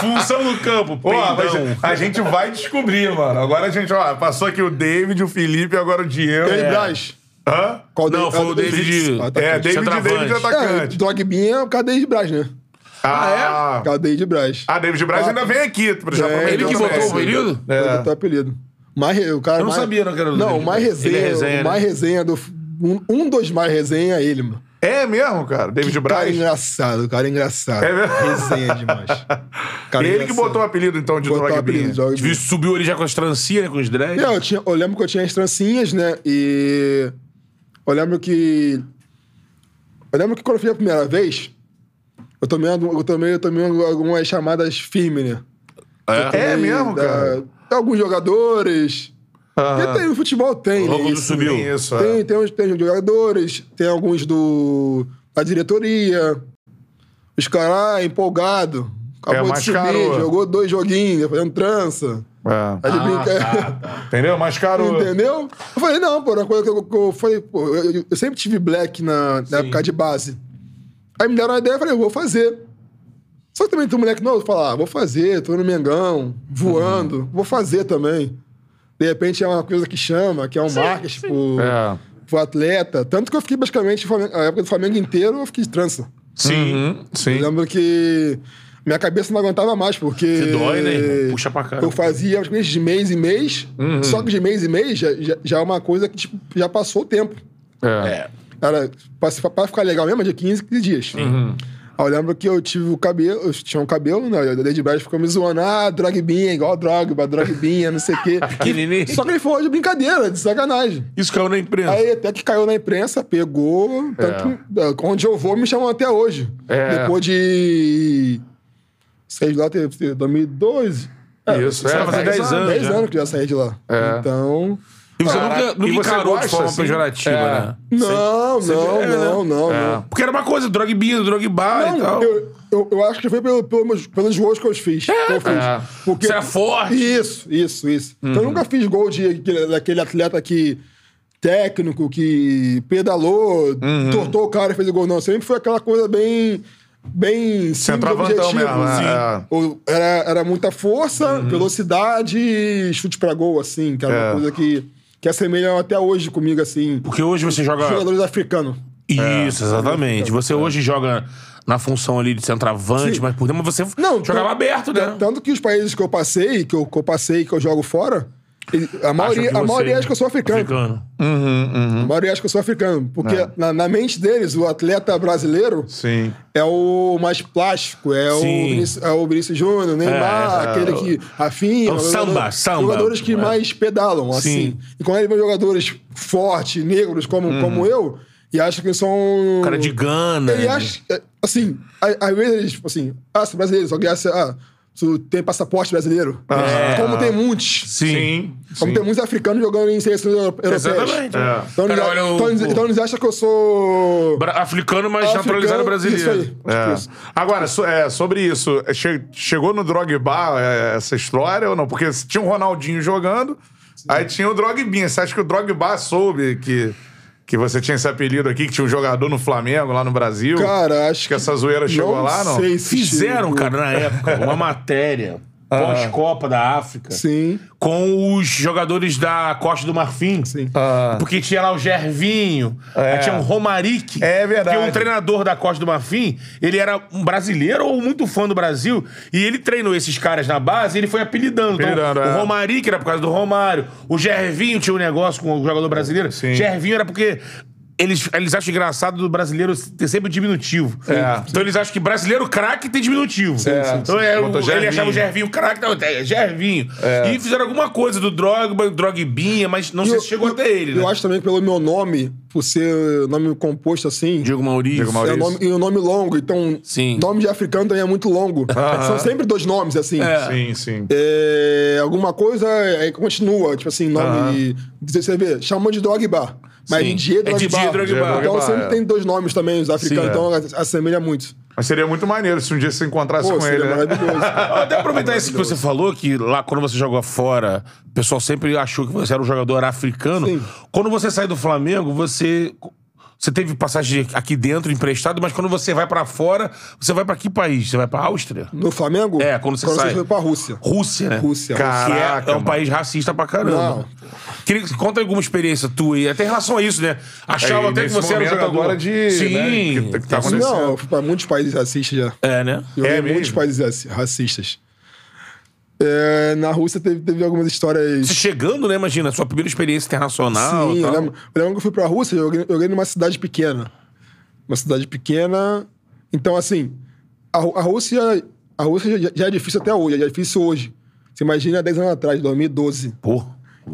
[SPEAKER 2] Função no campo,
[SPEAKER 1] Pô,
[SPEAKER 2] peidão.
[SPEAKER 1] mas a gente vai descobrir, mano. Agora a gente, ó, passou aqui o David, o Felipe, agora o Diego.
[SPEAKER 3] Ele, Braz.
[SPEAKER 1] Hã?
[SPEAKER 3] Qual
[SPEAKER 2] Não,
[SPEAKER 3] dele-
[SPEAKER 2] foi o
[SPEAKER 3] ah, dele-
[SPEAKER 2] David-
[SPEAKER 3] Ah, tá
[SPEAKER 1] É,
[SPEAKER 3] aqui.
[SPEAKER 1] David,
[SPEAKER 2] Centroavante.
[SPEAKER 1] David
[SPEAKER 3] É,
[SPEAKER 1] atacante.
[SPEAKER 3] Dogbinha é o cara David Braz, né?
[SPEAKER 1] Ah,
[SPEAKER 3] Cadê de Braz.
[SPEAKER 1] ah, David Braz ainda vem aqui. pra- Já
[SPEAKER 3] Vem,
[SPEAKER 1] prometeu
[SPEAKER 2] Ele que
[SPEAKER 1] também.
[SPEAKER 2] botou o período?
[SPEAKER 3] Foi o teu apelido. Mais, re- o cara
[SPEAKER 2] é. Eu não
[SPEAKER 3] mais-
[SPEAKER 2] sabia, não, que era o
[SPEAKER 3] Não,
[SPEAKER 2] David
[SPEAKER 3] o mais
[SPEAKER 2] Braz. Ele
[SPEAKER 3] resenha.
[SPEAKER 2] é resenha, né?
[SPEAKER 3] o mais resenha do. Um, um dos mais resenha é ele, mano.
[SPEAKER 1] É mesmo, cara? David
[SPEAKER 3] Cara é
[SPEAKER 1] Braz?
[SPEAKER 3] engraçado, cara engraçado.
[SPEAKER 1] É mesmo?
[SPEAKER 3] Resenha
[SPEAKER 2] (laughs)
[SPEAKER 3] demais. Cara é
[SPEAKER 1] Ele que
[SPEAKER 3] engraçado.
[SPEAKER 1] botou o apelido, então, de
[SPEAKER 3] Botou o
[SPEAKER 1] Drog
[SPEAKER 3] apelido
[SPEAKER 1] Bean.
[SPEAKER 3] de Drog Bean.
[SPEAKER 2] Viu, Subiu ele já com as trancinhas, né, com os dreads.
[SPEAKER 3] Não, É, eu, tinha- eu lembro que eu tinha as trancinhas, né? E. Eu lembro que. Eu lembro que quando eu fiz a primeira vez, eu tomei, algum- eu tomei, eu tomei algumas chamadas firmes, né?
[SPEAKER 1] É mesmo,
[SPEAKER 3] Da-
[SPEAKER 1] cara? Ah.
[SPEAKER 3] de alguns jogadores. Porque tem, no futebol tem,
[SPEAKER 2] O
[SPEAKER 3] né?
[SPEAKER 2] logo do
[SPEAKER 3] isso.
[SPEAKER 2] subiu.
[SPEAKER 1] Tem isso, é.
[SPEAKER 3] Tem, tem, uns, tem uns jogadores, tem alguns do da diretoria. Os caras ah, empolgado.
[SPEAKER 2] É,
[SPEAKER 3] Acabou de subir,
[SPEAKER 1] mascarou.
[SPEAKER 3] jogou dois joguinhos, fazendo trança.
[SPEAKER 1] É.
[SPEAKER 2] Ah,
[SPEAKER 3] Tá de brincadeira.
[SPEAKER 1] Entendeu? Mais caro.
[SPEAKER 3] Entendeu? Eu falei, não, pô, era uma coisa que eu, que eu falei, pô, eu, eu- eu sempre tive black na, na época de base. Aí me deram uma ideia, eu falei, eu vou fazer. Só que também tem um moleque novo, fala, ah, vou fazer, tô no Mengão, voando, vou fazer também. De repente é uma coisa que chama, que é um marketing pro,
[SPEAKER 1] É.
[SPEAKER 3] pro atleta. Tanto que eu fiquei basicamente, Flamengo- a época do Flamengo inteiro, eu fiquei de trança.
[SPEAKER 2] Sim.
[SPEAKER 1] Uhum, sim.
[SPEAKER 3] Eu lembro que minha cabeça não aguentava mais, porque.
[SPEAKER 2] Se dói, né, irmão? Puxa pra caramba. Uhum.
[SPEAKER 3] Eu fazia as coisas de mês em mês, só que de mês em mês já, já, já é uma coisa que tipo, já passou o tempo.
[SPEAKER 1] É.
[SPEAKER 2] É.
[SPEAKER 3] Era, pra, se- pra ficar legal mesmo, é de 15, 15 dias.
[SPEAKER 2] Uhum.
[SPEAKER 3] Aí eu lembro que eu tive o cabelo, eu tinha um cabelo, né? O Lady Brás ficou me zoando, ah, drogbinha, igual Drogba, drogbinha, não sei
[SPEAKER 2] (laughs)
[SPEAKER 3] o quê.
[SPEAKER 2] Pequenininho.
[SPEAKER 3] Só que ele falou de brincadeira, de sacanagem.
[SPEAKER 2] Isso caiu na imprensa.
[SPEAKER 3] Aí até que caiu na imprensa, pegou. tanto que, eh, onde eu vou, me chamam até hoje.
[SPEAKER 1] É.
[SPEAKER 3] Depois de. Sei lá, teve- teve 2012.
[SPEAKER 1] Isso, é.
[SPEAKER 2] vai
[SPEAKER 1] faz-
[SPEAKER 2] fazer 10 anos
[SPEAKER 3] 10
[SPEAKER 2] já.
[SPEAKER 3] anos que eu já saí de lá.
[SPEAKER 1] É.
[SPEAKER 3] Então.
[SPEAKER 2] E você
[SPEAKER 1] Caraca,
[SPEAKER 2] nunca, nunca
[SPEAKER 1] e você
[SPEAKER 2] encarou de
[SPEAKER 1] gosta,
[SPEAKER 2] forma
[SPEAKER 1] assim?
[SPEAKER 2] pejorativa,
[SPEAKER 1] É.
[SPEAKER 2] né?
[SPEAKER 3] Não, não,
[SPEAKER 2] sempre- é,
[SPEAKER 3] não, não, não.
[SPEAKER 2] Porque era uma coisa, drug bean, drug bar
[SPEAKER 1] Ah,
[SPEAKER 2] e
[SPEAKER 3] Não,
[SPEAKER 1] então.
[SPEAKER 2] tal.
[SPEAKER 3] eu, eu, eu acho que foi pelo, pelo meus- pelos gols que eu fiz. que eu fiz.
[SPEAKER 1] É. Uhum.
[SPEAKER 3] Porque,
[SPEAKER 2] Você era forte.
[SPEAKER 3] Isso, isso, isso. Então eu nunca fiz gol de, aquele- daquele atleta que. técnico, que pedalou,
[SPEAKER 1] Uhum.
[SPEAKER 3] tortou o cara e fez o gol. Não, sempre foi aquela coisa bem. bem simples,
[SPEAKER 1] Centroavantão
[SPEAKER 3] objetivo,
[SPEAKER 1] mesmo,
[SPEAKER 3] assim.
[SPEAKER 1] é. Uhum.
[SPEAKER 3] Ou Era, era muita força, velocidade e chute pra gol, assim, que era
[SPEAKER 1] É.
[SPEAKER 3] uma coisa que, que assemelha até hoje comigo, assim.
[SPEAKER 2] Porque hoje você
[SPEAKER 1] Ah.
[SPEAKER 2] joga...
[SPEAKER 3] Jogadores africanos. É,
[SPEAKER 2] Isso, exatamente. Você hoje joga na função ali de centroavante,
[SPEAKER 3] Sim.
[SPEAKER 2] mas por dentro mas você
[SPEAKER 3] Não,
[SPEAKER 2] jogava
[SPEAKER 3] tan-
[SPEAKER 2] aberto, né?
[SPEAKER 3] tan- Tanto que os países que eu passei, que eu, que eu passei, que eu jogo fora, ele- a maioria,
[SPEAKER 2] que
[SPEAKER 3] a
[SPEAKER 2] você-
[SPEAKER 3] maioria acha que eu sou africano.
[SPEAKER 2] Africano. É.
[SPEAKER 3] A maioria acha que eu sou africano. Porque na, na mente deles, o atleta brasileiro
[SPEAKER 1] Sim.
[SPEAKER 3] é o mais plástico, é, o
[SPEAKER 2] Sim.
[SPEAKER 3] Vinícius, é o Vinícius Júnior, Neymar,
[SPEAKER 2] É, é,
[SPEAKER 3] aquele que afinha.
[SPEAKER 2] é o samba,
[SPEAKER 3] jogadores-
[SPEAKER 2] samba.
[SPEAKER 3] Jogadores que
[SPEAKER 2] É.
[SPEAKER 3] mais pedalam, assim.
[SPEAKER 2] Sim.
[SPEAKER 3] E quando eles vê jogadores fortes, negros, como, como eu, e acham que são...
[SPEAKER 2] Uhum. Cara de Gana.
[SPEAKER 3] Ele acha. é, Assim, a- às vezes eles, tipo assim, ah, você é brasileiro, só que ah, você- ah, tu tem passaporte brasileiro.
[SPEAKER 1] É.
[SPEAKER 3] Como tem muitos.
[SPEAKER 2] Sim.
[SPEAKER 1] Sim.
[SPEAKER 3] Como
[SPEAKER 1] sim.
[SPEAKER 3] tem muitos africanos jogando em seleções euro- europeias.
[SPEAKER 2] Exatamente.
[SPEAKER 1] É.
[SPEAKER 3] Então, eles,
[SPEAKER 2] Cara, olha o-
[SPEAKER 3] então, eles, então eles acham que eu sou.
[SPEAKER 2] Bra- Africano, mas
[SPEAKER 3] Africano,
[SPEAKER 2] naturalizado brasileiro.
[SPEAKER 3] Isso aí.
[SPEAKER 1] É.
[SPEAKER 3] Tipo isso.
[SPEAKER 1] Agora, so- é, sobre isso, é, che- chegou no Drogba é, essa história ou não? Porque tinha o Ronaldinho jogando, aí tinha o Drogbinha. Você acha que o Drogba soube que, que você tinha esse apelido aqui, que tinha um jogador no Flamengo, lá no Brasil?
[SPEAKER 3] Cara, acho
[SPEAKER 1] Acho
[SPEAKER 3] que.
[SPEAKER 1] que essa zoeira chegou lá, não?
[SPEAKER 3] sei se
[SPEAKER 2] Fizeram,
[SPEAKER 3] chegou.
[SPEAKER 2] cara, na época, uma matéria pós-Copa da África
[SPEAKER 3] Sim.
[SPEAKER 2] com os jogadores da Costa do Marfim.
[SPEAKER 3] Sim.
[SPEAKER 1] Ah.
[SPEAKER 2] Porque tinha lá o Gervinho,
[SPEAKER 1] É.
[SPEAKER 2] aí tinha o Romaric.
[SPEAKER 1] É verdade.
[SPEAKER 2] Porque um treinador da Costa do Marfim, ele era um brasileiro ou muito fã do Brasil, e ele treinou esses caras na base e ele foi apelidando. Então,
[SPEAKER 1] Apelidando, é.
[SPEAKER 2] O Romaric era por causa do Romário. O Gervinho tinha um negócio com o jogador brasileiro.
[SPEAKER 1] Sim.
[SPEAKER 2] Gervinho era porque... Eles, eles acham engraçado do brasileiro ter sempre o diminutivo.
[SPEAKER 1] É.
[SPEAKER 2] Então eles acham que brasileiro craque tem diminutivo.
[SPEAKER 1] sim,
[SPEAKER 2] Então
[SPEAKER 1] sim.
[SPEAKER 2] é, o-
[SPEAKER 1] Botou
[SPEAKER 2] ele
[SPEAKER 1] Gervinho.
[SPEAKER 2] achava o Gervinho craque, não, é Gervinho. E fizeram alguma coisa do Drogba, Drogbinha, mas não
[SPEAKER 3] E
[SPEAKER 2] sei
[SPEAKER 3] eu-
[SPEAKER 2] se chegou
[SPEAKER 3] eu-
[SPEAKER 2] até ele.
[SPEAKER 3] Eu
[SPEAKER 2] né?
[SPEAKER 3] acho também que pelo meu nome, por ser nome composto assim.
[SPEAKER 2] Diego Maurício.
[SPEAKER 1] Diego Maurício.
[SPEAKER 3] É um nome, e um nome longo, então
[SPEAKER 2] Sim. Ah.
[SPEAKER 3] nome de africano também é muito longo. (laughs) São sempre dois nomes, assim.
[SPEAKER 2] É.
[SPEAKER 1] Sim, sim.
[SPEAKER 3] É, alguma coisa é, continua, tipo assim, nome. Você vê, chamam de Drogba. Mas
[SPEAKER 2] Sim.
[SPEAKER 3] Didier
[SPEAKER 2] É
[SPEAKER 3] Drogba.
[SPEAKER 2] Didier Drogba.
[SPEAKER 3] Então
[SPEAKER 1] Drogba,
[SPEAKER 3] sempre
[SPEAKER 1] é.
[SPEAKER 3] tem dois nomes também, os africanos,
[SPEAKER 2] Sim. é.
[SPEAKER 3] então assemelha muito.
[SPEAKER 1] Mas seria muito maneiro se um dia você encontrasse
[SPEAKER 3] Pô,
[SPEAKER 1] com
[SPEAKER 3] seria
[SPEAKER 1] ele. né?
[SPEAKER 2] (laughs)
[SPEAKER 3] maravilhoso.
[SPEAKER 2] Eu até aproveitar isso que você falou, que lá quando você jogou fora, o pessoal sempre achou que você era um jogador africano.
[SPEAKER 3] Sim.
[SPEAKER 2] Quando você sai do Flamengo, você. Você teve passagem aqui dentro, emprestado, mas quando você vai pra fora, você vai pra que país? Você vai pra Áustria?
[SPEAKER 3] No Flamengo?
[SPEAKER 2] É, quando você sai.
[SPEAKER 3] foi pra Rússia.
[SPEAKER 2] Rússia, né?
[SPEAKER 3] Rússia.
[SPEAKER 2] Que é-
[SPEAKER 1] Caraca,
[SPEAKER 2] é, um
[SPEAKER 1] mano.
[SPEAKER 2] país racista pra caramba.
[SPEAKER 3] Não.
[SPEAKER 2] Queria que você conta alguma experiência tua aí, até em relação a isso, né?
[SPEAKER 1] É,
[SPEAKER 2] Achava
[SPEAKER 1] e
[SPEAKER 2] até
[SPEAKER 1] nesse
[SPEAKER 2] que você era um
[SPEAKER 1] momento
[SPEAKER 2] jogador.
[SPEAKER 1] agora de,
[SPEAKER 2] Sim.
[SPEAKER 1] né, que- que tá
[SPEAKER 2] Isso-
[SPEAKER 1] acontecendo.
[SPEAKER 3] Não, eu fui pra muitos países racistas já.
[SPEAKER 2] É, né?
[SPEAKER 3] Eu
[SPEAKER 1] É
[SPEAKER 3] vi muitos
[SPEAKER 1] mesmo?
[SPEAKER 3] países raci- racistas. É, na Rússia teve, teve algumas histórias.
[SPEAKER 2] Você chegando, né? Imagina, sua primeira experiência internacional.
[SPEAKER 3] Sim,
[SPEAKER 2] e
[SPEAKER 3] eu
[SPEAKER 2] tal.
[SPEAKER 3] lembro, eu lembro que eu fui pra Rússia, eu joguei, eu joguei numa cidade pequena. Uma cidade pequena. Então, assim, a, Rú- a Rússia, a Rússia já, já é difícil até hoje, já é difícil hoje. Você imagina 10 anos atrás, 2012.
[SPEAKER 2] Pô.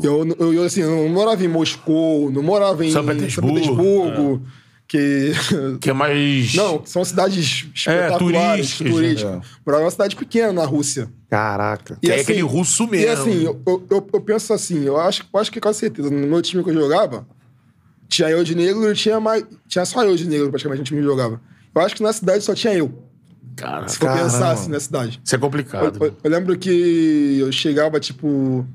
[SPEAKER 3] Eu, eu, eu, assim, eu não morava em Moscou, não morava em
[SPEAKER 2] São Petersburgo,
[SPEAKER 3] Petersburgo, que...
[SPEAKER 2] Que é mais.
[SPEAKER 3] Não, são
[SPEAKER 2] É,
[SPEAKER 3] cidades espetaculares,
[SPEAKER 2] turísticas, né?
[SPEAKER 3] turísticas. Morava em uma cidade pequena na Rússia.
[SPEAKER 1] Caraca.
[SPEAKER 2] Que é aquele russo mesmo.
[SPEAKER 3] E assim, eu, eu, eu- eu penso assim, eu acho, eu acho que com certeza, no meu time que eu jogava, tinha eu de negro e tinha mais. Tinha só eu de negro, praticamente, no time que eu jogava. Eu acho que na cidade só tinha eu.
[SPEAKER 2] Cara,
[SPEAKER 3] Se for
[SPEAKER 1] Caramba.
[SPEAKER 3] pensar assim na cidade.
[SPEAKER 2] isso é
[SPEAKER 3] Eu,
[SPEAKER 2] complicado.
[SPEAKER 3] eu- eu lembro que eu chegava, tipo.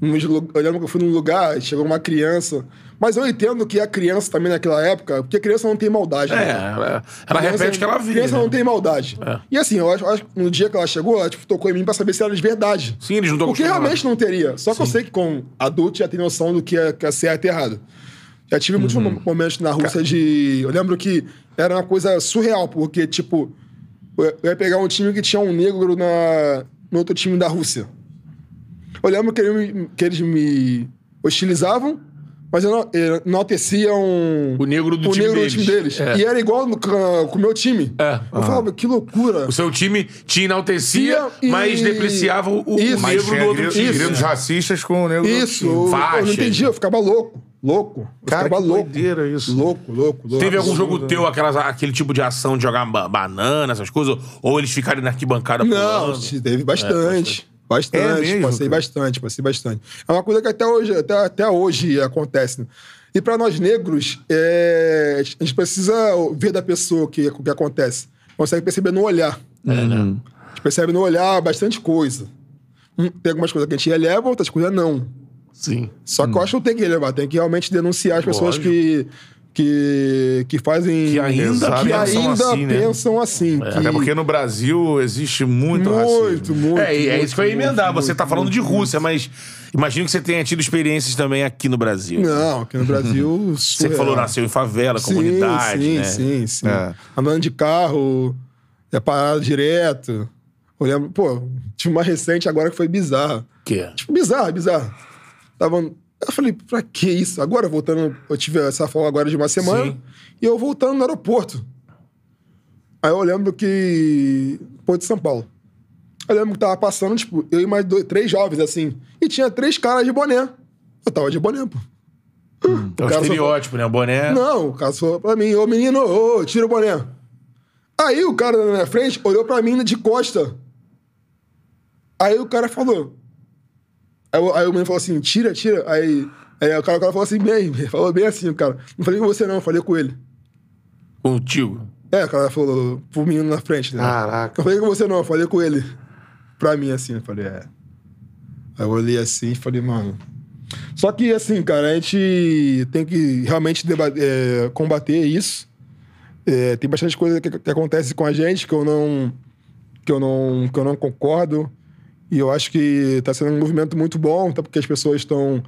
[SPEAKER 3] nos lu- Eu lembro que eu fui num lugar, e chegou uma criança. Mas eu entendo que a criança também naquela época, porque a criança não tem maldade.
[SPEAKER 2] É,
[SPEAKER 3] né?
[SPEAKER 2] ela, ela
[SPEAKER 3] Criança-
[SPEAKER 2] repete o que ela vive.
[SPEAKER 3] Criança
[SPEAKER 2] né?
[SPEAKER 3] não tem maldade.
[SPEAKER 2] É.
[SPEAKER 3] E assim, eu acho, eu acho que no dia que ela chegou, ela tipo, tocou em mim pra saber se era de verdade.
[SPEAKER 2] Sim, eles não estão
[SPEAKER 3] Porque
[SPEAKER 2] acostumados.
[SPEAKER 3] realmente não teria. Só que eu sei que como adulto já tem noção do que é, que é certo e errado. Já tive muitos
[SPEAKER 2] Uhum.
[SPEAKER 3] mom- momentos na Rússia de. Eu lembro que era uma coisa surreal, porque, tipo, eu eu ia pegar um time que tinha um negro na, no outro time da Rússia. Eu lembro que, ele me- que eles me hostilizavam, mas eu não, um eu enalteciam
[SPEAKER 2] O negro do
[SPEAKER 3] o
[SPEAKER 2] time
[SPEAKER 3] negro
[SPEAKER 2] deles.
[SPEAKER 3] do time deles.
[SPEAKER 2] É.
[SPEAKER 3] E era igual no- com o meu time.
[SPEAKER 2] É.
[SPEAKER 3] Eu falava, que loucura.
[SPEAKER 2] O seu time te enaltecia,
[SPEAKER 3] Ia e-
[SPEAKER 2] mas depreciava o, o
[SPEAKER 3] Isso.
[SPEAKER 1] Mas
[SPEAKER 2] negro
[SPEAKER 1] tinha
[SPEAKER 2] do outro
[SPEAKER 1] gritos,
[SPEAKER 2] time.
[SPEAKER 1] gritos
[SPEAKER 2] né?
[SPEAKER 1] racistas com o negro
[SPEAKER 3] Isso,
[SPEAKER 1] do
[SPEAKER 3] eu,
[SPEAKER 1] outro time.
[SPEAKER 3] eu
[SPEAKER 2] Faixa,
[SPEAKER 3] não entendi, eu ficava louco, louco. Eu
[SPEAKER 1] Cara,
[SPEAKER 3] ficava
[SPEAKER 1] que
[SPEAKER 3] louco.
[SPEAKER 1] doideira isso.
[SPEAKER 3] Louco, louco, louco.
[SPEAKER 2] Teve algum jogo
[SPEAKER 1] Absurdo,
[SPEAKER 2] teu, aquelas, aquele tipo de ação de jogar ba- banana, essas coisas? Ou eles ficarem na arquibancada
[SPEAKER 3] Não,
[SPEAKER 2] pulando? É,
[SPEAKER 3] teve bastante. bastante,
[SPEAKER 1] É mesmo,
[SPEAKER 3] passei
[SPEAKER 1] cara?
[SPEAKER 3] bastante, passei bastante. É uma coisa que até hoje, até, até hoje acontece. né? E pra nós negros, é, a gente precisa ver da pessoa o que, o que acontece. Consegue perceber no olhar.
[SPEAKER 2] É, né?
[SPEAKER 3] A gente percebe no olhar bastante coisa. Hum, Tem algumas coisas que a gente eleva, outras coisas não.
[SPEAKER 2] Sim. Hum.
[SPEAKER 3] Só que eu acho que tem que elevar, tem que realmente denunciar as pessoas
[SPEAKER 2] Lógico.
[SPEAKER 3] que, que, que fazem.
[SPEAKER 2] Que ainda
[SPEAKER 3] que
[SPEAKER 2] pensam
[SPEAKER 3] ainda
[SPEAKER 2] assim, né?
[SPEAKER 3] pensam assim. que-
[SPEAKER 1] Até porque no Brasil existe muito,
[SPEAKER 3] Muito,
[SPEAKER 1] racismo.
[SPEAKER 3] muito.
[SPEAKER 2] é, e é
[SPEAKER 3] muito,
[SPEAKER 2] isso que eu ia
[SPEAKER 3] muito,
[SPEAKER 2] emendar.
[SPEAKER 3] muito,
[SPEAKER 2] Você tá falando de Rússia, mas imagino que você tenha tido experiências também aqui no Brasil.
[SPEAKER 3] Não, aqui no Brasil.
[SPEAKER 2] Né? (laughs) Você que falou, nasceu em favela, comunidade,
[SPEAKER 3] sim,
[SPEAKER 2] né?
[SPEAKER 3] Sim, sim,
[SPEAKER 1] É.
[SPEAKER 3] Andando de carro, é parado direto. Olhando, pô, tive uma recente agora que foi bizarra.
[SPEAKER 2] Que?
[SPEAKER 3] Tipo, bizarro, bizarro. Tava... Eu falei, pra que isso? Agora, voltando, eu tive essa folga agora de uma semana,
[SPEAKER 2] Sim.
[SPEAKER 3] e eu voltando no aeroporto. Aí eu lembro que. Porto de São Paulo. Eu lembro que tava passando, tipo, eu e mais dois, três jovens assim. E tinha três caras de boné. Eu tava de boné, pô.
[SPEAKER 2] É o
[SPEAKER 3] cara só-
[SPEAKER 2] estereótipo, né? O boné.
[SPEAKER 3] Não, o cara falou pra mim, ô menino, ô, tira o boné. Aí o cara na minha frente olhou pra mim de costa. Aí o cara falou. Aí, o- aí o menino falou assim, tira, tira. Aí, aí o, cara, o cara falou assim, bem, bem. falou bem assim, o cara. Não falei com você não, falei com ele.
[SPEAKER 2] Contigo.
[SPEAKER 3] É, o cara falou pro menino na frente, né?
[SPEAKER 1] Caraca.
[SPEAKER 3] Não falei com você não, falei com ele. Pra mim, assim, eu falei, é. Aí eu olhei assim e falei, mano. Só que, assim, cara, a gente tem que realmente deba- é, combater isso. É, tem bastante coisa que, que acontece com a gente que eu não. que eu não. que eu não concordo. E eu acho que tá sendo um movimento muito bom, até porque as pessoas estão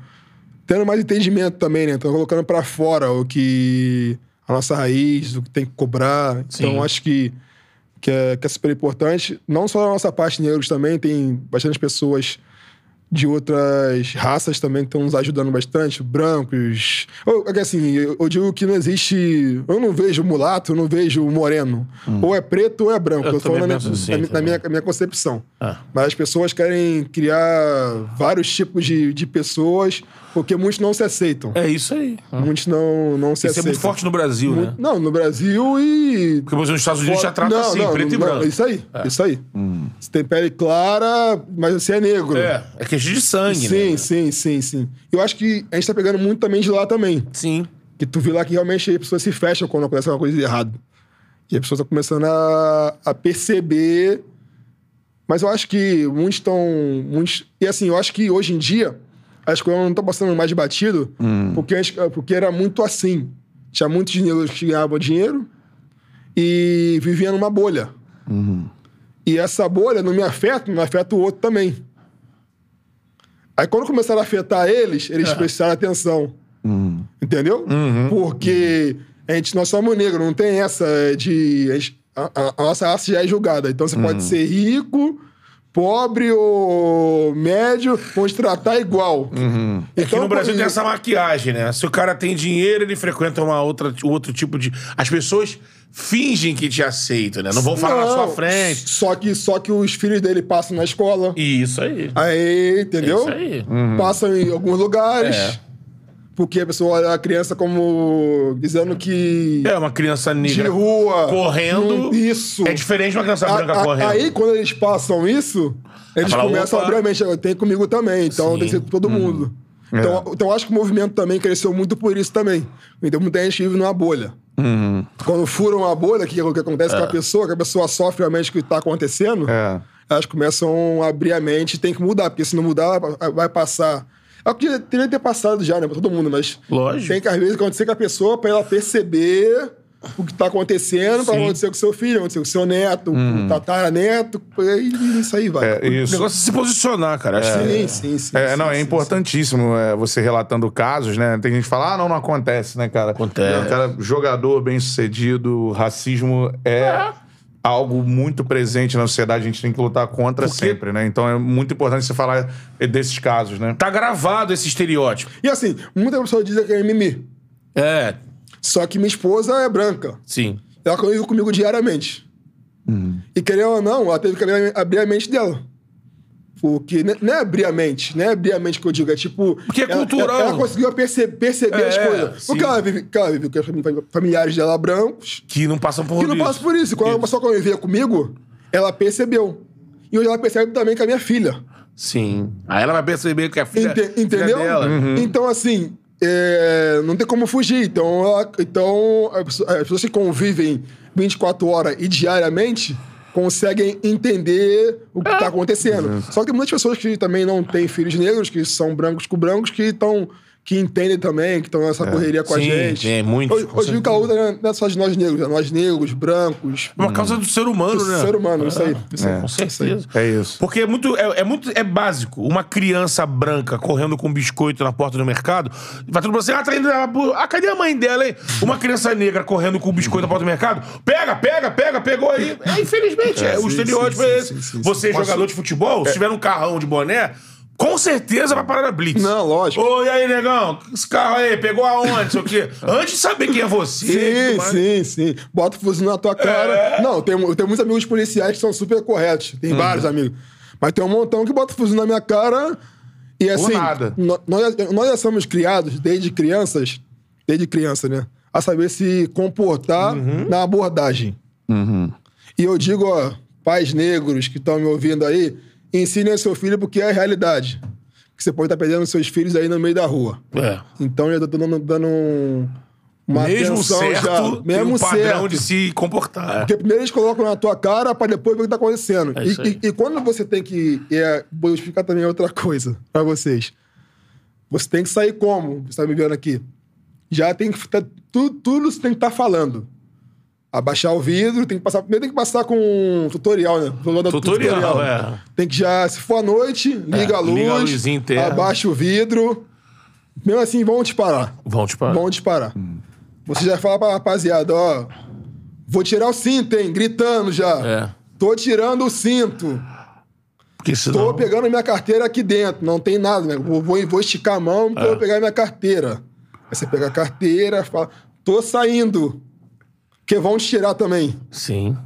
[SPEAKER 3] tendo mais entendimento também, né? Estão colocando pra fora o que. a nossa raiz, o que tem que cobrar.
[SPEAKER 2] Sim.
[SPEAKER 3] Então, acho que que é, que é super importante. Não só da nossa parte, negros também, tem bastante pessoas de outras raças também que estão nos ajudando bastante, brancos. Ou, é que assim, eu, eu digo que não existe. Eu não vejo mulato, eu não vejo moreno. Ou é preto ou é branco.
[SPEAKER 2] Hum. Eu
[SPEAKER 3] Eu, estou
[SPEAKER 2] também
[SPEAKER 3] na, minha,
[SPEAKER 2] penso assim
[SPEAKER 3] na minha- na
[SPEAKER 2] também.
[SPEAKER 3] minha, minha concepção.
[SPEAKER 2] Ah.
[SPEAKER 3] Mas as pessoas querem criar vários tipos de, de pessoas, porque muitos não se aceitam.
[SPEAKER 2] É isso aí.
[SPEAKER 3] Muitos não, não se
[SPEAKER 2] Isso é
[SPEAKER 3] aceitam.
[SPEAKER 2] muito forte no Brasil, né?
[SPEAKER 3] Não, no Brasil e
[SPEAKER 2] Porque nos Estados Unidos já trata assim, preto e
[SPEAKER 3] não, é
[SPEAKER 2] branco.
[SPEAKER 3] Isso aí, isso aí. Você tem pele clara, mas você é negro.
[SPEAKER 2] É, é questão de sangue,
[SPEAKER 3] Sim,
[SPEAKER 2] né?
[SPEAKER 3] sim, sim, sim. Eu acho que a gente tá pegando muito também de lá também.
[SPEAKER 2] Sim.
[SPEAKER 3] Que tu viu lá que realmente as pessoas se fecham quando acontece uma coisa de errado. E as pessoas estão começando a, a perceber. Mas eu acho que muitos estão. Muitos... E assim, eu acho que hoje em dia as coisas não estão passando mais de batido, porque, antes- porque era muito assim. Tinha muitos negros que ganhavam dinheiro e viviam numa bolha. E essa bolha não me afeta, não afeta o outro também. Aí quando começaram a afetar eles,
[SPEAKER 2] É.
[SPEAKER 3] eles prestaram atenção. Entendeu?
[SPEAKER 2] Uhum.
[SPEAKER 3] Porque a gente, nós somos negros, não tem essa de. A, gente- a- a- a nossa raça já é julgada. Então você pode ser rico, pobre ou médio, vão te tratar igual. Então,
[SPEAKER 2] Aqui É no Brasil
[SPEAKER 3] por-
[SPEAKER 2] tem essa maquiagem, né? Se o cara tem dinheiro, ele frequenta uma outra, outro tipo de. As pessoas fingem que te aceitam, né? Não vão falar na
[SPEAKER 3] Não,
[SPEAKER 2] sua frente.
[SPEAKER 3] Só que, só que os filhos dele passam na escola.
[SPEAKER 2] E Isso aí.
[SPEAKER 3] Aí, entendeu?
[SPEAKER 2] É Isso aí.
[SPEAKER 3] Passam em alguns lugares.
[SPEAKER 2] Uhum. É.
[SPEAKER 3] Porque a pessoa olha a criança como. dizendo que.
[SPEAKER 2] É uma criança
[SPEAKER 3] de
[SPEAKER 2] negra
[SPEAKER 3] rua.
[SPEAKER 2] correndo.
[SPEAKER 3] não- isso.
[SPEAKER 2] É diferente de uma criança
[SPEAKER 3] A-
[SPEAKER 2] branca
[SPEAKER 3] a-
[SPEAKER 2] correndo.
[SPEAKER 3] Aí, quando eles passam isso, eles
[SPEAKER 2] fala,
[SPEAKER 3] começam,
[SPEAKER 2] opa.
[SPEAKER 3] obviamente, tem comigo também, então
[SPEAKER 2] Sim. Uhum. É.
[SPEAKER 3] tem que ser com todo mundo. Então, então, eu acho que o movimento também cresceu muito por isso também. Então, muita gente vive numa bolha.
[SPEAKER 2] Uhum.
[SPEAKER 3] Quando furam a bolha, que é o que acontece com a pessoa, que a pessoa sofre realmente o que está acontecendo,
[SPEAKER 1] É.
[SPEAKER 3] elas começam a abrir a mente e tem que mudar, porque se não mudar, vai passar. É o que teria que ter passado já, né, pra todo mundo, mas.
[SPEAKER 2] Lógico.
[SPEAKER 3] Tem que, às vezes, acontecer com a pessoa pra ela perceber o que tá acontecendo, pra
[SPEAKER 2] Sim.
[SPEAKER 3] acontecer com seu filho, acontecer com seu neto, com o tataraneto, e isso aí vai.
[SPEAKER 1] Hum. É,
[SPEAKER 2] O
[SPEAKER 1] isso.
[SPEAKER 2] negócio é se posicionar, cara. Acho que-
[SPEAKER 3] Sim, sim, sim.
[SPEAKER 1] É,
[SPEAKER 3] sim,
[SPEAKER 1] não,
[SPEAKER 3] sim,
[SPEAKER 1] é
[SPEAKER 3] sim.
[SPEAKER 1] importantíssimo é, você relatando casos, né? Tem gente que fala, ah, não, não acontece, né, cara?
[SPEAKER 2] Acontece.
[SPEAKER 1] É, Cara, jogador bem sucedido, racismo é, algo muito presente na sociedade, a gente tem que lutar contra
[SPEAKER 2] Porque-
[SPEAKER 1] sempre, né? Então é muito importante você falar desses casos, né?
[SPEAKER 2] Tá gravado esse estereótipo.
[SPEAKER 3] E assim, muita pessoa diz que é mimimi.
[SPEAKER 2] É,
[SPEAKER 3] Só que minha esposa é branca.
[SPEAKER 2] sim.
[SPEAKER 3] Ela convive comigo diariamente.
[SPEAKER 2] Uhum.
[SPEAKER 3] E querendo ou não, ela teve que abrir, abrir a mente dela. Porque né, não é abrir a mente, não é abrir a mente que eu digo, é tipo.
[SPEAKER 2] Porque é
[SPEAKER 3] ela-
[SPEAKER 2] cultural.
[SPEAKER 3] Ela, ela conseguiu perce- perceber as
[SPEAKER 2] É,
[SPEAKER 3] coisas. Porque
[SPEAKER 2] sim.
[SPEAKER 3] ela vive, que ela vive com os fami- familiares dela brancos,
[SPEAKER 2] Que não passam por
[SPEAKER 3] que não
[SPEAKER 2] isso.
[SPEAKER 3] passam por isso. Quando ela passou a conviver comigo, ela percebeu. E hoje ela percebe também com a minha filha.
[SPEAKER 2] Sim. Aí ela vai perceber que a filha, é
[SPEAKER 3] Ente-
[SPEAKER 2] filha
[SPEAKER 3] entendeu?
[SPEAKER 2] dela. Uhum.
[SPEAKER 3] Então, assim, é, não tem como fugir. Então, ela- então a pessoa- as pessoas que convivem 24 horas e diariamente conseguem entender o que está acontecendo. Só que tem muitas pessoas que também não têm filhos negros, que são brancos com brancos, que estão. Que entendem também, que estão nessa correria com a
[SPEAKER 2] É. Sim,
[SPEAKER 3] gente.
[SPEAKER 2] tem muitos,
[SPEAKER 3] Hoje,
[SPEAKER 2] com
[SPEAKER 3] hoje o
[SPEAKER 2] certeza.
[SPEAKER 3] Caúda né, não é só de nós negros, é nós negros, brancos,
[SPEAKER 2] É Uma causa do ser humano, né?
[SPEAKER 3] ser humano, isso aí. Isso aí.
[SPEAKER 2] Com certeza.
[SPEAKER 1] É isso.
[SPEAKER 2] Porque é muito, é, é muito. É básico. Uma criança branca correndo com um biscoito na porta do mercado, vai todo mundo assim, ah, tá indo lá pro- ah, cadê a mãe dela, hein? Uma criança negra correndo com um biscoito na porta do mercado, pega, pega, pega, pegou aí. É, infelizmente, é, o
[SPEAKER 3] sim,
[SPEAKER 2] estereótipo
[SPEAKER 3] sim,
[SPEAKER 2] é
[SPEAKER 3] sim,
[SPEAKER 2] esse.
[SPEAKER 3] sim, sim, É. sim.
[SPEAKER 2] Você, jogador de futebol, se tiver um carrão de boné. Com certeza vai parar na Blitz.
[SPEAKER 3] Não, lógico.
[SPEAKER 2] Ô, e aí, negão? Esse carro aí, pegou aonde? Sei o
[SPEAKER 3] (laughs)
[SPEAKER 2] quê. Antes de saber quem é você.
[SPEAKER 3] Sim,
[SPEAKER 2] tudo mais.
[SPEAKER 3] sim, sim. Bota o fuzil na tua cara. Não, tem, eu tenho muitos amigos policiais que são super corretos. Tem vários amigos. Mas tem um montão que bota o fuzil na minha cara e assim.
[SPEAKER 1] nada.
[SPEAKER 3] nó- Nós, nós já somos criados desde crianças, desde criança, né? A saber se comportar na abordagem. E eu digo, ó, pais negros que estão me ouvindo aí, ensinem ao seu filho porque é a realidade. Que você pode estar perdendo seus filhos aí no meio da rua.
[SPEAKER 2] É.
[SPEAKER 3] Então eu tô dando, dando um- uma
[SPEAKER 2] Mesmo
[SPEAKER 3] atenção
[SPEAKER 2] certo,
[SPEAKER 3] já.
[SPEAKER 2] tem um
[SPEAKER 3] Mesmo
[SPEAKER 2] padrão
[SPEAKER 3] certo.
[SPEAKER 2] de se comportar.
[SPEAKER 3] Porque primeiro eles colocam na tua cara pra depois ver o que tá acontecendo.
[SPEAKER 2] É
[SPEAKER 3] e,
[SPEAKER 2] isso aí.
[SPEAKER 3] e- e quando você tem que. É, vou explicar também outra (laughs) coisa pra vocês. Você tem que sair como? Você tá me vendo aqui. Já tem que. Tá, tu- tudo você tem que estar falando. Abaixar o vidro, tem que passar. Primeiro tem que passar com um tutorial, né? Tutorial,
[SPEAKER 2] Tutorial, é.
[SPEAKER 3] Tem que já, se for à noite, liga a luz,
[SPEAKER 2] liga a luzinha interna.
[SPEAKER 3] abaixa o vidro. Mesmo assim, vão te parar.
[SPEAKER 2] Vão te parar.
[SPEAKER 3] Vão disparar. Você já fala pra rapaziada, ó. Vou tirar o cinto, hein? Gritando já.
[SPEAKER 2] É.
[SPEAKER 3] Tô tirando o cinto.
[SPEAKER 2] Porque
[SPEAKER 3] Tô
[SPEAKER 2] senão...
[SPEAKER 3] pegando minha carteira aqui dentro. Não tem nada, né? Vou, vou, vou esticar a mão
[SPEAKER 2] É.
[SPEAKER 3] pra eu pegar minha carteira. Aí você pega a carteira, fala. Tô saindo. Porque vão te tirar também.
[SPEAKER 2] Sim.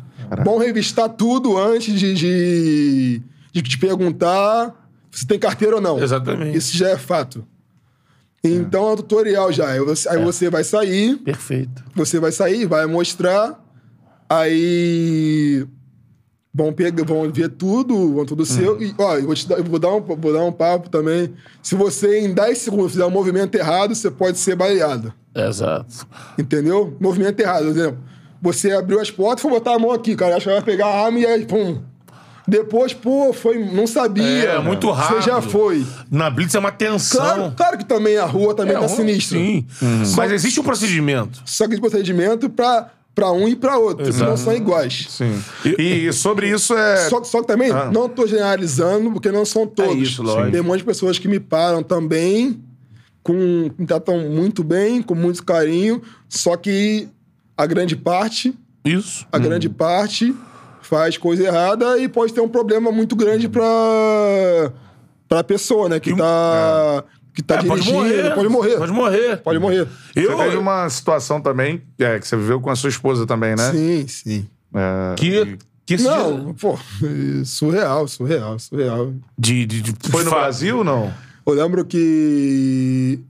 [SPEAKER 3] Bom revistar tudo antes de, de, de te perguntar se tem carteira ou não.
[SPEAKER 2] Exatamente.
[SPEAKER 3] Isso já é fato. Então é um tutorial já. Aí você-
[SPEAKER 2] É.
[SPEAKER 3] aí você vai sair,
[SPEAKER 2] Perfeito.
[SPEAKER 3] você vai sair, vai mostrar, aí vão pegar, vão ver tudo, vão tudo seu. E, ó, eu vou, te dar, eu vou, dar um, vou dar um papo também. Se você em 10 segundos fizer um movimento errado, você pode ser baleado.
[SPEAKER 2] Exato.
[SPEAKER 3] Entendeu? Movimento errado, por exemplo. Você abriu as portas, foi botar a mão aqui, cara. Acho que vai pegar a arma e aí, pum. Depois, pô, foi, não sabia.
[SPEAKER 2] É, muito rápido.
[SPEAKER 3] Você já foi.
[SPEAKER 2] Na Blitz é uma tensão.
[SPEAKER 3] Claro, claro que também a rua também
[SPEAKER 2] É,
[SPEAKER 3] tá
[SPEAKER 2] um-
[SPEAKER 3] sinistra.
[SPEAKER 2] Sim. Mas existe um procedimento.
[SPEAKER 3] Só que de procedimento é pra pra um e pra outro, senão são iguais.
[SPEAKER 1] Sim. E, e sobre isso é.
[SPEAKER 3] Só, que- só que também não tô generalizando, porque não são todos.
[SPEAKER 2] Ah. É isso, lógico.
[SPEAKER 3] Tem um monte de pessoas que me param também, com, me tratam muito bem, com muito carinho, só que a grande parte,
[SPEAKER 2] Isso.
[SPEAKER 3] a grande parte faz coisa errada e pode ter um problema muito grande pra, pra pessoa, né? Que
[SPEAKER 2] E um-
[SPEAKER 3] tá, que tá
[SPEAKER 2] É,
[SPEAKER 3] dirigindo, pode morrer.
[SPEAKER 2] Pode morrer.
[SPEAKER 3] Pode morrer.
[SPEAKER 1] Você teve
[SPEAKER 2] Eu,
[SPEAKER 1] uma situação também é, que você viveu com a sua esposa também, né?
[SPEAKER 3] Sim, sim.
[SPEAKER 1] É,
[SPEAKER 2] que, que esse dia- é-
[SPEAKER 3] Não, pô, surreal, surreal, surreal.
[SPEAKER 2] de, de, de,
[SPEAKER 1] Foi no
[SPEAKER 2] fa-
[SPEAKER 1] Brasil ou não?
[SPEAKER 3] Eu lembro que.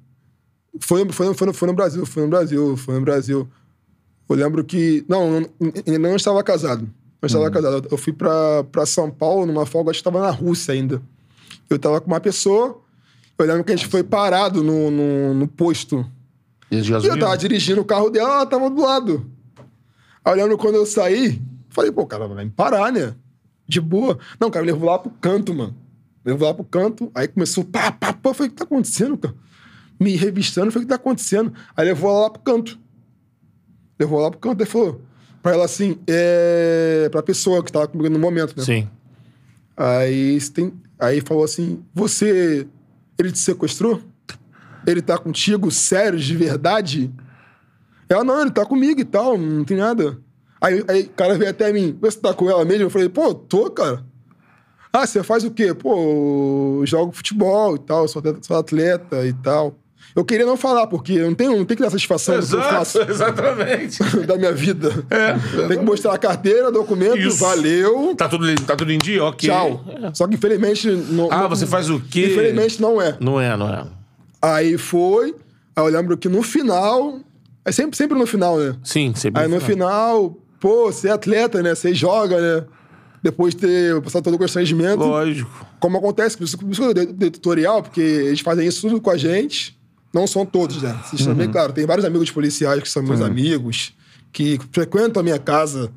[SPEAKER 3] Foi, foi, foi, no- foi no Brasil, foi no Brasil, foi no Brasil. Eu lembro que. Não, não- ele não estava casado. Não
[SPEAKER 2] Hum.
[SPEAKER 3] estava casado. Eu fui pra, pra São Paulo numa folga, acho que estava na Rússia ainda. Eu estava com uma pessoa. Eu lembro que a gente foi parado no, no, no posto.
[SPEAKER 2] de
[SPEAKER 3] E eu
[SPEAKER 2] gasolina?
[SPEAKER 3] tava dirigindo o carro dela, ela tava do lado. Aí eu lembro quando eu saí, falei, pô, cara, vai me parar, né? De boa. Não, cara, me levou lá pro canto, mano. Me levou lá pro canto, aí começou pá, pá, pá. Eu falei, o que tá acontecendo, cara? Me revistando, eu falei, o que tá acontecendo? Aí levou ela lá pro canto. Levou ela lá pro canto e falou pra ela assim, é... pra pessoa que tava comigo no momento, né?
[SPEAKER 2] Sim.
[SPEAKER 3] Aí, você tem, aí falou assim: Você. Ele te sequestrou? Ele tá contigo? Sério, de verdade? Ela, não, ele tá comigo e tal, não tem nada. Aí, aí o cara veio até mim: Você tá com ela mesmo? Eu falei: Pô, tô, cara. Ah, você faz o quê? Pô, eu jogo futebol e tal, sou atleta, sou atleta e tal. Eu queria não falar, porque eu não tenho, não tenho que dar satisfação do que eu faço (laughs)
[SPEAKER 2] Exato, (laughs) exatamente.
[SPEAKER 3] da minha vida. Tem que mostrar a carteira, documento,
[SPEAKER 2] Isso.
[SPEAKER 3] valeu.
[SPEAKER 2] Tá tudo, tá tudo em dia? Ok.
[SPEAKER 3] Tchau. Só que infelizmente. Não,
[SPEAKER 2] É. Ah,
[SPEAKER 3] não-
[SPEAKER 2] você faz o quê?
[SPEAKER 3] Infelizmente não é.
[SPEAKER 2] Não é, não é.
[SPEAKER 3] Aí foi. Aí eu lembro que no final. É sempre, sempre no final, né?
[SPEAKER 2] Sim, sempre.
[SPEAKER 3] Aí no final, pô, você é atleta, né? Você joga, né? Depois de ter passado todo o constrangimento.
[SPEAKER 2] Lógico.
[SPEAKER 3] Como acontece, por isso por isso que eu dei, dei tutorial, porque eles fazem isso tudo com a gente. Não são todos, né? Vocês
[SPEAKER 2] Uhum.
[SPEAKER 3] também, claro, tem vários amigos policiais que são meus amigos, que frequentam a minha casa.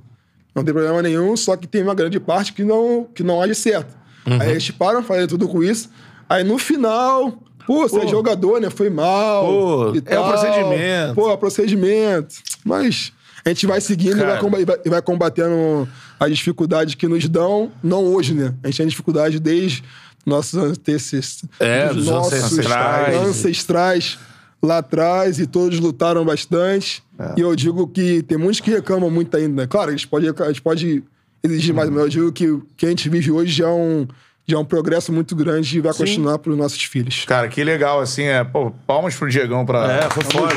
[SPEAKER 3] Não tem problema nenhum, só que tem uma grande parte que não, que não age certo.
[SPEAKER 2] Uhum.
[SPEAKER 3] Aí eles param, fazem tudo com isso. Aí no final, pô, você é jogador, né? Foi mal.
[SPEAKER 2] Pô,
[SPEAKER 3] e
[SPEAKER 2] é o procedimento.
[SPEAKER 3] Pô, é o procedimento. Mas a gente vai seguindo e vai
[SPEAKER 2] Cara.
[SPEAKER 3] comba- e vai, e vai combatendo as dificuldades que nos dão. Não hoje, né? A gente tem dificuldade desde nossos antecessores.
[SPEAKER 2] É, dos ancestrais.
[SPEAKER 3] ancestrais lá atrás e todos lutaram bastante.
[SPEAKER 2] É.
[SPEAKER 3] E eu digo que tem muitos que reclamam muito ainda. né? Claro, a gente pode, a gente pode exigir mais, mas eu digo que o que a gente vive hoje já é um, já é um progresso muito grande e vai continuar para os nossos filhos.
[SPEAKER 1] Cara, que legal, assim, é. Pô, palmas pro Diegão pra.
[SPEAKER 2] É, foi foda.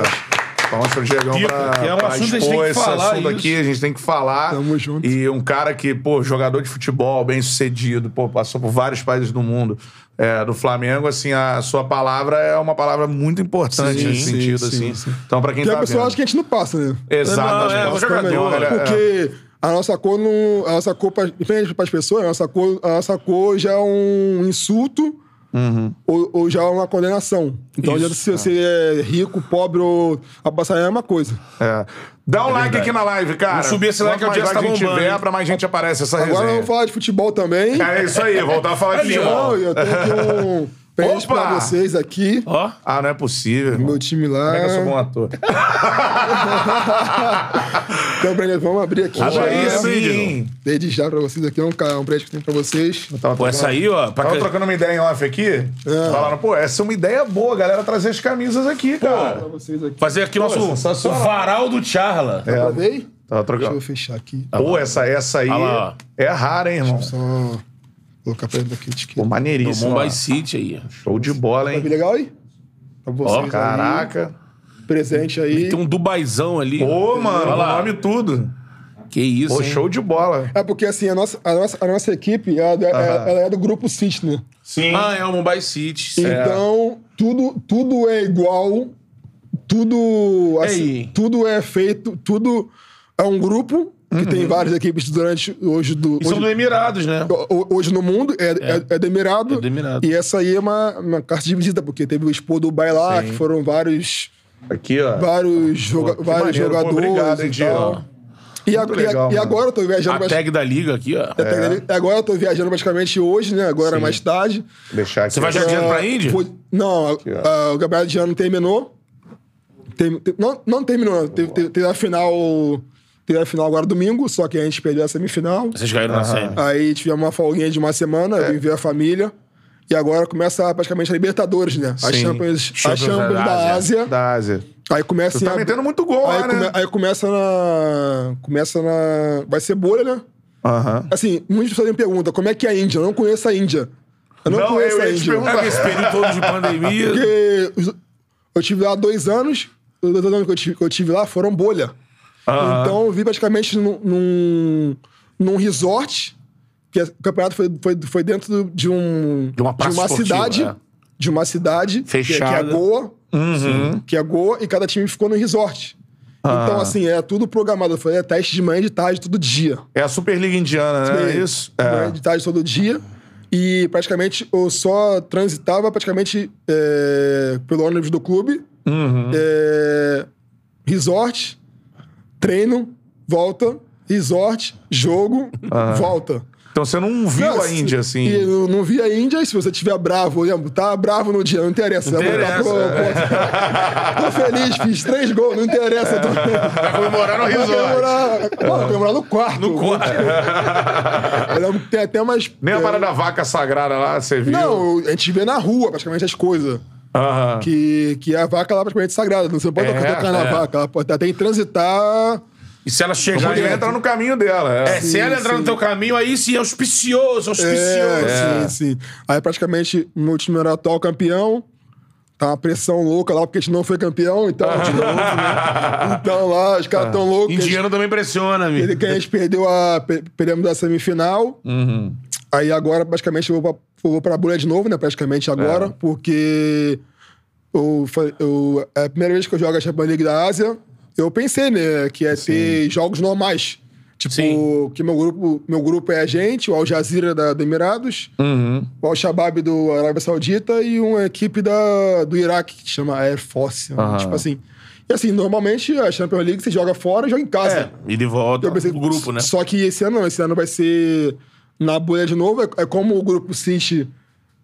[SPEAKER 1] É. Palmas pro Diegão
[SPEAKER 2] Pica,
[SPEAKER 1] pra,
[SPEAKER 2] que é um
[SPEAKER 1] pra
[SPEAKER 2] assunto que a gente
[SPEAKER 1] expor
[SPEAKER 2] tem que
[SPEAKER 1] esse
[SPEAKER 2] falar, é
[SPEAKER 1] assunto
[SPEAKER 2] isso.
[SPEAKER 1] aqui. A gente tem que falar.
[SPEAKER 3] Tamo junto.
[SPEAKER 1] E um cara que, pô, jogador de futebol, bem sucedido, pô, passou por vários países do mundo. É, do Flamengo, assim, a sua palavra é uma palavra muito importante
[SPEAKER 3] Sim,
[SPEAKER 1] nesse
[SPEAKER 3] sim,
[SPEAKER 1] sentido,
[SPEAKER 3] sim,
[SPEAKER 1] assim.
[SPEAKER 3] sim.
[SPEAKER 1] Então, pra quem
[SPEAKER 3] Porque
[SPEAKER 1] tá
[SPEAKER 3] a pessoa
[SPEAKER 1] vendo...
[SPEAKER 3] acha é que a gente não passa, né?
[SPEAKER 1] Exatamente.
[SPEAKER 2] Não, é, um
[SPEAKER 1] Nossa,
[SPEAKER 2] jogador,
[SPEAKER 1] também, olha, é.
[SPEAKER 3] Porque a nossa cor não. A nossa cor, pra- diferente para as pessoas, a nossa cor, a nossa cor já é um insulto
[SPEAKER 1] Uhum.
[SPEAKER 3] ou, ou já é uma condenação. Então,
[SPEAKER 2] Isso,
[SPEAKER 3] já se você é rico, pobre ou abassar é uma coisa.
[SPEAKER 1] É. Dá um like aqui na live, cara.
[SPEAKER 2] Vamos subir esse
[SPEAKER 1] Quanto
[SPEAKER 2] like, o
[SPEAKER 1] mais
[SPEAKER 2] Jazz tá
[SPEAKER 1] like a gente
[SPEAKER 2] bombando,
[SPEAKER 1] tiver,
[SPEAKER 2] hein?
[SPEAKER 1] pra mais gente aparece essa
[SPEAKER 3] Agora
[SPEAKER 1] resenha.
[SPEAKER 3] vamos falar de futebol também.
[SPEAKER 1] É isso aí, voltar a falar de
[SPEAKER 2] Ali, ó.
[SPEAKER 1] futebol.
[SPEAKER 3] Não, eu tenho aqui um presente
[SPEAKER 1] é Opa!
[SPEAKER 3] para vocês aqui.
[SPEAKER 2] Ó.
[SPEAKER 1] Ah, não é possível. irmão.
[SPEAKER 3] Meu time lá.
[SPEAKER 1] Como é que eu sou bom
[SPEAKER 2] (laughs)
[SPEAKER 1] ator?
[SPEAKER 3] Tem um presente, vamos abrir
[SPEAKER 1] Ah,
[SPEAKER 3] aqui.
[SPEAKER 2] Abre
[SPEAKER 3] já.
[SPEAKER 2] aí,
[SPEAKER 1] Sim.
[SPEAKER 2] Sidney.
[SPEAKER 3] Desde já para vocês aqui, é um, ca- um presente que tem para vocês.
[SPEAKER 1] Eu tava
[SPEAKER 2] Pô, essa aí, ó. Pra...
[SPEAKER 1] Tava trocando uma ideia em off aqui. Falaram, pô, essa é uma ideia boa, galera, trazer as camisas aqui, cara.
[SPEAKER 3] Para vocês aqui.
[SPEAKER 2] Fazer aqui
[SPEAKER 1] Pô,
[SPEAKER 2] nosso o
[SPEAKER 1] sensacional.
[SPEAKER 2] varal do Charla.
[SPEAKER 1] É.
[SPEAKER 3] Gravei?
[SPEAKER 1] Tava
[SPEAKER 3] Deixa eu
[SPEAKER 1] trocando.
[SPEAKER 3] fechar aqui.
[SPEAKER 1] Pô, essa, essa aí
[SPEAKER 2] Ah lá, ó.
[SPEAKER 1] é rara, hein, irmão?
[SPEAKER 3] Só colocar pra dentro aqui de que.
[SPEAKER 1] Pô, maneiríssimo.
[SPEAKER 2] Mumbai
[SPEAKER 1] ó.
[SPEAKER 2] um City aí.
[SPEAKER 1] Show de bola,
[SPEAKER 3] Tá bem
[SPEAKER 1] hein?
[SPEAKER 3] legal aí? Pra vocês aí.
[SPEAKER 1] Caraca.
[SPEAKER 3] Presente aí.
[SPEAKER 2] Tem um Dubaizão ali.
[SPEAKER 1] Pô, mano,
[SPEAKER 2] Olha
[SPEAKER 1] o
[SPEAKER 2] lá.
[SPEAKER 1] nome e tudo.
[SPEAKER 2] Que isso,
[SPEAKER 1] Pô,
[SPEAKER 2] hein?
[SPEAKER 1] show de bola.
[SPEAKER 3] É porque assim, a nossa, a nossa, a nossa equipe, ela, é-
[SPEAKER 1] Aham.
[SPEAKER 3] ela é do grupo City, né?
[SPEAKER 1] Sim.
[SPEAKER 2] Ah, é o Mumbai City.
[SPEAKER 3] Então, tudo, tudo é igual, tudo, assim,
[SPEAKER 2] Ei.
[SPEAKER 3] tudo é feito, tudo é um grupo que tem várias equipes durante hoje do.
[SPEAKER 2] E são do
[SPEAKER 3] Hoje,
[SPEAKER 2] Emirados, né?
[SPEAKER 3] ho- Hoje no mundo é, é, é do Emirado,
[SPEAKER 2] É do Emirado.
[SPEAKER 3] E essa aí é uma, uma carta de visita, porque teve o Expo do Bailá, que foram vários,
[SPEAKER 1] Aqui, ó.
[SPEAKER 3] vários, joga-
[SPEAKER 1] que
[SPEAKER 3] vários
[SPEAKER 1] maneiro. Pô,
[SPEAKER 3] jogadores.
[SPEAKER 1] obrigado, hein,
[SPEAKER 3] e
[SPEAKER 1] Diego.
[SPEAKER 3] tal. E, a-
[SPEAKER 1] Muito
[SPEAKER 3] e a-
[SPEAKER 1] legal,
[SPEAKER 3] e
[SPEAKER 1] mano. é.
[SPEAKER 3] agora eu tô viajando
[SPEAKER 2] A
[SPEAKER 3] bastante.
[SPEAKER 2] tag da liga aqui, ó.
[SPEAKER 3] Até que- Agora eu tô viajando praticamente hoje, né? Agora mais tarde.
[SPEAKER 1] Deixar aqui. É,
[SPEAKER 2] Você vai já direto pra Índia?
[SPEAKER 3] Foi- Não, a-
[SPEAKER 1] ó.
[SPEAKER 3] a- o Gabriel de ano terminou. Tem- tem- não, não terminou. né? Teve, teve- teve a final. Teve a final agora domingo, só que a gente perdeu a semifinal.
[SPEAKER 2] Vocês caíram na semi.
[SPEAKER 3] Aí tivemos uma folguinha de uma semana,
[SPEAKER 1] É.
[SPEAKER 3] eu vim ver a família. E agora começa praticamente a Libertadores, né? A
[SPEAKER 2] Sim.
[SPEAKER 3] Champions, a
[SPEAKER 2] Champions
[SPEAKER 3] Champions
[SPEAKER 2] da
[SPEAKER 3] da Ásia.
[SPEAKER 5] Da Ásia.
[SPEAKER 3] Aí começa
[SPEAKER 1] Tu tá
[SPEAKER 3] em ab-
[SPEAKER 1] metendo muito gol
[SPEAKER 3] aí,
[SPEAKER 1] lá, né?
[SPEAKER 3] come- aí começa na. Começa na. Vai ser bolha, né?
[SPEAKER 5] Aham.
[SPEAKER 3] Assim, muitas pessoas me perguntam como é que é a Índia. Eu não conheço a Índia. Eu não,
[SPEAKER 1] Não,
[SPEAKER 3] conheço
[SPEAKER 1] eu
[SPEAKER 3] a
[SPEAKER 1] ia te
[SPEAKER 3] Índia.
[SPEAKER 1] perguntar.
[SPEAKER 2] É que esse período todo
[SPEAKER 1] (laughs)
[SPEAKER 2] de pandemia.
[SPEAKER 3] Porque os- eu tive lá dois anos, os dois anos que eu tive, que eu tive lá foram bolha. Então eu vi praticamente num, num, num resort, que é, o campeonato foi, foi, foi dentro de um
[SPEAKER 2] De uma praça esportiva,
[SPEAKER 3] cidade.
[SPEAKER 2] é. Uhum.
[SPEAKER 3] De uma cidade que é-
[SPEAKER 2] Fechada.
[SPEAKER 3] que é Goa. Sim, Que é Goa, e cada time ficou no resort.
[SPEAKER 2] Ah.
[SPEAKER 3] Então, assim, é tudo programado. Foi é teste de manhã e de tarde, todo dia.
[SPEAKER 5] É a Superliga Indiana, né? É isso?
[SPEAKER 3] Manhã e de tarde todo dia. E praticamente eu só transitava praticamente é, pelo ônibus do clube. é, resort, treino, volta, resort, jogo, volta.
[SPEAKER 1] Então você não viu
[SPEAKER 3] Não,
[SPEAKER 1] a
[SPEAKER 3] se-
[SPEAKER 1] Índia, assim.
[SPEAKER 3] E eu não vi a Índia, e se você tiver bravo, eu lembro, tá bravo no dia, não interessa. Vai voltar pro,
[SPEAKER 1] é.
[SPEAKER 3] pro- (laughs) tô feliz, fiz três gols, não interessa. Tô... Vai
[SPEAKER 5] comemorar no resort.
[SPEAKER 3] comemorar, Pô, vai comemorar no quarto. No quarto. Eu lembro que tem até umas...
[SPEAKER 1] Nem a
[SPEAKER 3] é,
[SPEAKER 1] parada da vaca sagrada lá, você viu?
[SPEAKER 3] Não, a gente vê na rua praticamente as coisas.
[SPEAKER 1] Aham.
[SPEAKER 3] Que, que a vaca lá é praticamente sagrada. Você não pode
[SPEAKER 1] É,
[SPEAKER 3] tocar na
[SPEAKER 1] é.
[SPEAKER 3] vaca. Ela pode até em transitar.
[SPEAKER 2] E se ela
[SPEAKER 1] A
[SPEAKER 2] chegar.
[SPEAKER 1] mulher entra no caminho dela. É.
[SPEAKER 2] É, se ela entrar no teu caminho, aí sim, é auspicioso, auspicioso.
[SPEAKER 3] É, sim, sim. Aí praticamente o meu time era atual campeão. Tá uma pressão louca lá, porque a gente não foi campeão, então de novo, né? Então lá, os caras tão loucos. que a gente-
[SPEAKER 2] É. Indiano também pressiona, amigo.
[SPEAKER 3] que a gente perdeu a. per- Perdemos a semifinal.
[SPEAKER 2] Uhum.
[SPEAKER 3] Aí agora, basicamente, eu vou pra, eu vou pra bolha de novo, né? Praticamente
[SPEAKER 2] É.
[SPEAKER 3] agora, porque eu, fa- eu- é a primeira vez que eu jogo a Champions League da Ásia, eu pensei, né, que ia ter jogos normais. Tipo,
[SPEAKER 2] Sim.
[SPEAKER 3] que meu grupo, meu grupo é a gente, o Al Jazeera da, do Emirados,
[SPEAKER 2] Uhum.
[SPEAKER 3] o Al Shabab do Arábia Saudita e uma equipe da, do Iraque, que chama Air Force. né? Tipo assim. E assim, normalmente a Champions League você joga fora e joga em casa.
[SPEAKER 2] É, e de volta
[SPEAKER 3] Eu pensei,
[SPEAKER 2] pro grupo, né?
[SPEAKER 3] Só que esse ano não, esse ano vai ser na bolha de novo. É, é como o grupo City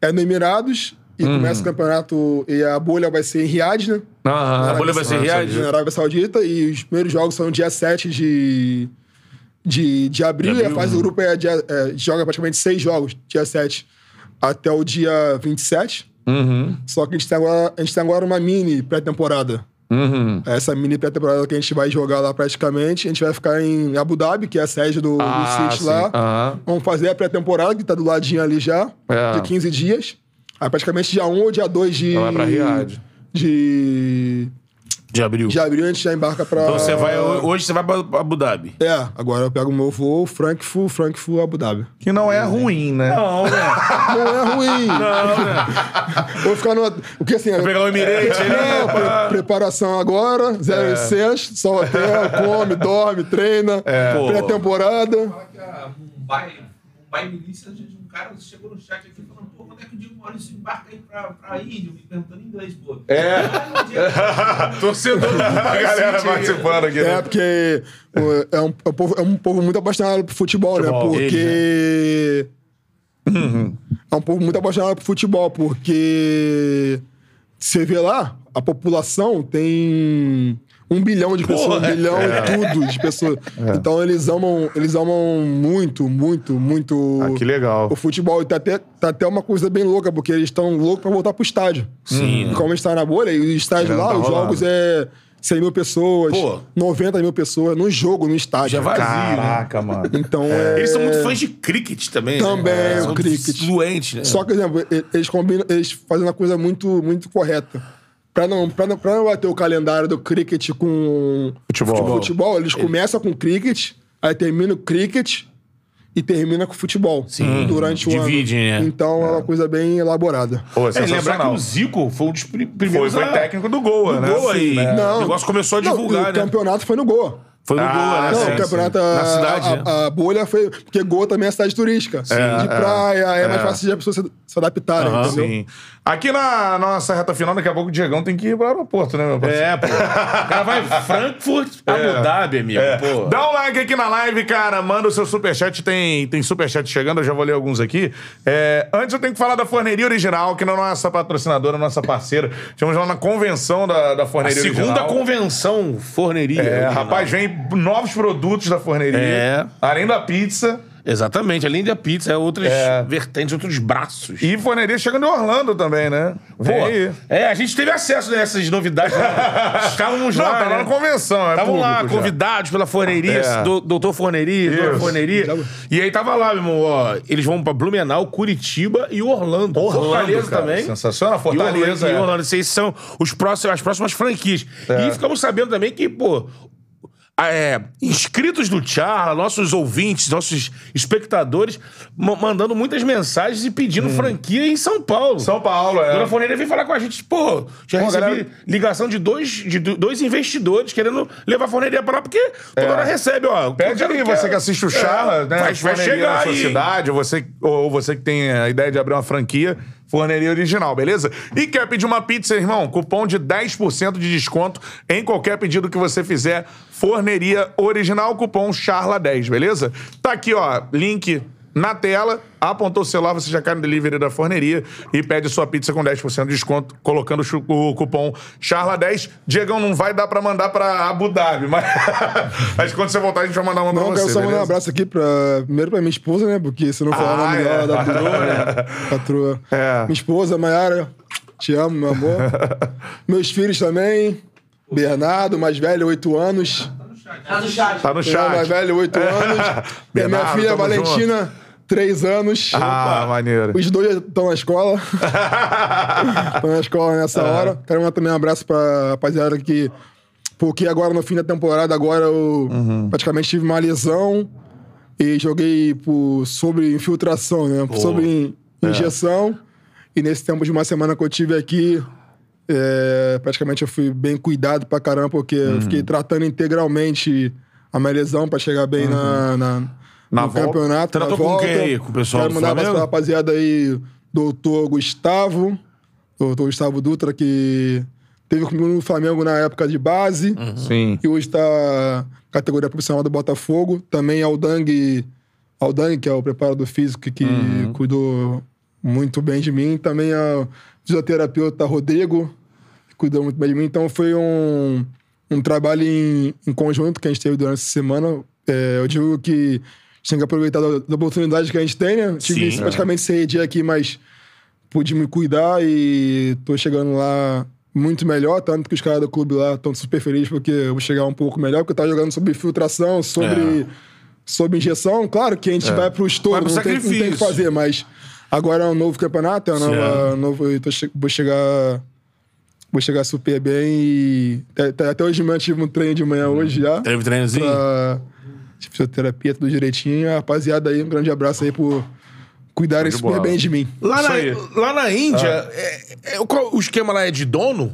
[SPEAKER 3] é no Emirados e
[SPEAKER 2] Uhum.
[SPEAKER 3] começa o campeonato e a bolha vai ser em Riad, né?
[SPEAKER 2] A bolha vai ser real.
[SPEAKER 3] Na Arábia Saudita e os primeiros jogos são dia 7 de, de, de abril.
[SPEAKER 2] De
[SPEAKER 3] e a
[SPEAKER 2] abril, né?
[SPEAKER 3] fase do grupo é, dia, é, joga praticamente seis jogos, dia 7 até o dia 27.
[SPEAKER 2] Uhum.
[SPEAKER 3] Só que a gente tem agora, a gente tem agora uma mini pré-temporada.
[SPEAKER 2] Uhum.
[SPEAKER 3] É Essa mini pré-temporada que a gente vai jogar lá praticamente. A gente vai ficar em Abu Dhabi, que é a sede do, do
[SPEAKER 2] Ah,
[SPEAKER 3] City lá. Vamos fazer a pré-temporada, que tá do ladinho ali já,
[SPEAKER 2] É.
[SPEAKER 3] de 15 dias. Aí praticamente dia 1 ou dia 2 de.
[SPEAKER 1] Vai pra Riad.
[SPEAKER 3] De.
[SPEAKER 2] De abril.
[SPEAKER 3] De abril a gente já embarca pra.
[SPEAKER 2] Então você vai. Hoje você vai pra pra Abu Dhabi.
[SPEAKER 3] É, agora eu pego o meu voo, Frankfurt, Frankfurt, Abu Dhabi.
[SPEAKER 5] Que não é ruim, né?
[SPEAKER 2] Não, né?
[SPEAKER 3] Não é
[SPEAKER 2] (laughs)
[SPEAKER 3] ruim.
[SPEAKER 2] Não, né?
[SPEAKER 3] Vou ficar no. Porque assim.
[SPEAKER 2] Vai pegar o É. Emirates,
[SPEAKER 3] É,
[SPEAKER 2] né?
[SPEAKER 3] pre- preparação agora, 06, só hotel, come, dorme, treina,
[SPEAKER 2] É. Pô.
[SPEAKER 3] pré-temporada.
[SPEAKER 4] Fala que a Mumbai, Mumbai Milícia, gente, um cara chegou no chat aqui falando, pô, quando é que o Diego Maurício embarca aí pra, pra Índia? Me perguntando em inglês, pô. É.
[SPEAKER 2] É. Torcedor do (laughs)
[SPEAKER 1] A galera participando aqui.
[SPEAKER 3] É,
[SPEAKER 1] né?
[SPEAKER 3] porque pô, é um, é um povo, é um povo muito apaixonado por futebol,
[SPEAKER 2] Futebol,
[SPEAKER 3] né? Porque. É um povo muito apaixonado por futebol, porque. Você vê lá, a população tem um bilhão de pessoas, um bilhão e tudo de pessoas. Então eles amam, eles amam muito, muito, muito.
[SPEAKER 5] Ah, que legal.
[SPEAKER 3] O futebol e tá até, tá até uma coisa bem louca, porque eles estão loucos pra voltar pro estádio.
[SPEAKER 2] Sim.
[SPEAKER 3] E Como a gente tá na bolha, e o estádio
[SPEAKER 5] Não,
[SPEAKER 3] lá,
[SPEAKER 5] tá
[SPEAKER 3] os
[SPEAKER 5] rolando.
[SPEAKER 3] jogos é 100 mil pessoas,
[SPEAKER 2] Pô.
[SPEAKER 3] 90 mil pessoas, num jogo, no estádio.
[SPEAKER 2] Já vazio, né?
[SPEAKER 5] Caraca, mano.
[SPEAKER 3] Então é.
[SPEAKER 2] Eles são muito fãs de cricket também. né?
[SPEAKER 3] Também,
[SPEAKER 2] É, são
[SPEAKER 3] cricket.
[SPEAKER 2] Fluentes, né?
[SPEAKER 3] Só que, por exemplo, e- eles combinam, eles fazem uma coisa muito, muito correta. Pra não, pra, não, pra não bater o calendário do cricket com
[SPEAKER 5] Futebol.
[SPEAKER 3] futebol, eles começam com cricket, aí termina o cricket e termina com futebol.
[SPEAKER 2] Sim.
[SPEAKER 3] Durante o
[SPEAKER 2] Dividem,
[SPEAKER 3] ano.
[SPEAKER 2] né?
[SPEAKER 3] Então é. uma coisa bem elaborada.
[SPEAKER 5] Pô, é
[SPEAKER 2] É, lembrar que
[SPEAKER 5] sensacional.
[SPEAKER 2] o Zico foi um dos pri-
[SPEAKER 1] Foi,
[SPEAKER 2] primeiros.
[SPEAKER 1] foi
[SPEAKER 2] a-
[SPEAKER 1] técnico do Goa, né?
[SPEAKER 2] Boa aí.
[SPEAKER 3] Não.
[SPEAKER 2] É. O negócio começou a
[SPEAKER 3] Não, e
[SPEAKER 2] divulgar,
[SPEAKER 3] o
[SPEAKER 2] né?
[SPEAKER 3] campeonato foi no Goa.
[SPEAKER 2] Foi no
[SPEAKER 1] Ah,
[SPEAKER 2] Goa, né?
[SPEAKER 1] não,
[SPEAKER 3] Não,
[SPEAKER 2] Sim,
[SPEAKER 3] o
[SPEAKER 2] sim.
[SPEAKER 3] campeonato. a-
[SPEAKER 2] Na cidade,
[SPEAKER 3] a,
[SPEAKER 2] né?
[SPEAKER 3] a bolha foi. Porque Goa também é cidade turística. de praia, é, mais fácil de a pessoa se, se adaptar, né, entendeu?
[SPEAKER 1] Sim. Aqui na nossa reta final, daqui a pouco o Diegão tem que ir pro aeroporto, né, meu parceiro?
[SPEAKER 2] É, pô. O cara vai Frankfurt, Abu Dhabi, amigo, É, pô.
[SPEAKER 1] Dá um like aqui na live, cara. Manda o seu superchat. Tem, tem superchat chegando, eu já vou ler alguns aqui. É, antes eu tenho que falar da Forneria Original, que não é nossa patrocinadora, nossa parceira. Estamos lá na convenção da, da
[SPEAKER 2] A
[SPEAKER 1] Forneria Original.
[SPEAKER 2] segunda convenção forneria.
[SPEAKER 1] É,
[SPEAKER 2] original.
[SPEAKER 1] rapaz, vem novos produtos da forneria.
[SPEAKER 2] É.
[SPEAKER 1] Além da pizza.
[SPEAKER 2] Exatamente, além da pizza, é outras
[SPEAKER 1] É.
[SPEAKER 2] vertentes, outros braços.
[SPEAKER 1] E forneria chegando em Orlando também, né?
[SPEAKER 2] Pô,
[SPEAKER 1] Vem aí.
[SPEAKER 2] é, a gente teve acesso nessas
[SPEAKER 1] (laughs)
[SPEAKER 2] novidades. né? Estávamos
[SPEAKER 1] Não,
[SPEAKER 2] lá,
[SPEAKER 1] tá lá
[SPEAKER 2] né?
[SPEAKER 1] na convenção, é
[SPEAKER 2] Estavam lá,
[SPEAKER 1] público já.
[SPEAKER 2] convidados pela forneria,
[SPEAKER 1] É.
[SPEAKER 2] do, doutor forneria, doutora
[SPEAKER 1] Isso.
[SPEAKER 2] forneria. E aí tava lá, meu irmão, ó, eles vão pra Blumenau, Curitiba e Orlando. Fortaleza
[SPEAKER 1] cara,
[SPEAKER 2] também.
[SPEAKER 1] Sensacional. Fortaleza.
[SPEAKER 2] E
[SPEAKER 1] é.
[SPEAKER 2] Orlando, e Orlando. Vocês são os próximos, as próximas franquias. E ficamos sabendo também que, pô. a- é, inscritos do Charla, nossos ouvintes, nossos espectadores, ma- mandando muitas mensagens e pedindo franquia em São Paulo.
[SPEAKER 1] Hum. São Paulo, é.
[SPEAKER 2] Dona Forneira veio falar com a gente, pô, já
[SPEAKER 1] Pô,
[SPEAKER 2] recebi
[SPEAKER 1] galera-
[SPEAKER 2] ligação de dois, de do- dois investidores querendo levar a forneria pra lá, porque toda hora recebe, ó. É,
[SPEAKER 1] Pede ali, você que assiste o Charla, né?
[SPEAKER 2] Vai, vai
[SPEAKER 1] Forneria
[SPEAKER 2] chegar
[SPEAKER 1] na sua
[SPEAKER 2] aí.
[SPEAKER 1] cidade, ou você, ou você que tem a ideia de abrir uma franquia, forneria original, beleza? E quer pedir uma pizza, irmão? Cupom de 10% de desconto em qualquer pedido que você fizer. Forneria original, cupom Charla10, beleza? Tá aqui, ó, link na tela. Apontou o celular, você já cai no delivery da forneria e pede sua pizza com 10% de desconto, colocando o chu- o cupom Charla10. Diegão, não vai dar pra mandar pra Abu Dhabi, mas... (laughs) mas quando você voltar, a gente vai mandar uma pra
[SPEAKER 3] Não,
[SPEAKER 1] você,
[SPEAKER 3] quero só mandar
[SPEAKER 1] assim,
[SPEAKER 3] um
[SPEAKER 1] beleza?
[SPEAKER 3] abraço aqui pra. Primeiro pra minha esposa, né? Porque se eu não falar o
[SPEAKER 1] Ah,
[SPEAKER 3] nome
[SPEAKER 1] é.
[SPEAKER 3] dela, da patroa, né? Patroa.
[SPEAKER 1] É.
[SPEAKER 3] Minha esposa, Mayara. Te amo, meu amor. Meus filhos também. Bernardo, mais velho, 8 anos.
[SPEAKER 6] Tá no chat.
[SPEAKER 1] Tá no
[SPEAKER 3] Leonardo,
[SPEAKER 1] chat.
[SPEAKER 3] mais velho, 8 anos. E a minha
[SPEAKER 1] Bernardo,
[SPEAKER 3] filha,
[SPEAKER 1] tamo
[SPEAKER 3] Valentina, 3 anos.
[SPEAKER 1] Ah, maneiro.
[SPEAKER 3] Os dois estão na escola. Estão na escola nessa hora. Quero mandar também um abraço pra rapaziada que. Porque agora no fim da temporada, agora eu praticamente tive uma lesão e joguei por, sobre infiltração, né? Sobre in-
[SPEAKER 2] é.
[SPEAKER 3] injeção. E nesse tempo de uma semana que eu tive aqui, é, praticamente eu fui bem cuidado pra caramba, porque
[SPEAKER 2] Uhum.
[SPEAKER 3] eu fiquei tratando integralmente a minha lesão pra chegar bem
[SPEAKER 2] Uhum.
[SPEAKER 3] na, na,
[SPEAKER 1] Na
[SPEAKER 3] no
[SPEAKER 1] volta.
[SPEAKER 3] campeonato.
[SPEAKER 2] Tratou
[SPEAKER 3] na
[SPEAKER 2] com
[SPEAKER 3] volta.
[SPEAKER 2] quem aí? Com o pessoal
[SPEAKER 3] Quero
[SPEAKER 2] do
[SPEAKER 3] mandar um abraço pra
[SPEAKER 2] Flamengo?
[SPEAKER 3] rapaziada aí, doutor Gustavo, doutor Gustavo Dutra, que teve comigo no Flamengo na época de
[SPEAKER 2] Uhum.
[SPEAKER 3] base,
[SPEAKER 1] Sim.
[SPEAKER 3] e hoje tá na categoria profissional do Botafogo. Também Aldang, Aldang que é o preparador físico que cuidou muito bem de mim. Também a fisioterapeuta Rodrigo, que cuidou muito bem de mim. Então foi um, um trabalho em, em conjunto que a gente teve durante essa semana. É, eu digo que a gente tem que aproveitar da, da oportunidade que a gente tem, né? Tive
[SPEAKER 2] Sim.
[SPEAKER 3] praticamente seis dias aqui, mas pude me cuidar e tô chegando lá muito melhor, tanto que os caras do clube lá estão super felizes porque eu vou chegar um pouco melhor, porque eu tava jogando sobre filtração, sobre, sobre injeção. Claro que a gente vai pro estouro,
[SPEAKER 2] Vai pro
[SPEAKER 3] não tem, não tem o que
[SPEAKER 2] sacrifício.
[SPEAKER 3] fazer, mas agora é um novo campeonato, é uma nova, novo, eu tô che- vou chegar... Vou chegar super bem e. Até, até hoje mesmo eu tive um treino de manhã hoje já
[SPEAKER 2] Teve treinozinho?
[SPEAKER 3] pra fisioterapia, tudo direitinho. A rapaziada aí, um grande abraço aí por cuidarem super
[SPEAKER 1] bola.
[SPEAKER 3] bem de mim.
[SPEAKER 2] Lá, na,
[SPEAKER 1] aí.
[SPEAKER 2] lá na Índia, é- é- o, qual- o esquema lá é de dono?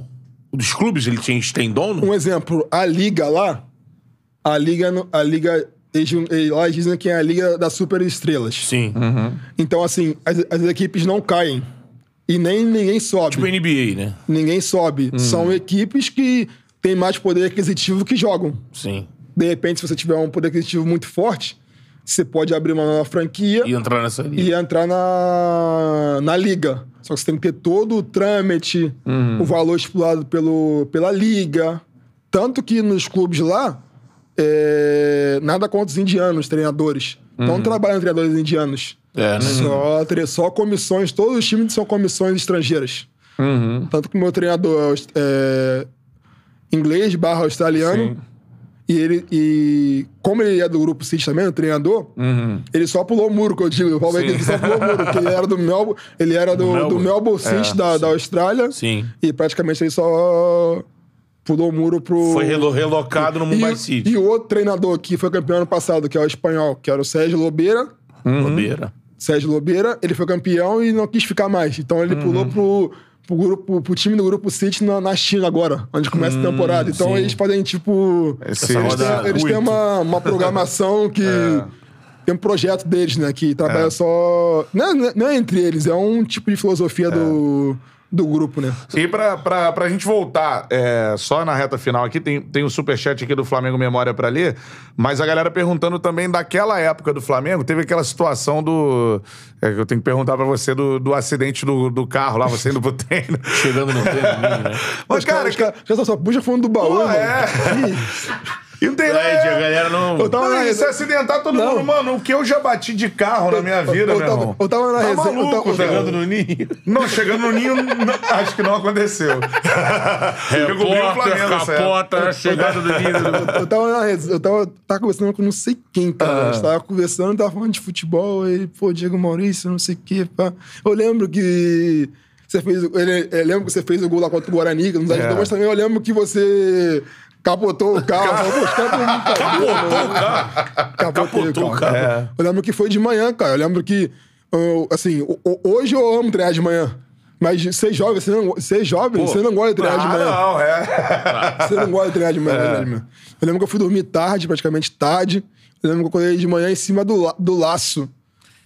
[SPEAKER 2] Dos clubes, ele tem, tem dono?
[SPEAKER 3] Um exemplo, a liga lá, a liga, no- a liga eles, eles- lá eles dizem que é a liga das super estrelas.
[SPEAKER 2] Sim.
[SPEAKER 3] Então assim, as, as equipes não caem e nem ninguém sobe.
[SPEAKER 2] Tipo NBA, né?
[SPEAKER 3] ninguém sobe. São equipes que têm mais poder aquisitivo que jogam.
[SPEAKER 2] Sim.
[SPEAKER 3] De repente, se você tiver um poder aquisitivo muito forte, você pode abrir uma nova franquia.
[SPEAKER 2] E entrar nessa liga.
[SPEAKER 3] e entrar na, na liga. Só que você tem que ter todo o trâmite,
[SPEAKER 2] Uhum.
[SPEAKER 3] o valor estipulado pelo, pela liga. Tanto que nos clubes lá, é, nada contra os indianos, treinadores. Não trabalham treinadores indianos.
[SPEAKER 2] Uhum. É, né?
[SPEAKER 3] Só, tre- só comissões, todos os times são comissões estrangeiras. Tanto que o meu treinador é aus- é, inglês barra australiano. E ele. E como ele é do grupo City também, o treinador,
[SPEAKER 2] Uhum.
[SPEAKER 3] ele só pulou o muro, que eu digo. O Valverde ele só pulou o muro, porque ele era do Melbourne. Ele era do Melbourne, do
[SPEAKER 2] Melbourne. É,
[SPEAKER 3] Melbourne City da, da Austrália.
[SPEAKER 2] Sim.
[SPEAKER 3] E praticamente ele só pulou o muro pro.
[SPEAKER 2] Foi relo- relocado no Mumbai
[SPEAKER 3] e,
[SPEAKER 2] City.
[SPEAKER 3] E o outro treinador que foi campeão ano passado, que é o espanhol, que era o Sérgio Lobeira.
[SPEAKER 2] Bobeira.
[SPEAKER 1] Uhum.
[SPEAKER 3] Sérgio Lobeira, ele foi campeão e não quis ficar mais. Então ele pulou pro, pro, grupo, pro time do grupo City na, na China agora, onde começa
[SPEAKER 1] Hum,
[SPEAKER 3] a temporada. Então eles podem, tipo.
[SPEAKER 1] Esse-
[SPEAKER 3] eles
[SPEAKER 1] essa
[SPEAKER 3] têm,
[SPEAKER 1] roda
[SPEAKER 3] eles têm
[SPEAKER 1] oito.
[SPEAKER 3] uma,
[SPEAKER 1] (laughs)
[SPEAKER 3] uma programação que.
[SPEAKER 1] É.
[SPEAKER 3] Tem um projeto deles, né? Que trabalha só. Não, não- não é entre eles, é um tipo de
[SPEAKER 1] É.
[SPEAKER 3] filosofia do, do grupo, né?
[SPEAKER 1] E pra, pra, pra gente voltar, é, só na reta final aqui, tem, tem o superchat aqui do Flamengo Memória pra ler, mas a galera perguntando também daquela época do Flamengo, teve aquela situação do. é, que eu tenho que perguntar pra você do, do acidente do, do carro lá, você indo pro (laughs) treino.
[SPEAKER 2] Chegando no treino, né?
[SPEAKER 1] (laughs) Mas, cara,
[SPEAKER 3] os caras cara só puxa fundo do baú,
[SPEAKER 1] Pô,
[SPEAKER 3] mano.
[SPEAKER 1] é. (laughs) e não tem nada.
[SPEAKER 2] Gente, a galera não.
[SPEAKER 3] Eu tava
[SPEAKER 1] Não, e
[SPEAKER 3] na
[SPEAKER 1] se
[SPEAKER 3] resenha-
[SPEAKER 1] é acidentar todo
[SPEAKER 3] é- Não.
[SPEAKER 1] mundo, mano, o que eu já bati de carro na é minha vida,
[SPEAKER 3] eu
[SPEAKER 1] meu
[SPEAKER 3] tava-
[SPEAKER 1] irmão.
[SPEAKER 3] eu tava
[SPEAKER 1] Tá
[SPEAKER 3] na resenha- eu
[SPEAKER 1] maluco,
[SPEAKER 3] tava- eu tava-
[SPEAKER 1] velho.
[SPEAKER 2] Chegando no ninho.
[SPEAKER 1] Não, chegando no ninho, não- acho que não aconteceu. eu cobri o
[SPEAKER 2] Repórter,
[SPEAKER 1] Flamengo, nessa época.
[SPEAKER 2] capota, chegada do ninho.
[SPEAKER 3] Eu tava na res- eu tava, tava conversando com não sei quem, cara. A gente tava conversando, tava falando de futebol, e, pô, Diego Maurício, não sei o quê, pá. Eu lembro que você fez. o- ele- Eu lembro que você fez o gol lá contra o Guarani, que nos ajudou, mas também eu lembro que você capotou o carro. Falou, pô, os caras tão muito cabelo, mano. Capotei
[SPEAKER 2] Capotou o
[SPEAKER 3] o carro. É. Eu lembro que foi de manhã, cara. Eu lembro que. eu- assim, o- o- hoje eu amo treinar de manhã. Mas ser jovem, você não, ser jovem, você não gosta de treinar de
[SPEAKER 1] Ah,
[SPEAKER 3] manhã.
[SPEAKER 1] não, é.
[SPEAKER 3] Você não gosta de treinar de manhã, né, meu? Eu lembro que eu fui dormir tarde, praticamente tarde. Eu lembro que eu acordei de manhã em cima do, la- do laço.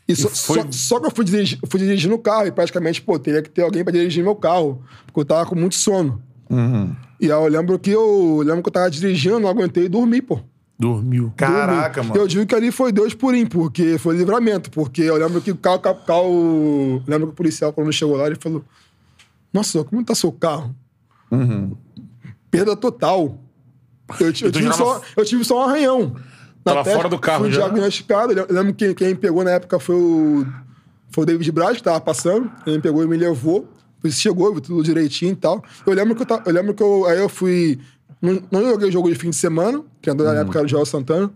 [SPEAKER 3] E só, só, só que eu fui, dirigir, eu fui dirigindo o carro e praticamente, pô, teria que ter alguém pra dirigir meu carro, porque eu tava com muito sono. E aí eu lembro que eu, eu lembro que eu tava dirigindo, não aguentei e dormi, pô.
[SPEAKER 2] Dormiu.
[SPEAKER 1] Caraca,
[SPEAKER 3] Dormi.
[SPEAKER 1] mano.
[SPEAKER 3] Eu digo que ali foi Deus por um, porque foi livramento, porque eu lembro que o carro, carro, carro- eu lembro que o policial quando chegou lá ele falou: "Nossa, como tá seu carro?" Perda total. Eu, ti- eu
[SPEAKER 2] tu
[SPEAKER 3] tive
[SPEAKER 2] já
[SPEAKER 3] só,
[SPEAKER 2] tava-
[SPEAKER 3] eu tive só um arranhão. na
[SPEAKER 2] Tava fora do carro
[SPEAKER 3] fui
[SPEAKER 2] já.
[SPEAKER 3] diagnosticado. Eu lembro que quem pegou na época foi o, foi o David Braz, que tava passando. Ele me pegou e me levou. Depois Chegou, viu tudo direitinho e tal. Eu lembro que eu, ta- eu lembro que eu, aí eu fui. Não, não joguei jogo de fim de semana, o treinador na época era o Joel Santana.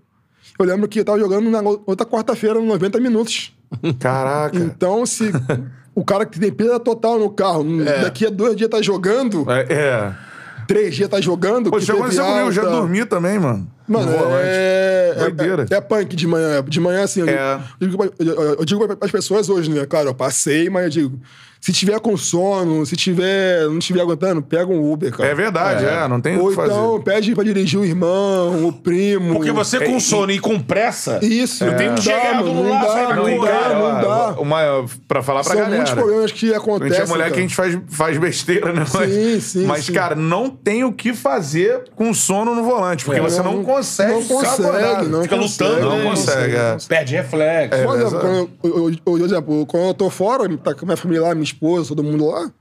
[SPEAKER 3] Eu lembro que eu tava jogando na o- outra quarta-feira, 90 minutos.
[SPEAKER 2] É.
[SPEAKER 1] Caraca.
[SPEAKER 3] Então, se o cara que tem perda total no carro,
[SPEAKER 2] É.
[SPEAKER 3] daqui a dois dias tá jogando,
[SPEAKER 1] É. é.
[SPEAKER 3] três dias tá jogando.
[SPEAKER 1] Pô,
[SPEAKER 3] que
[SPEAKER 1] chegou
[SPEAKER 3] teve
[SPEAKER 1] nesse comigo, eu já
[SPEAKER 3] alta.
[SPEAKER 1] dormi também, mano.
[SPEAKER 3] Mano,
[SPEAKER 1] No volante.
[SPEAKER 3] é...
[SPEAKER 1] Doideira.
[SPEAKER 3] É, é punk de manhã. De manhã, assim, eu,
[SPEAKER 1] É.
[SPEAKER 3] digo, eu digo pra- eu- eu digo para as pessoas hoje, né? Claro, eu passei, mas eu digo, se tiver com sono, se tiver, não estiver aguentando, pega um Uber, cara.
[SPEAKER 1] É verdade, é. Não tem o
[SPEAKER 3] Ou
[SPEAKER 1] que fazer.
[SPEAKER 3] então pede pra dirigir o irmão, o primo.
[SPEAKER 2] Porque você com sono e com pressa.
[SPEAKER 3] Isso,
[SPEAKER 2] tem
[SPEAKER 3] não
[SPEAKER 2] que chegar
[SPEAKER 3] dá,
[SPEAKER 2] no
[SPEAKER 3] mano, não
[SPEAKER 2] laço,
[SPEAKER 3] dá,
[SPEAKER 2] aí pra
[SPEAKER 3] não
[SPEAKER 2] cuidar,
[SPEAKER 3] dá, não
[SPEAKER 1] ó,
[SPEAKER 3] dá.
[SPEAKER 1] Uma, pra falar pra
[SPEAKER 3] São
[SPEAKER 1] galera.
[SPEAKER 3] muitos problemas que
[SPEAKER 1] A gente
[SPEAKER 3] acontecem.
[SPEAKER 1] é mulher que a
[SPEAKER 3] cara.
[SPEAKER 1] gente faz, faz besteira, né? Mas,
[SPEAKER 3] Sim, sim,
[SPEAKER 1] Mas,
[SPEAKER 3] sim.
[SPEAKER 1] cara, não tem o que fazer com sono no volante, porque você não,
[SPEAKER 3] É. não-
[SPEAKER 1] consegue
[SPEAKER 3] não
[SPEAKER 1] ficar
[SPEAKER 3] consegue,
[SPEAKER 1] acordado.
[SPEAKER 3] não
[SPEAKER 2] Fica lutando,
[SPEAKER 1] Não
[SPEAKER 2] né?
[SPEAKER 1] consegue, é.
[SPEAKER 2] Perde reflexo.
[SPEAKER 3] Por exemplo, quando eu, eu- eu- por exemplo, quando eu tô fora, tá com minha família lá, minha esposa, todo mundo lá,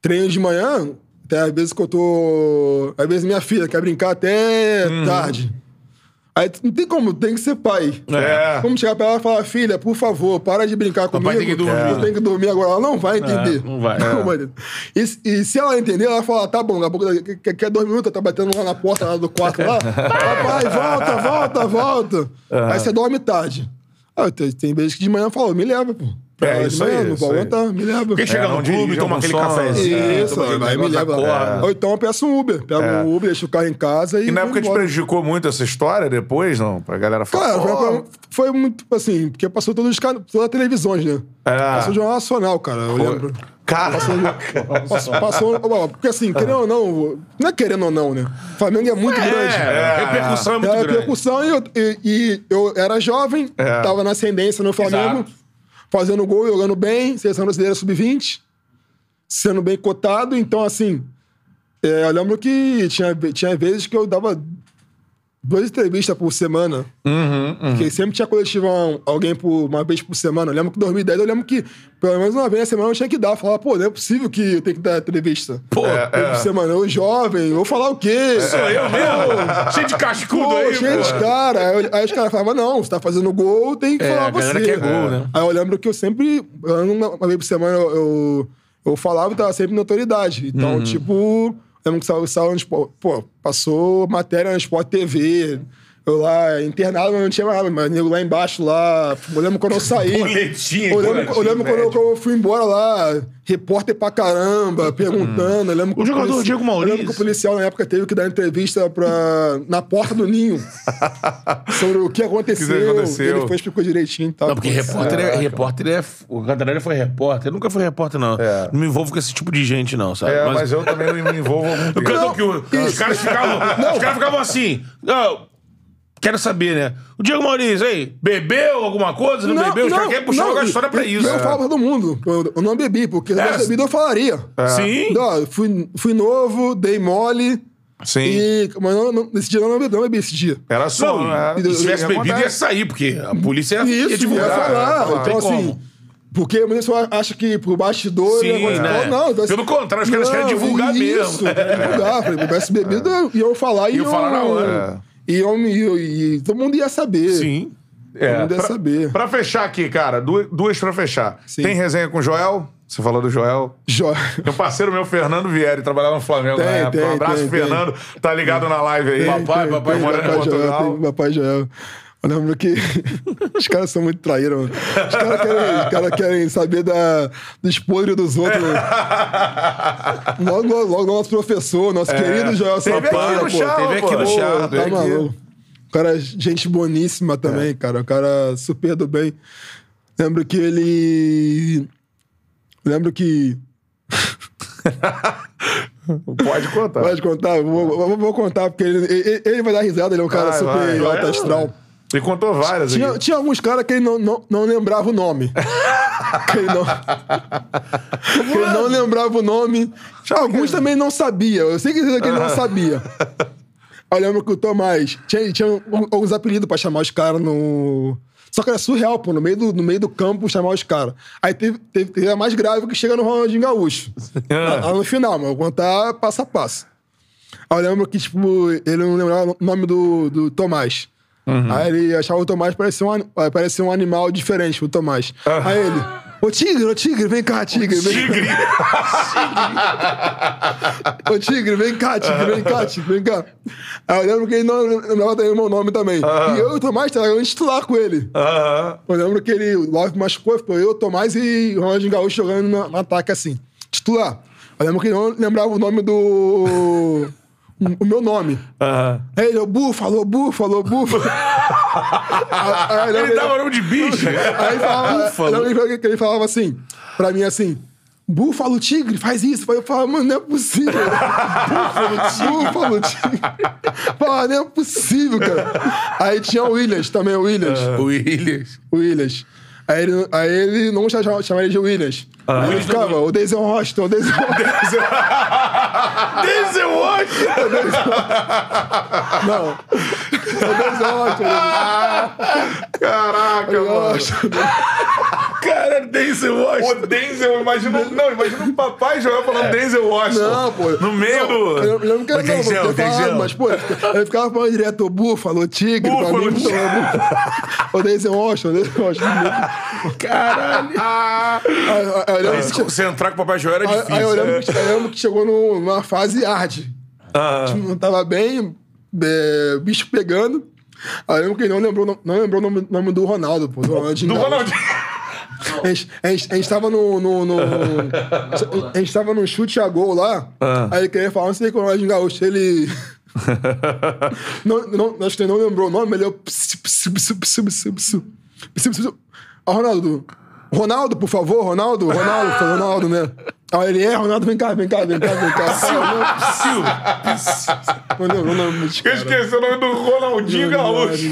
[SPEAKER 3] treino de manhã, até às vezes que eu tô. Às vezes minha filha quer brincar até tarde. Aí não tem como, tem que ser pai.
[SPEAKER 1] É.
[SPEAKER 3] Como chegar pra ela e falar, filha, por favor, para de brincar comigo.
[SPEAKER 2] Papai tem que dormir.
[SPEAKER 3] Eu tenho que dormir agora. Ela não vai entender.
[SPEAKER 2] não vai.
[SPEAKER 1] é.
[SPEAKER 3] Não vai entender. E, se- e se ela entender, ela fala, tá bom, daqui a pouco, que- que- quer dois minutos, tá batendo lá na porta lá do quarto
[SPEAKER 1] (laughs)
[SPEAKER 3] lá. Papai, volta, volta, volta. Aí você dorme tarde. Ah, tem, tem vezes que de manhã eu falo, me leva, pô.
[SPEAKER 1] É,
[SPEAKER 3] de
[SPEAKER 1] isso
[SPEAKER 3] manhã,
[SPEAKER 1] aí,
[SPEAKER 3] não
[SPEAKER 1] isso
[SPEAKER 3] vou
[SPEAKER 1] aí.
[SPEAKER 3] aguentar, me leva.
[SPEAKER 2] Quem chega
[SPEAKER 1] É, não
[SPEAKER 2] no clube
[SPEAKER 1] dirige
[SPEAKER 2] e toma
[SPEAKER 1] algum
[SPEAKER 2] aquele
[SPEAKER 1] sono,
[SPEAKER 2] cafezinho.
[SPEAKER 1] É.
[SPEAKER 3] Isso, aí vai, me leva. Ou então peça um Uber. Pega um Uber, deixa o carro em casa e.
[SPEAKER 1] E na
[SPEAKER 3] vou
[SPEAKER 1] época te
[SPEAKER 3] embora.
[SPEAKER 1] prejudicou muito essa história depois, não? Pra galera falar.
[SPEAKER 3] Cara,
[SPEAKER 1] "Pô,
[SPEAKER 3] foi, foi muito assim, porque passou todos os can... todas as televisões, né?
[SPEAKER 1] É.
[SPEAKER 3] Passou o Jornal Nacional, cara, eu lembro.
[SPEAKER 1] Cara,
[SPEAKER 3] Passou, passou- ó, porque assim, querendo ou não, não é querendo ou não, né? O Flamengo é muito grande.
[SPEAKER 2] É, a repercussão é muito
[SPEAKER 3] Era a
[SPEAKER 2] grande. É.
[SPEAKER 3] percussão e eu, e- e eu era jovem, tava na ascendência no Flamengo,
[SPEAKER 2] Exato.
[SPEAKER 3] fazendo gol, jogando bem, seleção brasileira sub-20, sendo bem cotado. Então, assim, é, eu lembro que tinha, ve- tinha vezes que eu dava duas entrevistas por semana.
[SPEAKER 2] Uhum,
[SPEAKER 3] Porque sempre tinha coletivo um- alguém por, uma vez por semana. Eu lembro que em 2010 eu lembro que pelo menos uma vez na semana eu tinha que dar. Falar, pô, não é possível que eu tenha que dar entrevista.
[SPEAKER 2] Pô, é,
[SPEAKER 3] Uma vez por semana, eu jovem, eu vou falar o quê?
[SPEAKER 2] sou eu mesmo. Cheio de cascudo
[SPEAKER 3] Pô,
[SPEAKER 2] aí,
[SPEAKER 3] cheio de
[SPEAKER 2] pô. É,
[SPEAKER 3] cara. Aí, eu- aí os caras falavam, não, você tá fazendo gol, tem que falar
[SPEAKER 2] a galera
[SPEAKER 3] você.
[SPEAKER 2] quer gol, né?
[SPEAKER 3] Aí eu lembro que eu sempre, eu lembro uma, uma vez por semana, eu, eu, eu falava e tava sempre na autoridade. Então,
[SPEAKER 2] Uhum.
[SPEAKER 3] tipo, lembro que saiu, saiu no Sport- pô, passou matéria na Sport TV, Eu lá, internado, não tinha mais nada, mas nego lá embaixo, lá. Olhando quando eu saí.
[SPEAKER 2] Boletim,
[SPEAKER 3] olhando
[SPEAKER 2] boletim
[SPEAKER 3] olhando quando, eu,
[SPEAKER 2] médico.
[SPEAKER 3] quando eu fui embora lá, repórter pra
[SPEAKER 2] Hum.
[SPEAKER 3] caramba, perguntando. eu lembro que
[SPEAKER 5] jogador
[SPEAKER 3] polici-
[SPEAKER 5] Diego
[SPEAKER 3] Eu
[SPEAKER 5] Maurício.
[SPEAKER 3] lembro que o policial na época teve que dar entrevista pra, na porta
[SPEAKER 2] (laughs)
[SPEAKER 3] do ninho sobre o que aconteceu.
[SPEAKER 1] O que aconteceu.
[SPEAKER 3] Ele foi explicou direitinho e tal.
[SPEAKER 2] Não, porque repórter é, repórter é. O Cantarelli foi repórter. Eu nunca fui repórter, não.
[SPEAKER 1] É.
[SPEAKER 2] Não me envolvo com esse tipo de gente, não, sabe?
[SPEAKER 1] É, mas... eu também não me envolvo há algum
[SPEAKER 2] Eu
[SPEAKER 1] tempo.
[SPEAKER 2] canto que o- os caras ficavam. Os caras ficavam assim. "Ah, quero saber, né? O Diego Maurício, aí, bebeu alguma coisa? Não, bebeu? Os caras querem puxar
[SPEAKER 3] não,
[SPEAKER 2] a história pra isso.
[SPEAKER 3] Eu falo pra todo mundo. Eu, eu não bebi, porque se eu
[SPEAKER 2] É.
[SPEAKER 3] tivesse bebido eu falaria.
[SPEAKER 2] Sim.
[SPEAKER 3] Não, eu fui, fui novo, dei mole.
[SPEAKER 1] Sim.
[SPEAKER 3] E, mas não, não, nesse dia eu não bebi, não bebi esse dia.
[SPEAKER 1] Era só.
[SPEAKER 3] é,
[SPEAKER 2] Não,
[SPEAKER 1] né?
[SPEAKER 2] e se tivesse
[SPEAKER 1] Acontece.
[SPEAKER 2] bebido, ia sair, porque a polícia ia,
[SPEAKER 3] Isso,
[SPEAKER 2] ia
[SPEAKER 3] ia
[SPEAKER 2] divulgar.
[SPEAKER 3] falar.
[SPEAKER 2] Não tem
[SPEAKER 3] Então, assim,
[SPEAKER 2] como.
[SPEAKER 3] porque muita pessoa acha que pro bastidor...
[SPEAKER 2] Sim,
[SPEAKER 3] né, coisa e
[SPEAKER 2] né?
[SPEAKER 3] tal. Não, então, assim,
[SPEAKER 2] Pelo contrário, os caras querem divulgar
[SPEAKER 3] isso,
[SPEAKER 2] mesmo.
[SPEAKER 3] querem divulgar. Falei, tivesse bebido, e eu falar e
[SPEAKER 2] Iam
[SPEAKER 3] eu...
[SPEAKER 2] falar na hora.
[SPEAKER 3] E, eu, me- eu- e todo mundo ia saber.
[SPEAKER 2] Sim. é.
[SPEAKER 3] Todo mundo ia
[SPEAKER 1] É, pra-
[SPEAKER 3] saber.
[SPEAKER 1] Pra fechar aqui, cara, du- duas pra fechar.
[SPEAKER 3] Sim.
[SPEAKER 1] Tem resenha com o Joel? Você falou do Joel.
[SPEAKER 3] Jó.
[SPEAKER 1] Tem um parceiro meu, Fernando Vieri, trabalhava no Flamengo
[SPEAKER 3] Tem,
[SPEAKER 1] na época. um
[SPEAKER 3] tem,
[SPEAKER 1] abraço,
[SPEAKER 3] tem,
[SPEAKER 1] Fernando. Tá ligado na live aí.
[SPEAKER 2] Papai, papai,
[SPEAKER 1] Tá morando em
[SPEAKER 3] Papai Joel,
[SPEAKER 1] Portugal.
[SPEAKER 3] tem Papai Joel. Eu lembro que (laughs) os caras são muito traíram. mano. Os caras querem, os caras querem saber da, dos podres
[SPEAKER 2] (laughs)
[SPEAKER 3] dos outros. Logo, logo nosso professor, nosso
[SPEAKER 2] É.
[SPEAKER 3] querido Joel
[SPEAKER 1] Teve
[SPEAKER 3] Santana,
[SPEAKER 2] um
[SPEAKER 1] aqui no
[SPEAKER 3] pô.
[SPEAKER 1] chá,
[SPEAKER 2] teve
[SPEAKER 1] pô.
[SPEAKER 2] aqui no chá,
[SPEAKER 1] Pô,
[SPEAKER 3] Tá
[SPEAKER 1] teve aqui. É.
[SPEAKER 3] maluco. O cara, é gente boníssima também, cara. O cara super do bem. Lembro que ele. Lembro que.
[SPEAKER 1] Pode contar.
[SPEAKER 3] Pode contar? Vou, vou- vou contar, porque ele, ele, ele vai dar risada, ele é um cara
[SPEAKER 1] Vai,
[SPEAKER 3] super
[SPEAKER 1] vai.
[SPEAKER 3] alto astral.
[SPEAKER 1] E contou várias
[SPEAKER 3] Tinha,
[SPEAKER 1] aqui.
[SPEAKER 3] tinha alguns caras que ele não, não, não lembrava o nome.
[SPEAKER 1] (laughs)
[SPEAKER 3] que ele não, que ele não lembrava o nome. Alguns também não sabia. Eu sei que ele não sabia. Aí Eu lembro que o Tomás tinha, tinha um- alguns apelidos pra chamar os caras no. Só que era surreal, pô, no meio do, no meio do campo chamar os caras. Aí teve, teve, teve a mais grave que chega no Ronaldinho Gaúcho. Lá lá no final, mas eu vou contar passo a passo. Aí eu lembro que, tipo, ele não lembrava o nome do, do Tomás. Aí ele achava o Tomás parecia um, ani- ah, parecia um animal diferente, o Tomás. Aí ele, ô tigre, ô tigre, vem cá, tigre. Vem,
[SPEAKER 2] Tigre.
[SPEAKER 3] Ô tigre, vem cá, tigre, vem cá, tigre, vem cá. Aí eu lembro que ele não lembrava também o meu nome também. E eu e o Tomás, tá, eu antes de lá com ele.
[SPEAKER 1] Aham.
[SPEAKER 3] Eu lembro que ele, o Love machucou, ficou eu, Tomás e o Ronaldinho Gaúcho jogando na- no ataque assim. Titular. Eu lembro que ele não lembrava o nome do. o- o meu nome.
[SPEAKER 1] Aham.
[SPEAKER 3] Aí ele, ô búfalo, ô búfalo, ô búfalo. Aí- aí eu lembro-
[SPEAKER 2] Ele dava nome de
[SPEAKER 3] (laughs)
[SPEAKER 2] bicho.
[SPEAKER 3] Aí falava, eu lembro que ele falava assim, pra mim assim, búfalo tigre, faz isso. Eu falava, mano, não é possível. búfalo tigre. Falava, não é possível, cara. Aí tinha o Williams também, o Williams.
[SPEAKER 2] O Williams.
[SPEAKER 3] O Williams. Aí ele, aí ele não cha- cha- chamava ele de Williams. Aí ele ficava, o Denzel Washington, o é um Denzel Washington.
[SPEAKER 2] Denzel Washington.
[SPEAKER 3] Não. O é um Denzel Washington.
[SPEAKER 1] Caraca,
[SPEAKER 3] o Denzel
[SPEAKER 1] mano.
[SPEAKER 3] Washington.
[SPEAKER 2] Cara, Denzel Washington.
[SPEAKER 1] O Denzel, imagina. Não, imagina o papai Joel
[SPEAKER 3] É.
[SPEAKER 1] falando Denzel Washington.
[SPEAKER 3] Não, pô.
[SPEAKER 1] No meio do.
[SPEAKER 3] Eu lembro que era não,
[SPEAKER 2] Denzel,
[SPEAKER 3] porque eu falava,
[SPEAKER 2] Denzel.
[SPEAKER 3] mas, pô, eu ficava falando direto, búfalo, tigre, pra
[SPEAKER 1] Búfalo,
[SPEAKER 3] mim,
[SPEAKER 1] tigre.
[SPEAKER 3] búfalo. O Denzel Washington, o Denzel Washington.
[SPEAKER 2] Caralho.
[SPEAKER 3] Ah, Aí, aí, eu
[SPEAKER 2] Aí se
[SPEAKER 3] lembro que-
[SPEAKER 2] concentrar com o Papai Joel era
[SPEAKER 3] aí-
[SPEAKER 2] difícil.
[SPEAKER 3] aí eu
[SPEAKER 1] é. né?
[SPEAKER 3] lembro que- eu lembro que chegou no- numa fase hard. Tipo, não tava bem, é, bicho pegando. Aí eu lembro que ele não lembrou, não lembrou o nome, nome do Ronaldo, pô. Do
[SPEAKER 1] Do
[SPEAKER 3] Ronaldinho. Gaúcho.
[SPEAKER 1] Ronaldinho.
[SPEAKER 3] A gente, a gente, a gente tava no. no- no- a gente tava num chute a gol lá. Aí ele queria falar, não sei como é de gaúcho. Ele. não, não, acho que ele não lembrou o nome, ele é o. psi, psi, psi, psi, psi, psi, psi, psi. Ah, Ronaldo. Ronaldo, por favor, Ronaldo, Ronaldo, foi Ronaldo, né? Aí ele é, Ronaldo, vem cá, vem cá, vem cá, vem cá.
[SPEAKER 2] (laughs)
[SPEAKER 3] Não lembrou o nome dos
[SPEAKER 1] Eu
[SPEAKER 3] caras.
[SPEAKER 1] esqueci é o nome do Ronaldinho Gaúcho.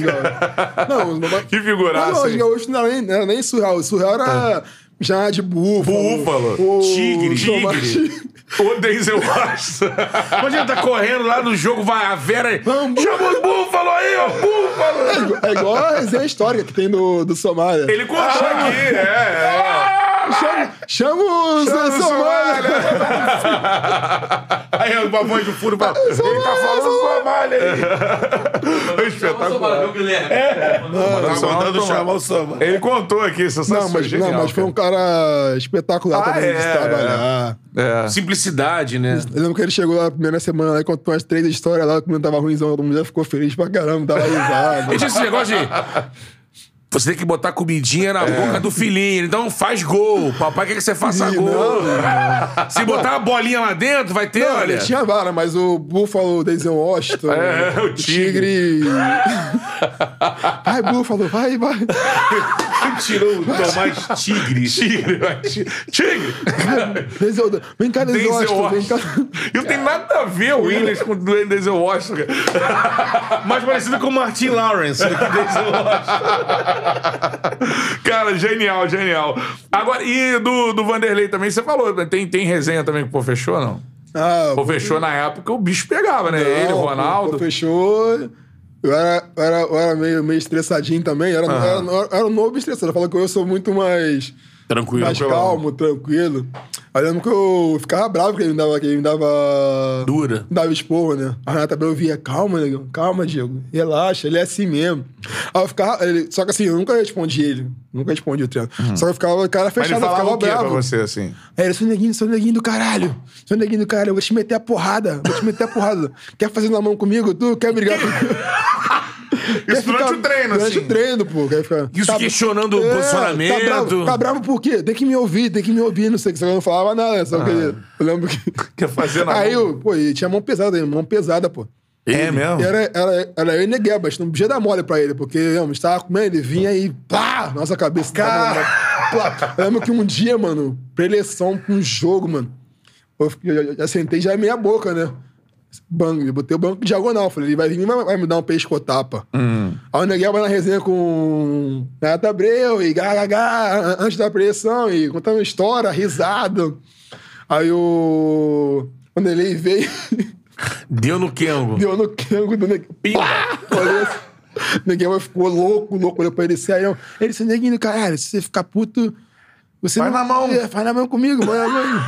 [SPEAKER 3] Não, mas-
[SPEAKER 1] Que figuraça,
[SPEAKER 3] Mas Ronaldinho
[SPEAKER 1] hein?
[SPEAKER 3] Gaúcho não era nem, não era nem surreal. O surreal era já de búfalo.
[SPEAKER 1] Búfalo.
[SPEAKER 3] O
[SPEAKER 2] Tigre,
[SPEAKER 3] Tomás-
[SPEAKER 1] O Denzel Washington.
[SPEAKER 2] Imagina, tá correndo lá no jogo, vai a Vera e...
[SPEAKER 3] Vamos.
[SPEAKER 2] Chama o Búfalo aí, ó, Búfalo!
[SPEAKER 3] É igual- É igual a resenha histórica que tem do, do Somália.
[SPEAKER 1] Ele contou aqui, é, é.
[SPEAKER 3] Chama, chama o Zé Somália.
[SPEAKER 2] Aí o babões do furo fala, ele tá falando Somália aí.
[SPEAKER 1] Espetacular.
[SPEAKER 4] Guilherme.
[SPEAKER 6] É.
[SPEAKER 2] Tá
[SPEAKER 1] Somália,
[SPEAKER 2] mandando
[SPEAKER 1] Somália.
[SPEAKER 2] chamar o Somália.
[SPEAKER 1] Ele contou aqui, sensacional.
[SPEAKER 3] Não, mas,
[SPEAKER 1] genial,
[SPEAKER 3] não, mas foi um cara espetacular
[SPEAKER 1] Ah,
[SPEAKER 3] também de
[SPEAKER 1] é,
[SPEAKER 3] se trabalhar.
[SPEAKER 1] cara. É.
[SPEAKER 2] Simplicidade, né?
[SPEAKER 3] Eu lembro que ele chegou lá na primeira semana lá, e contou umas três histórias lá, que não tava ruimzão, todo mundo já ficou feliz pra
[SPEAKER 1] (laughs)
[SPEAKER 3] caramba, tava risado.
[SPEAKER 2] Ele tinha esse negócio de. Você tem que botar comidinha na boca do filhinho, então faz gol. Papai quer que você faça
[SPEAKER 3] Ih,
[SPEAKER 2] gol.
[SPEAKER 1] né?
[SPEAKER 3] não.
[SPEAKER 2] Se botar uma bolinha lá dentro, vai ter,
[SPEAKER 3] Não,
[SPEAKER 2] olha.
[SPEAKER 3] ele tinha vara, mas o Buffalo, o Denzel Washington,
[SPEAKER 1] É, o (laughs)
[SPEAKER 3] Tigre... vai, Buffalo, vai, vai.
[SPEAKER 2] tirou o Tomás Tigre.
[SPEAKER 1] Tigre, vai, ti- Tigre!
[SPEAKER 3] Denzel, vem cá, Denzel
[SPEAKER 1] Denzel
[SPEAKER 3] Washington, vem cá.
[SPEAKER 1] E não tem nada a ver o Williams com o Denzel Washington.
[SPEAKER 2] Mais parecido com o Martin Lawrence. do que o Denzel Washington.
[SPEAKER 1] Cara, genial, genial. Agora, e do, do Vanderlei também, você falou, tem, tem resenha também com o Pô Fechou, não?
[SPEAKER 3] Ah,
[SPEAKER 1] Pô Fechou na época o bicho pegava, né? Ele, o
[SPEAKER 3] Não,
[SPEAKER 1] Ronaldo.
[SPEAKER 3] pô, Fechou. Eu era, eu era, eu era meio, meio estressadinho também. Eu era, eu era, eu era um novo estressado. Fala que eu sou muito mais,
[SPEAKER 2] Tranquilo.
[SPEAKER 3] mais calmo, tranquilo. Aí eu lembro que eu ficava bravo que ele me dava. Que ele me dava
[SPEAKER 2] Dura.
[SPEAKER 3] me Dava esporro, né? A Renata Abreu via, calma, negão, calma, Diego. Relaxa, ele é assim mesmo. Aí eu ficava. ele- só que assim, eu nunca respondi ele. Nunca respondi o treino. Só que eu ficava, o cara
[SPEAKER 1] Uhum. Mas ele
[SPEAKER 3] fechado, eu
[SPEAKER 1] falava
[SPEAKER 3] ficava
[SPEAKER 1] o quê pra
[SPEAKER 3] bravo.
[SPEAKER 1] você, assim?
[SPEAKER 3] Aí É, ele, seu neguinho, seu neguinho do caralho. Seu neguinho do caralho, eu vou te meter a porrada. Vou te meter a porrada. Quer fazer na mão comigo? Tu quer brigar comigo?
[SPEAKER 1] Isso durante o treino,
[SPEAKER 3] durante
[SPEAKER 1] assim.
[SPEAKER 3] Durante o treino, pô. Quer ficar...
[SPEAKER 2] Isso questionando o posicionamento.
[SPEAKER 3] Tá bravo, tá bravo por quê? Tem que me ouvir, tem que me ouvir. Não sei o que você não falava nada. Só que eu lembro que...
[SPEAKER 1] Ah. Quer fazer na
[SPEAKER 3] Aí,
[SPEAKER 1] mão?
[SPEAKER 3] eu, pô, e tinha mão pesada, hein, mão pesada, pô.
[SPEAKER 1] É mesmo?
[SPEAKER 3] E Era, era, era eu e Neguebas, não podia dar mole pra ele, porque eu estava comendo, ele vinha e pá, nossa cabeça. Cara... Plá. Eu lembro que um dia, mano, preleção pra um jogo, mano, eu, fiquei- eu, eu, já sentei já meia boca, né? Banco, eu botei o banco diagonal, falei, ele vai vir e vai, vai me dar um pescotapa. Aí o Neguebas na resenha com Nata Abreu e gagagá, antes da preleção, e contando história, risada. Aí o... Quando ele veio... (laughs)
[SPEAKER 2] Deu no Kengo.
[SPEAKER 3] Deu no cango do neguinho. Olha isso. O neguinho ficou louco, louco. Olhou pra ele sério. é Ele disse, neguinho, caralho, se você ficar puto... Você
[SPEAKER 1] Faz
[SPEAKER 3] não-
[SPEAKER 1] na mão.
[SPEAKER 3] É, faz na mão comigo, faz
[SPEAKER 1] (laughs)
[SPEAKER 3] na mão.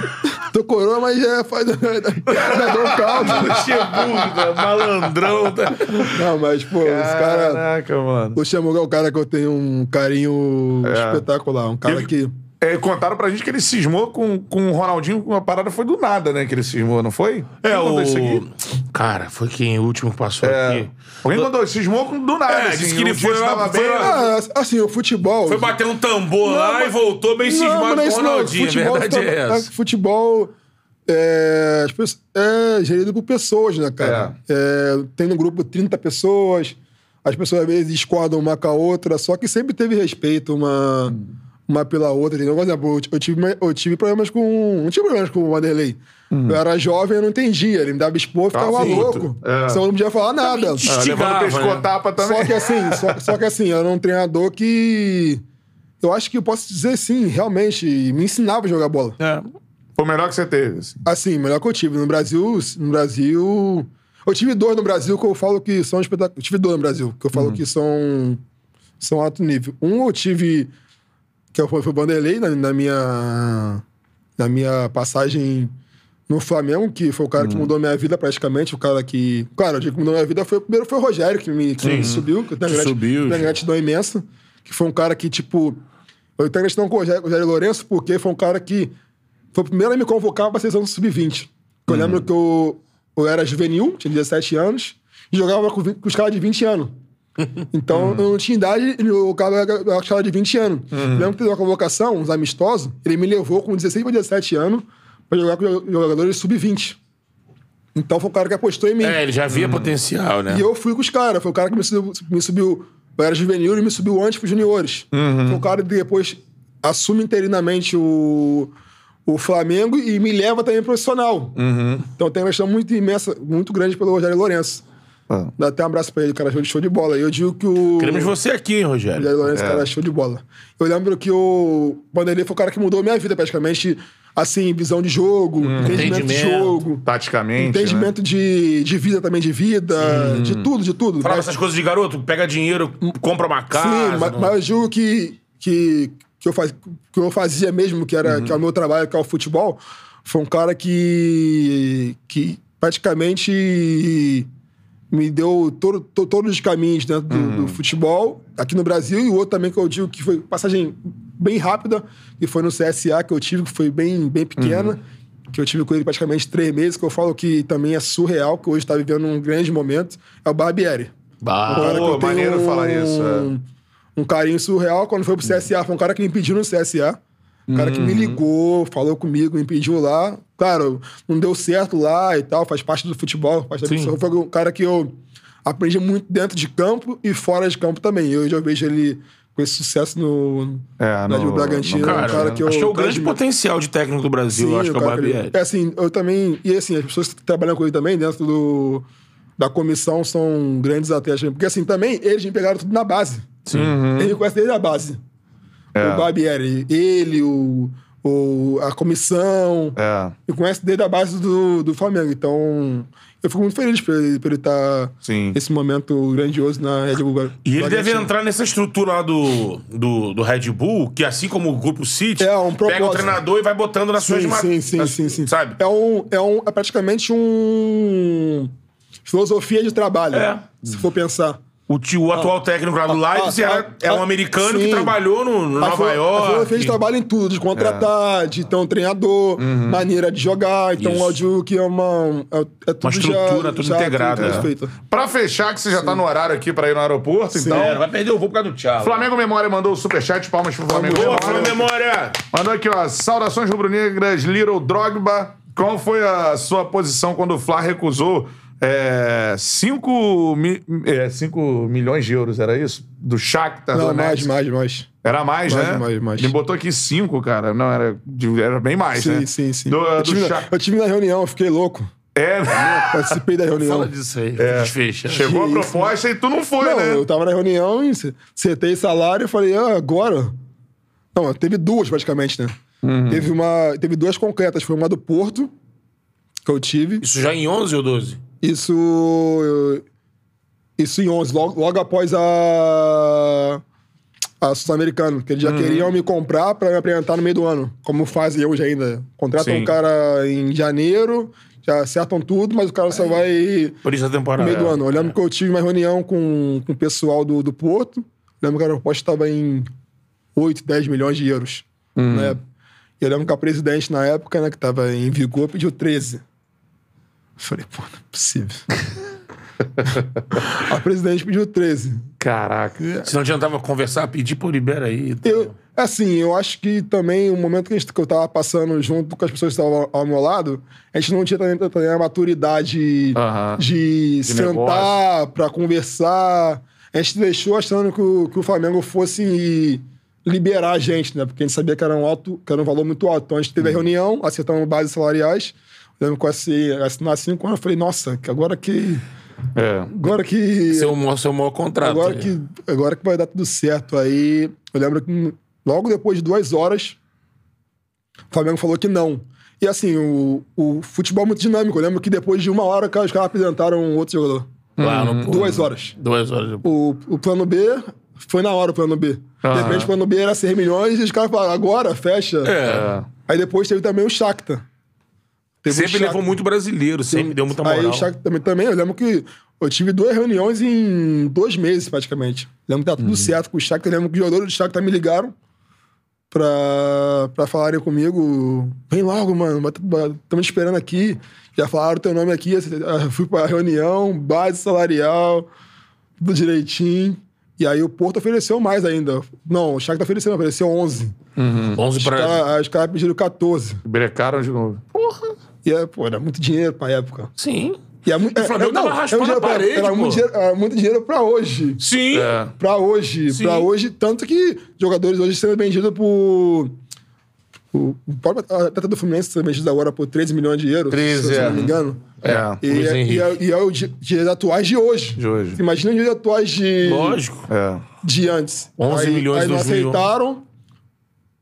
[SPEAKER 3] Tô coroa, mas é, faz... (laughs) Dá um caldo.
[SPEAKER 2] Chebuda, né, malandrão. Tá...
[SPEAKER 3] Não, mas, pô, esse cara...
[SPEAKER 1] Caraca, mano. É.
[SPEAKER 3] O Xamuga é um cara que eu tenho um carinho espetacular. Um cara
[SPEAKER 1] Eu-
[SPEAKER 3] que...
[SPEAKER 1] É, contaram pra gente que ele cismou com, com o Ronaldinho, uma parada foi do nada, né? Que ele cismou, não foi?
[SPEAKER 2] É,
[SPEAKER 1] Quem mandou isso aqui?
[SPEAKER 2] o... Cara, foi quem o último que passou aqui.
[SPEAKER 1] Alguém mandou, cismou com- do nada.
[SPEAKER 2] É,
[SPEAKER 1] assim,
[SPEAKER 2] disse que ele
[SPEAKER 1] um dia
[SPEAKER 2] foi
[SPEAKER 1] você
[SPEAKER 2] lá-
[SPEAKER 1] tava
[SPEAKER 2] foi
[SPEAKER 1] bem,
[SPEAKER 2] lá-
[SPEAKER 3] Ah, assim, o futebol...
[SPEAKER 2] Foi bater um tambor lá e voltou bem cismado
[SPEAKER 3] mas
[SPEAKER 2] com o
[SPEAKER 3] isso não,
[SPEAKER 2] Ronaldinho. A
[SPEAKER 3] futebol
[SPEAKER 2] verdade é
[SPEAKER 3] tá-
[SPEAKER 2] essa.
[SPEAKER 3] Futebol é, as pessoas- é gerido por pessoas, né, cara? É, tem no grupo 30 pessoas, as pessoas às vezes discordam uma com a outra, só que sempre teve respeito uma, uma pela outra, entendeu? Por exemplo, eu ti- eu tive, eu tive problemas com... Não tive problemas com o Wanderlei.
[SPEAKER 2] Hum.
[SPEAKER 3] Eu era jovem, eu não entendia. Ele me dava expor, eu ficava
[SPEAKER 2] Ah,
[SPEAKER 1] puto.
[SPEAKER 3] louco.
[SPEAKER 1] É.
[SPEAKER 3] Só eu não podia falar nada. É,
[SPEAKER 1] Ah, levando
[SPEAKER 2] Instigava,
[SPEAKER 1] pescotapa também.
[SPEAKER 3] Só que assim, só, só que assim, eu era um treinador que. Eu acho que eu posso dizer sim, realmente, me ensinava a jogar bola.
[SPEAKER 1] Foi o melhor que você teve. assim.
[SPEAKER 3] Assim, melhor que eu tive. No Brasil, no Brasil. Eu tive dois no Brasil que eu falo que são espetaculares. Eu tive dois no Brasil, que eu falo que são. São alto nível. Um eu tive. Que foi, foi o Vanderlei na, na minha. Na minha passagem no Flamengo, que foi o cara que mudou minha vida praticamente. O cara que. Cara, eu digo que mudou minha vida foi o primeiro, foi o Rogério que me, que me subiu. Que eu tenho
[SPEAKER 2] Te
[SPEAKER 3] grati-
[SPEAKER 2] subiu,
[SPEAKER 3] tenho gratidão imensa. Que foi um cara que, tipo. Eu tenho gratidão com o Rogério, Rogério Lourenço, porque foi um cara que foi o primeiro a me convocar pra seleção do sub-20. Eu lembro que eu, eu era juvenil, tinha 17 anos, e jogava com, vi- com os caras de 20 anos. Então,
[SPEAKER 2] Uhum.
[SPEAKER 3] eu não tinha idade, e o cara era era com os caras de 20 anos.
[SPEAKER 2] Uhum.
[SPEAKER 3] Eu Lembro que teve uma convocação, uns amistosos, ele me levou com 16 para 17 anos pra jogar com jo- jogadores sub-20. Então, foi o cara que apostou em mim.
[SPEAKER 2] É, ele já via potencial, né?
[SPEAKER 3] E eu fui com os caras. Foi o cara que me subiu. Me subiu eu era juvenil e me subiu antes pros juniores.
[SPEAKER 2] Uhum.
[SPEAKER 3] Foi o cara que depois assume interinamente o, o Flamengo e me leva também profissional.
[SPEAKER 2] Uhum.
[SPEAKER 3] Então tem uma questão muito imensa, muito grande pelo Rogério Lourenço.
[SPEAKER 1] Ah.
[SPEAKER 3] Dá até um abraço pra ele, cara. Show de show de bola. E eu digo que o.
[SPEAKER 2] Queremos você aqui, hein, Rogério.
[SPEAKER 3] Rogério Lourenço, cara, show de bola. Eu lembro que o Vanderlei foi o cara que mudou a minha vida, praticamente. Assim, visão de jogo, entendimento, de
[SPEAKER 2] Entendimento.
[SPEAKER 3] jogo.
[SPEAKER 1] Taticamente. né?
[SPEAKER 3] Entendimento de, de vida também, de vida, de tudo, de tudo. né?
[SPEAKER 2] Falava
[SPEAKER 3] Mas-
[SPEAKER 2] essas coisas de garoto, pega dinheiro, compra uma casa.
[SPEAKER 3] Sim, ma- mas,
[SPEAKER 2] não-
[SPEAKER 3] eu julgo que, que, que eu, faz, que eu fazia mesmo, que era, que é o meu trabalho, que é o futebol, foi um cara que, que praticamente me deu todo, to- todos os caminhos dentro do, do futebol aqui no Brasil e o outro também que eu digo que foi passagem bem rápida e foi no CSA que eu tive, que foi bem, bem pequena, que eu tive com ele praticamente três meses, que eu falo que também é surreal, que hoje está vivendo um grande momento, é o Barbieri. Um
[SPEAKER 1] Pô,
[SPEAKER 3] cara que eu tenho
[SPEAKER 1] maneiro falar isso. é.
[SPEAKER 3] um carinho surreal quando
[SPEAKER 1] Uhum.
[SPEAKER 3] foi pro CSA. Foi um cara que me pediu no CSA. Um cara que me ligou, falou comigo, me pediu lá. Claro, não deu certo lá e tal, faz parte do futebol. Faz da pessoa. Foi um cara que eu aprendi muito dentro de campo e fora de campo também. Hoje eu vejo ele com esse sucesso no,
[SPEAKER 1] É,
[SPEAKER 3] na
[SPEAKER 1] no-
[SPEAKER 3] no Bragantino.
[SPEAKER 1] no né?
[SPEAKER 3] é um
[SPEAKER 2] Cara,
[SPEAKER 3] cara que eu,
[SPEAKER 2] acho que é o
[SPEAKER 3] que eu
[SPEAKER 2] grande
[SPEAKER 3] admiro.
[SPEAKER 2] potencial de técnico do Brasil,
[SPEAKER 3] Sim,
[SPEAKER 2] eu acho que é o
[SPEAKER 3] eu quero
[SPEAKER 2] Barbieri.
[SPEAKER 3] acreditar. É assim, eu também. E assim, as pessoas que trabalham com ele também, dentro do, da comissão, são grandes atletas. Porque assim, também eles me pegaram tudo na base. Sim.
[SPEAKER 2] Uhum.
[SPEAKER 3] Ele conhece desde a base.
[SPEAKER 2] É.
[SPEAKER 3] O Barbieri, ele, o, o, a comissão.
[SPEAKER 1] É,
[SPEAKER 3] Eu conheço desde a base do, do Flamengo. Então, eu fico muito feliz por ele, por ele estar
[SPEAKER 1] sim.
[SPEAKER 3] nesse momento grandioso na Red Bull.
[SPEAKER 2] E ele deve
[SPEAKER 3] Bragantino.
[SPEAKER 2] entrar nessa estrutura lá do, do, do Red Bull, que assim como o Grupo City,
[SPEAKER 3] É, um
[SPEAKER 2] pega o
[SPEAKER 3] propósito.
[SPEAKER 2] treinador e vai botando nas suas
[SPEAKER 3] Sim,
[SPEAKER 2] ma-
[SPEAKER 3] sim, sim,
[SPEAKER 2] nas-
[SPEAKER 3] sim, sim.
[SPEAKER 2] Sabe?
[SPEAKER 3] É, um, é, um, é praticamente um. Filosofia de trabalho,
[SPEAKER 2] É.
[SPEAKER 3] se for pensar.
[SPEAKER 2] O, tio, o atual técnico lá do Leipzig
[SPEAKER 3] ah,
[SPEAKER 2] era-
[SPEAKER 3] ah,
[SPEAKER 2] é um
[SPEAKER 3] ah,
[SPEAKER 2] americano que
[SPEAKER 3] sim. Ah,
[SPEAKER 2] trabalhou no, no
[SPEAKER 3] A filo-
[SPEAKER 2] Nova
[SPEAKER 3] A filosofia
[SPEAKER 2] York. É.
[SPEAKER 3] de trabalho em tudo, de contratar, de ter um treinador, maneira de jogar. Então,
[SPEAKER 2] Uhum. Isso.
[SPEAKER 3] o áudio que é uma. É, é tudo
[SPEAKER 2] estrutura,
[SPEAKER 3] já,
[SPEAKER 2] tudo
[SPEAKER 3] já
[SPEAKER 2] integrada.
[SPEAKER 3] tudo feito.
[SPEAKER 1] Pra fechar, que você já tá no horário aqui pra ir no aeroporto, então.
[SPEAKER 2] É, vai perder o voo por causa do Thiago.
[SPEAKER 1] Flamengo Memória mandou o superchat, palmas pro Flamengo
[SPEAKER 2] Boa,
[SPEAKER 1] Memória.
[SPEAKER 2] Flamengo Memória!
[SPEAKER 1] Mandou aqui, ó. Saudações rubro-negras, Little Drogba. Qual foi a sua posição quando o Fla recusou é, 5 é, milhões de euros, era isso? Do
[SPEAKER 2] Tá
[SPEAKER 1] Shakhtar, do
[SPEAKER 3] Não, mais,
[SPEAKER 1] Donetsk.
[SPEAKER 3] mais, mais.
[SPEAKER 1] Era mais,
[SPEAKER 3] Mais,
[SPEAKER 1] né?
[SPEAKER 3] mais, mais.
[SPEAKER 1] Ele botou aqui 5, cara. Não, era, era bem mais,
[SPEAKER 3] Sim,
[SPEAKER 1] né?
[SPEAKER 3] sim, sim. É
[SPEAKER 1] Do,
[SPEAKER 3] eu,
[SPEAKER 1] do
[SPEAKER 3] tive na,
[SPEAKER 1] Shakhtar.
[SPEAKER 3] eu tive na reunião, eu fiquei louco.
[SPEAKER 1] É, né?
[SPEAKER 3] Participei da reunião.
[SPEAKER 2] disso aí, fecha.
[SPEAKER 1] Chegou a
[SPEAKER 3] Que isso,
[SPEAKER 1] proposta e tu não foi,
[SPEAKER 3] não,
[SPEAKER 1] né?
[SPEAKER 3] eu tava na reunião, e c- acertei salário e falei, ah, agora. Não, teve duas praticamente, né?
[SPEAKER 1] Uhum.
[SPEAKER 3] Teve, uma, teve duas concretas. Foi uma do Porto, que eu tive.
[SPEAKER 2] Isso já é em 11 ou 12?
[SPEAKER 3] Isso. eh, Isso em 11, logo, logo após a. A Sul-Americana, que
[SPEAKER 1] Uhum.
[SPEAKER 3] eles já queriam me comprar pra me apresentar no meio do ano, como fazem hoje ainda. Contratam
[SPEAKER 1] Sim.
[SPEAKER 3] um cara em janeiro, já acertam tudo, mas o cara
[SPEAKER 1] É.
[SPEAKER 3] só vai
[SPEAKER 2] Por isso a
[SPEAKER 3] no
[SPEAKER 2] temporada.
[SPEAKER 3] meio do ano. Eu lembro que eu tive uma reunião com, com o pessoal do, do Porto. Lembro que a proposta estava em 8, 10 milhões de euros. Na época. E eu lembro que a presidente, na época, né, que estava em vigor, pediu 13. Eu falei, pô, não é possível. (laughs) a presidente pediu 13.
[SPEAKER 1] Caraca.
[SPEAKER 2] Se não adiantava conversar, pedir, pô, libera aí.
[SPEAKER 3] Eu, assim, eu acho que também o momento que, a gente- que eu tava passando junto com as pessoas que estavam ao, ao meu lado, a gente não tinha também, também a maturidade
[SPEAKER 1] Aham.
[SPEAKER 3] de, sentar
[SPEAKER 1] negócio.
[SPEAKER 3] pra conversar. A gente deixou achando que o, que o Flamengo fosse liberar a gente, né? Porque a gente sabia que era um, alto, que era um valor muito alto. Então a gente
[SPEAKER 1] Uhum.
[SPEAKER 3] teve a reunião, acertamos bases salariais. Eu lembro que eu assinei- assinar cinco anos, eu falei, nossa, que agora que.
[SPEAKER 1] É.
[SPEAKER 3] Agora que.
[SPEAKER 2] Seu, maior- seu maior contrato.
[SPEAKER 3] Agora
[SPEAKER 2] né?
[SPEAKER 3] que, agora que vai dar tudo certo. Aí eu lembro que logo depois de duas horas, o Flamengo falou que não. E assim, o, o futebol é muito dinâmico. Eu lembro que depois de uma hora, cara, os caras apresentaram um outro jogador.
[SPEAKER 2] Lá no-
[SPEAKER 3] Duas horas.
[SPEAKER 2] Duas horas depois.
[SPEAKER 3] O, o plano B foi na hora o plano B.
[SPEAKER 1] Ah.
[SPEAKER 3] De repente o plano B era 6 milhões e os caras falaram, agora, fecha.
[SPEAKER 2] É.
[SPEAKER 3] Aí depois teve também o Shakhtar. Teve o
[SPEAKER 2] Sempre
[SPEAKER 3] Shakhtar.
[SPEAKER 2] levou muito brasileiro, sempre deu muita
[SPEAKER 3] Aí
[SPEAKER 2] moral.
[SPEAKER 3] o Shakhtar também, também, eu lembro que eu tive duas reuniões em dois meses, praticamente. Lembro que tá tudo
[SPEAKER 2] Uhum.
[SPEAKER 3] certo com o Shakhtar. Eu lembro que os jogadores do Shakhtar me ligaram pra, pra falarem comigo. Vem logo, mano, estamos esperando aqui. Já falaram teu nome aqui, assim, eu fui pra reunião, base salarial, tudo direitinho. E aí o Porto ofereceu mais ainda. Não, o Shakhtar ofereceu, ofereceu 11.
[SPEAKER 2] 11
[SPEAKER 3] Os
[SPEAKER 2] para.
[SPEAKER 3] caras cara pediram 14.
[SPEAKER 1] Brecaram de novo.
[SPEAKER 3] E, é, pô, era muito dinheiro pra época.
[SPEAKER 2] Sim.
[SPEAKER 3] E é, mu- é,
[SPEAKER 2] Flamengo
[SPEAKER 3] é, não,
[SPEAKER 2] tava raspando
[SPEAKER 3] é um dinheiro
[SPEAKER 2] a
[SPEAKER 3] pra-
[SPEAKER 2] parede,
[SPEAKER 3] Era
[SPEAKER 2] pô.
[SPEAKER 3] muito dinheiro, era muito dinheiro pra hoje.
[SPEAKER 2] Sim.
[SPEAKER 1] É.
[SPEAKER 3] Pra hoje. Pra hoje, tanto que jogadores hoje sendo vendidos por. O o próprio atleta do Fluminense sendo vendido agora por 13 milhões de euros.
[SPEAKER 1] 13,
[SPEAKER 3] se eu
[SPEAKER 1] é.
[SPEAKER 3] não me engano.
[SPEAKER 1] É.
[SPEAKER 3] E,
[SPEAKER 2] Luiz
[SPEAKER 3] é,
[SPEAKER 2] Henrique.
[SPEAKER 3] e, é, e é o di- dias atuais de hoje.
[SPEAKER 1] De hoje.
[SPEAKER 3] Imagina os dias atuais de,
[SPEAKER 2] Lógico.
[SPEAKER 1] É.
[SPEAKER 3] de antes.
[SPEAKER 2] 11
[SPEAKER 3] aí,
[SPEAKER 2] milhões,
[SPEAKER 3] Aí não
[SPEAKER 2] 2 milhões.
[SPEAKER 3] aceitaram.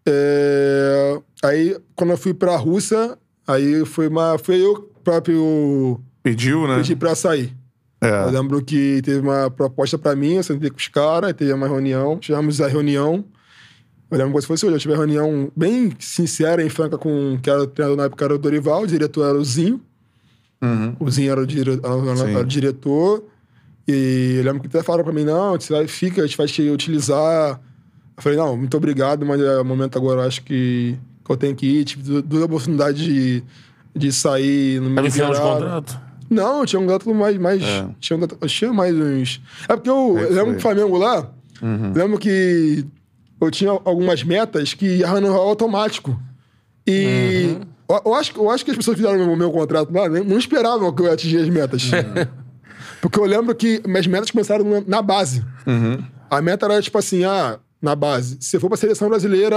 [SPEAKER 3] É, aí, quando eu fui pra Rússia, aí foi, uma, foi eu próprio
[SPEAKER 1] Pediu, né?
[SPEAKER 3] pedi pra sair. Eu
[SPEAKER 1] É.
[SPEAKER 3] lembro que teve uma proposta pra mim, eu sentei com os caras, teve uma reunião, tivemos a reunião. Eu lembro como se fosse hoje. Eu tive uma reunião bem sincera em Franca com um que era o treinador na época era o Dorival, o diretor era o Zinho.
[SPEAKER 2] Uhum.
[SPEAKER 3] O Zinho era o, dire- era o- era o diretor. E eu lembro que até falaram pra mim, não, você vai, fica, a gente vai te utilizar. Eu falei, não, muito obrigado, mas é o momento agora, eu acho que, que eu tenho que ir. Tive du- duas oportunidades de, de sair. Não me
[SPEAKER 2] Tá no final de
[SPEAKER 3] liberaram.
[SPEAKER 2] contrato?
[SPEAKER 3] Não, tinha um gato mais. mais tinha, um gato, tinha mais uns. É porque eu, eu lembro do Flamengo lá. Lembro que eu tinha algumas metas que ia no automático. E. Eu, eu acho, que- eu acho que as pessoas que fizeram o meu, meu contrato lá nem- não esperavam que eu ia atingir as metas. (laughs) porque eu lembro que minhas metas começaram na- na base. A meta era tipo assim: ah, na base, se eu for pra seleção brasileira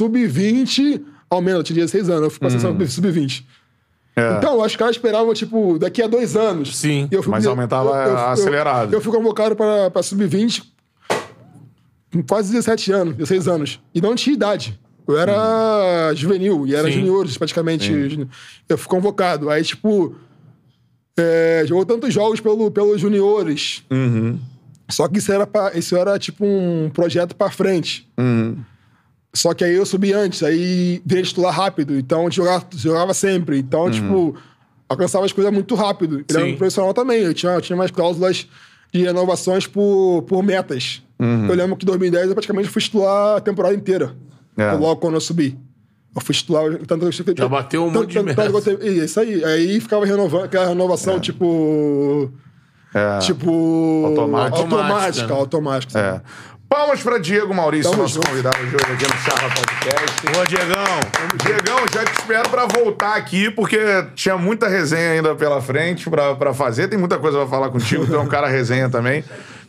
[SPEAKER 3] sub-20, ao menos, eu tinha 16 anos, eu fui pra seleção sub-20. Então, eu acho que os caras esperavam, tipo, daqui a dois anos.
[SPEAKER 2] Sim,
[SPEAKER 3] E eu fui-
[SPEAKER 1] mas aumentava acelerado.
[SPEAKER 3] Eu, eu fui convocado pra, pra sub-20 com quase 17 anos, 16 anos. E não tinha idade. Eu era juvenil, e era
[SPEAKER 2] Sim.
[SPEAKER 3] juniores, praticamente. Eu fui convocado. Aí, tipo, é, jogou tantos jogos pelo, pelos juniores. Só que isso era, pra- isso era tipo um projeto pra frente. Só que aí eu subi antes, aí virei titular rápido, então a gente jogava, jogava sempre. Então, tipo, alcançava as coisas muito rápido. Ele era
[SPEAKER 2] Sim.
[SPEAKER 3] um profissional também, eu tinha, eu tinha umas cláusulas de renovações por, por metas. Eu lembro que em 2010 eu praticamente fui titular a temporada inteira.
[SPEAKER 1] É.
[SPEAKER 3] Logo quando eu subi. Eu fui titular, tanto que eu
[SPEAKER 2] Já bateu um
[SPEAKER 3] tanto-
[SPEAKER 2] monte de
[SPEAKER 3] tanto- tanto que eu
[SPEAKER 2] meta.
[SPEAKER 3] te- Isso aí, aí ficava renovando, aquela renovação, tipo.
[SPEAKER 1] é,
[SPEAKER 3] Tipo.
[SPEAKER 1] Automática.
[SPEAKER 3] Automática, automática. sabe?
[SPEAKER 1] É. Palmas pra Diego Maurício,
[SPEAKER 3] Tamo
[SPEAKER 1] nosso
[SPEAKER 3] junto.
[SPEAKER 1] convidado de hoje aqui no Charla Podcast.
[SPEAKER 2] Boa, Diegão.
[SPEAKER 1] Diegão, já te espero pra voltar aqui, porque tinha muita resenha ainda pela frente pra, pra fazer. Tem muita coisa pra falar contigo, tu é um cara resenha também.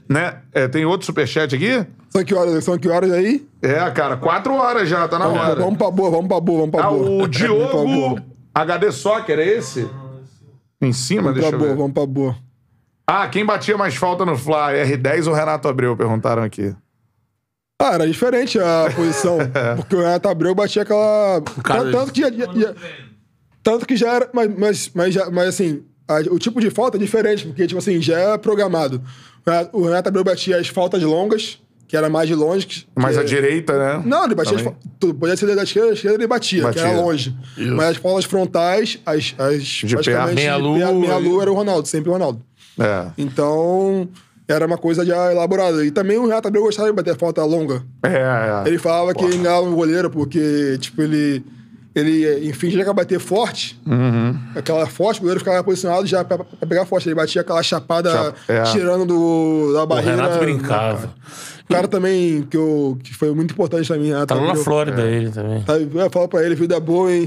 [SPEAKER 1] Né? É, tem outro superchat aqui?
[SPEAKER 3] São que horas, são que horas aí?
[SPEAKER 1] É, cara, quatro horas já, tá na hora.
[SPEAKER 3] Vamos pra boa, vamos pra boa, (laughs) vamos pra
[SPEAKER 1] Ah,
[SPEAKER 3] boa.
[SPEAKER 1] o
[SPEAKER 3] Vamos pra boa.
[SPEAKER 1] Diogo HD Soccer, é esse? Em cima,
[SPEAKER 3] Vamos
[SPEAKER 1] deixa
[SPEAKER 3] pra
[SPEAKER 1] eu
[SPEAKER 3] boa,
[SPEAKER 1] ver.
[SPEAKER 3] Tá vamos pra boa.
[SPEAKER 1] Ah, quem batia mais falta no Fly? R10 ou Renato Abreu? Perguntaram aqui.
[SPEAKER 3] Ah, era diferente a
[SPEAKER 1] (laughs)
[SPEAKER 3] posição. porque o Renato Abreu batia aquela.
[SPEAKER 2] cara-
[SPEAKER 3] Tanto, tanto que já, já- já- tanto que já era. Mas, mas, mas, já- mas assim, a- o tipo de falta é diferente, porque, tipo assim, já é programado. O Renato- O Renato Abreu batia as faltas longas, que era mais de longe. que-
[SPEAKER 1] Mas
[SPEAKER 3] que-
[SPEAKER 1] a direita, né?
[SPEAKER 3] Não, ele batia as
[SPEAKER 1] Também.
[SPEAKER 3] fa- tudo. Podia ser da esquerda, da esquerda ele batia, que era
[SPEAKER 1] Batia.
[SPEAKER 3] longe. Mas as faltas frontais, as. as
[SPEAKER 1] pé,
[SPEAKER 3] praticamente
[SPEAKER 2] meia-lua.
[SPEAKER 3] pé- meia-lua era o Ronaldo, sempre o Ronaldo.
[SPEAKER 1] É.
[SPEAKER 3] Então, era uma coisa já elaborada. E também o Renato Abreu gostava de bater falta longa.
[SPEAKER 1] É, é.
[SPEAKER 3] Ele falava que ele enganava o goleiro porque, tipo, ele. Ele, enfim, já que bater forte,
[SPEAKER 2] Uhum.
[SPEAKER 3] aquela forte, o goleiro ficava posicionado já pra, pra pegar forte. Ele batia aquela chapada
[SPEAKER 1] Chapa- é.
[SPEAKER 3] tirando do, da
[SPEAKER 2] O
[SPEAKER 3] barreira.
[SPEAKER 2] Renato brincava.
[SPEAKER 3] O cara também que, eu, que foi muito importante pra mim, né? Renato.
[SPEAKER 2] Tá lá na
[SPEAKER 3] Abreu.
[SPEAKER 2] Flórida ele também.
[SPEAKER 3] Aí eu falo pra ele, vida boa,
[SPEAKER 1] (laughs)
[SPEAKER 3] hein?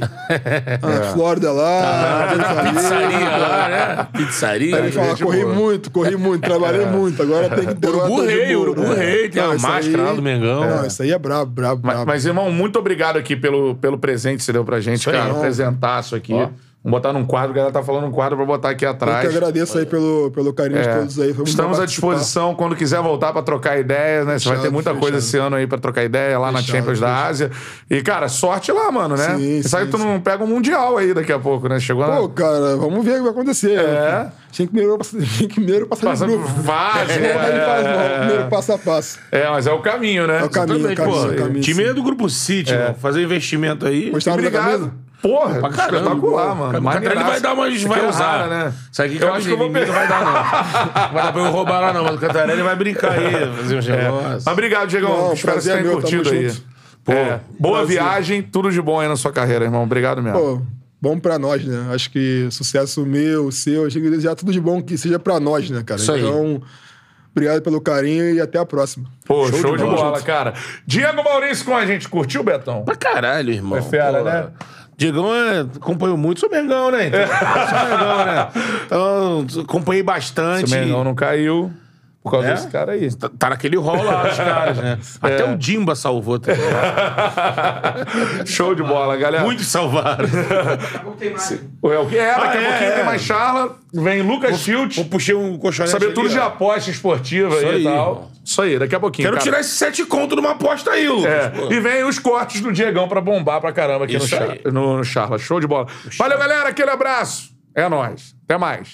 [SPEAKER 3] A Flórida
[SPEAKER 1] Tá.
[SPEAKER 3] lá. tem família.
[SPEAKER 2] Pizzaria lá, né? Pizzaria.
[SPEAKER 3] Aí ele fala, corri muito, corri muito,
[SPEAKER 1] É.
[SPEAKER 3] trabalhei muito, agora tem que ter
[SPEAKER 2] Urubu
[SPEAKER 3] agora tô de
[SPEAKER 2] Rei,
[SPEAKER 3] boa,
[SPEAKER 2] Urubu
[SPEAKER 3] né?
[SPEAKER 2] Rei, tem
[SPEAKER 3] Não,
[SPEAKER 2] a
[SPEAKER 3] isso aí-
[SPEAKER 2] máscara lá do Mengão.
[SPEAKER 3] Não, isso aí é brabo, brabo,
[SPEAKER 1] Mas,
[SPEAKER 3] brabo.
[SPEAKER 1] mas, irmão, muito obrigado aqui pelo, pelo presente que você deu pra gente,
[SPEAKER 2] aí,
[SPEAKER 1] cara. Um
[SPEAKER 2] irmão.
[SPEAKER 1] Presentaço aqui. Vamos botar num quadro, a galera tá falando um quadro pra botar aqui
[SPEAKER 3] Eu que
[SPEAKER 1] atrás.
[SPEAKER 3] agradeço aí pelo, pelo carinho de
[SPEAKER 1] É.
[SPEAKER 3] todos aí. foi muito
[SPEAKER 1] Estamos
[SPEAKER 3] bom
[SPEAKER 1] à
[SPEAKER 3] participar.
[SPEAKER 1] disposição quando quiser voltar pra trocar ideia, né? Você vai
[SPEAKER 3] Fechado,
[SPEAKER 1] ter muita coisa
[SPEAKER 3] fechado.
[SPEAKER 1] esse ano aí pra trocar ideia lá na
[SPEAKER 3] Fechado,
[SPEAKER 1] Champions da
[SPEAKER 3] fechado.
[SPEAKER 1] Ásia. E, cara, sorte lá, mano, né?
[SPEAKER 3] Sim,
[SPEAKER 1] Isso aí
[SPEAKER 3] sim,
[SPEAKER 1] tu não pega um mundial aí daqui a pouco, né? Chegou na.
[SPEAKER 3] Pô, cara, vamos ver o que vai acontecer.
[SPEAKER 1] É.
[SPEAKER 3] Tem que primeiro passar, (laughs) tem que primeiro passar
[SPEAKER 1] Passa
[SPEAKER 3] de (laughs)
[SPEAKER 1] por
[SPEAKER 3] grupo.
[SPEAKER 1] fase.
[SPEAKER 3] Não dá de fase, não. Primeiro
[SPEAKER 1] é,
[SPEAKER 3] passo a passo.
[SPEAKER 1] É, mas é o caminho, né?
[SPEAKER 3] É o caminho,
[SPEAKER 1] Exatamente,
[SPEAKER 3] é o caminho,
[SPEAKER 1] pô.
[SPEAKER 3] é o caminho.
[SPEAKER 2] Time é do Grupo City, mano. Fazer investimento aí.
[SPEAKER 1] E
[SPEAKER 3] Gostaram da
[SPEAKER 1] Obrigado.
[SPEAKER 3] camisa?
[SPEAKER 1] Porra,
[SPEAKER 2] Tá Pra caramba. tá
[SPEAKER 1] espetacular, mano.
[SPEAKER 2] O Catrelli vai dar umas.
[SPEAKER 1] Tá Isso aqui
[SPEAKER 2] Vai
[SPEAKER 1] é
[SPEAKER 2] usar.
[SPEAKER 1] rara, né?
[SPEAKER 2] Isso aqui
[SPEAKER 1] Eu acho que eu vou
[SPEAKER 2] não vai
[SPEAKER 1] pegar.
[SPEAKER 2] dar, não. Não vai dar pra eu roubar lá, não. Mas o Catarelli vai brincar aí, fazer um uns
[SPEAKER 1] Mas
[SPEAKER 2] negócios.
[SPEAKER 1] obrigado, Diego.
[SPEAKER 3] Não,
[SPEAKER 1] Espero que
[SPEAKER 3] prazer
[SPEAKER 1] você tenha
[SPEAKER 3] meu, tamo
[SPEAKER 1] curtido aí.
[SPEAKER 3] junto.
[SPEAKER 1] Pô, é, boa
[SPEAKER 3] prazer.
[SPEAKER 1] viagem, tudo de bom aí na sua carreira, irmão. Obrigado mesmo.
[SPEAKER 3] Pô, bom pra nós, né? Acho que sucesso meu, seu, acho que desejar tudo de bom que seja pra nós, né, cara?
[SPEAKER 2] Isso aí.
[SPEAKER 3] Então, obrigado pelo carinho e até a próxima.
[SPEAKER 1] Pô, show, de, bola,
[SPEAKER 3] Junto.
[SPEAKER 1] cara. Diego Maurício com a gente. Curtiu, Betão?
[SPEAKER 2] Pra caralho, irmão. É
[SPEAKER 1] fera, né?
[SPEAKER 2] Diegão é, acompanhou muito, sou Mengão, né? Então, sou Mengão, né? Então, acompanhei bastante.
[SPEAKER 1] O Mengão não caiu por causa
[SPEAKER 2] É?
[SPEAKER 1] desse cara aí.
[SPEAKER 2] Tá, tá naquele rol lá, os caras, (laughs) né? Até o Dimba salvou também.
[SPEAKER 1] show de bola, galera.
[SPEAKER 2] Muitos salvaram.
[SPEAKER 4] Não tem mais. né?
[SPEAKER 1] É o que é, daqui
[SPEAKER 2] Ah,
[SPEAKER 1] a
[SPEAKER 2] é,
[SPEAKER 1] pouquinho
[SPEAKER 2] é.
[SPEAKER 1] tem mais charla. Vem Lucas Filt.
[SPEAKER 2] Eu puxei um colchonete
[SPEAKER 1] Saber
[SPEAKER 2] ali,
[SPEAKER 1] tudo
[SPEAKER 2] ó.
[SPEAKER 1] de aposta esportiva
[SPEAKER 2] Isso
[SPEAKER 1] aí e
[SPEAKER 2] aí,
[SPEAKER 1] tal.
[SPEAKER 2] irmão.
[SPEAKER 1] Isso aí, daqui a pouquinho.
[SPEAKER 2] Quero
[SPEAKER 1] cara.
[SPEAKER 2] tirar esses sete conto de uma aposta aí, Lucas.
[SPEAKER 1] É,
[SPEAKER 2] pô.
[SPEAKER 1] e vem os cortes do Diegão pra bombar pra caramba aqui no,
[SPEAKER 2] Isso
[SPEAKER 1] Char-
[SPEAKER 2] aí.
[SPEAKER 1] no, no Charla. Show de bola. Valeu, galera. Aquele abraço. É nóis. Até mais.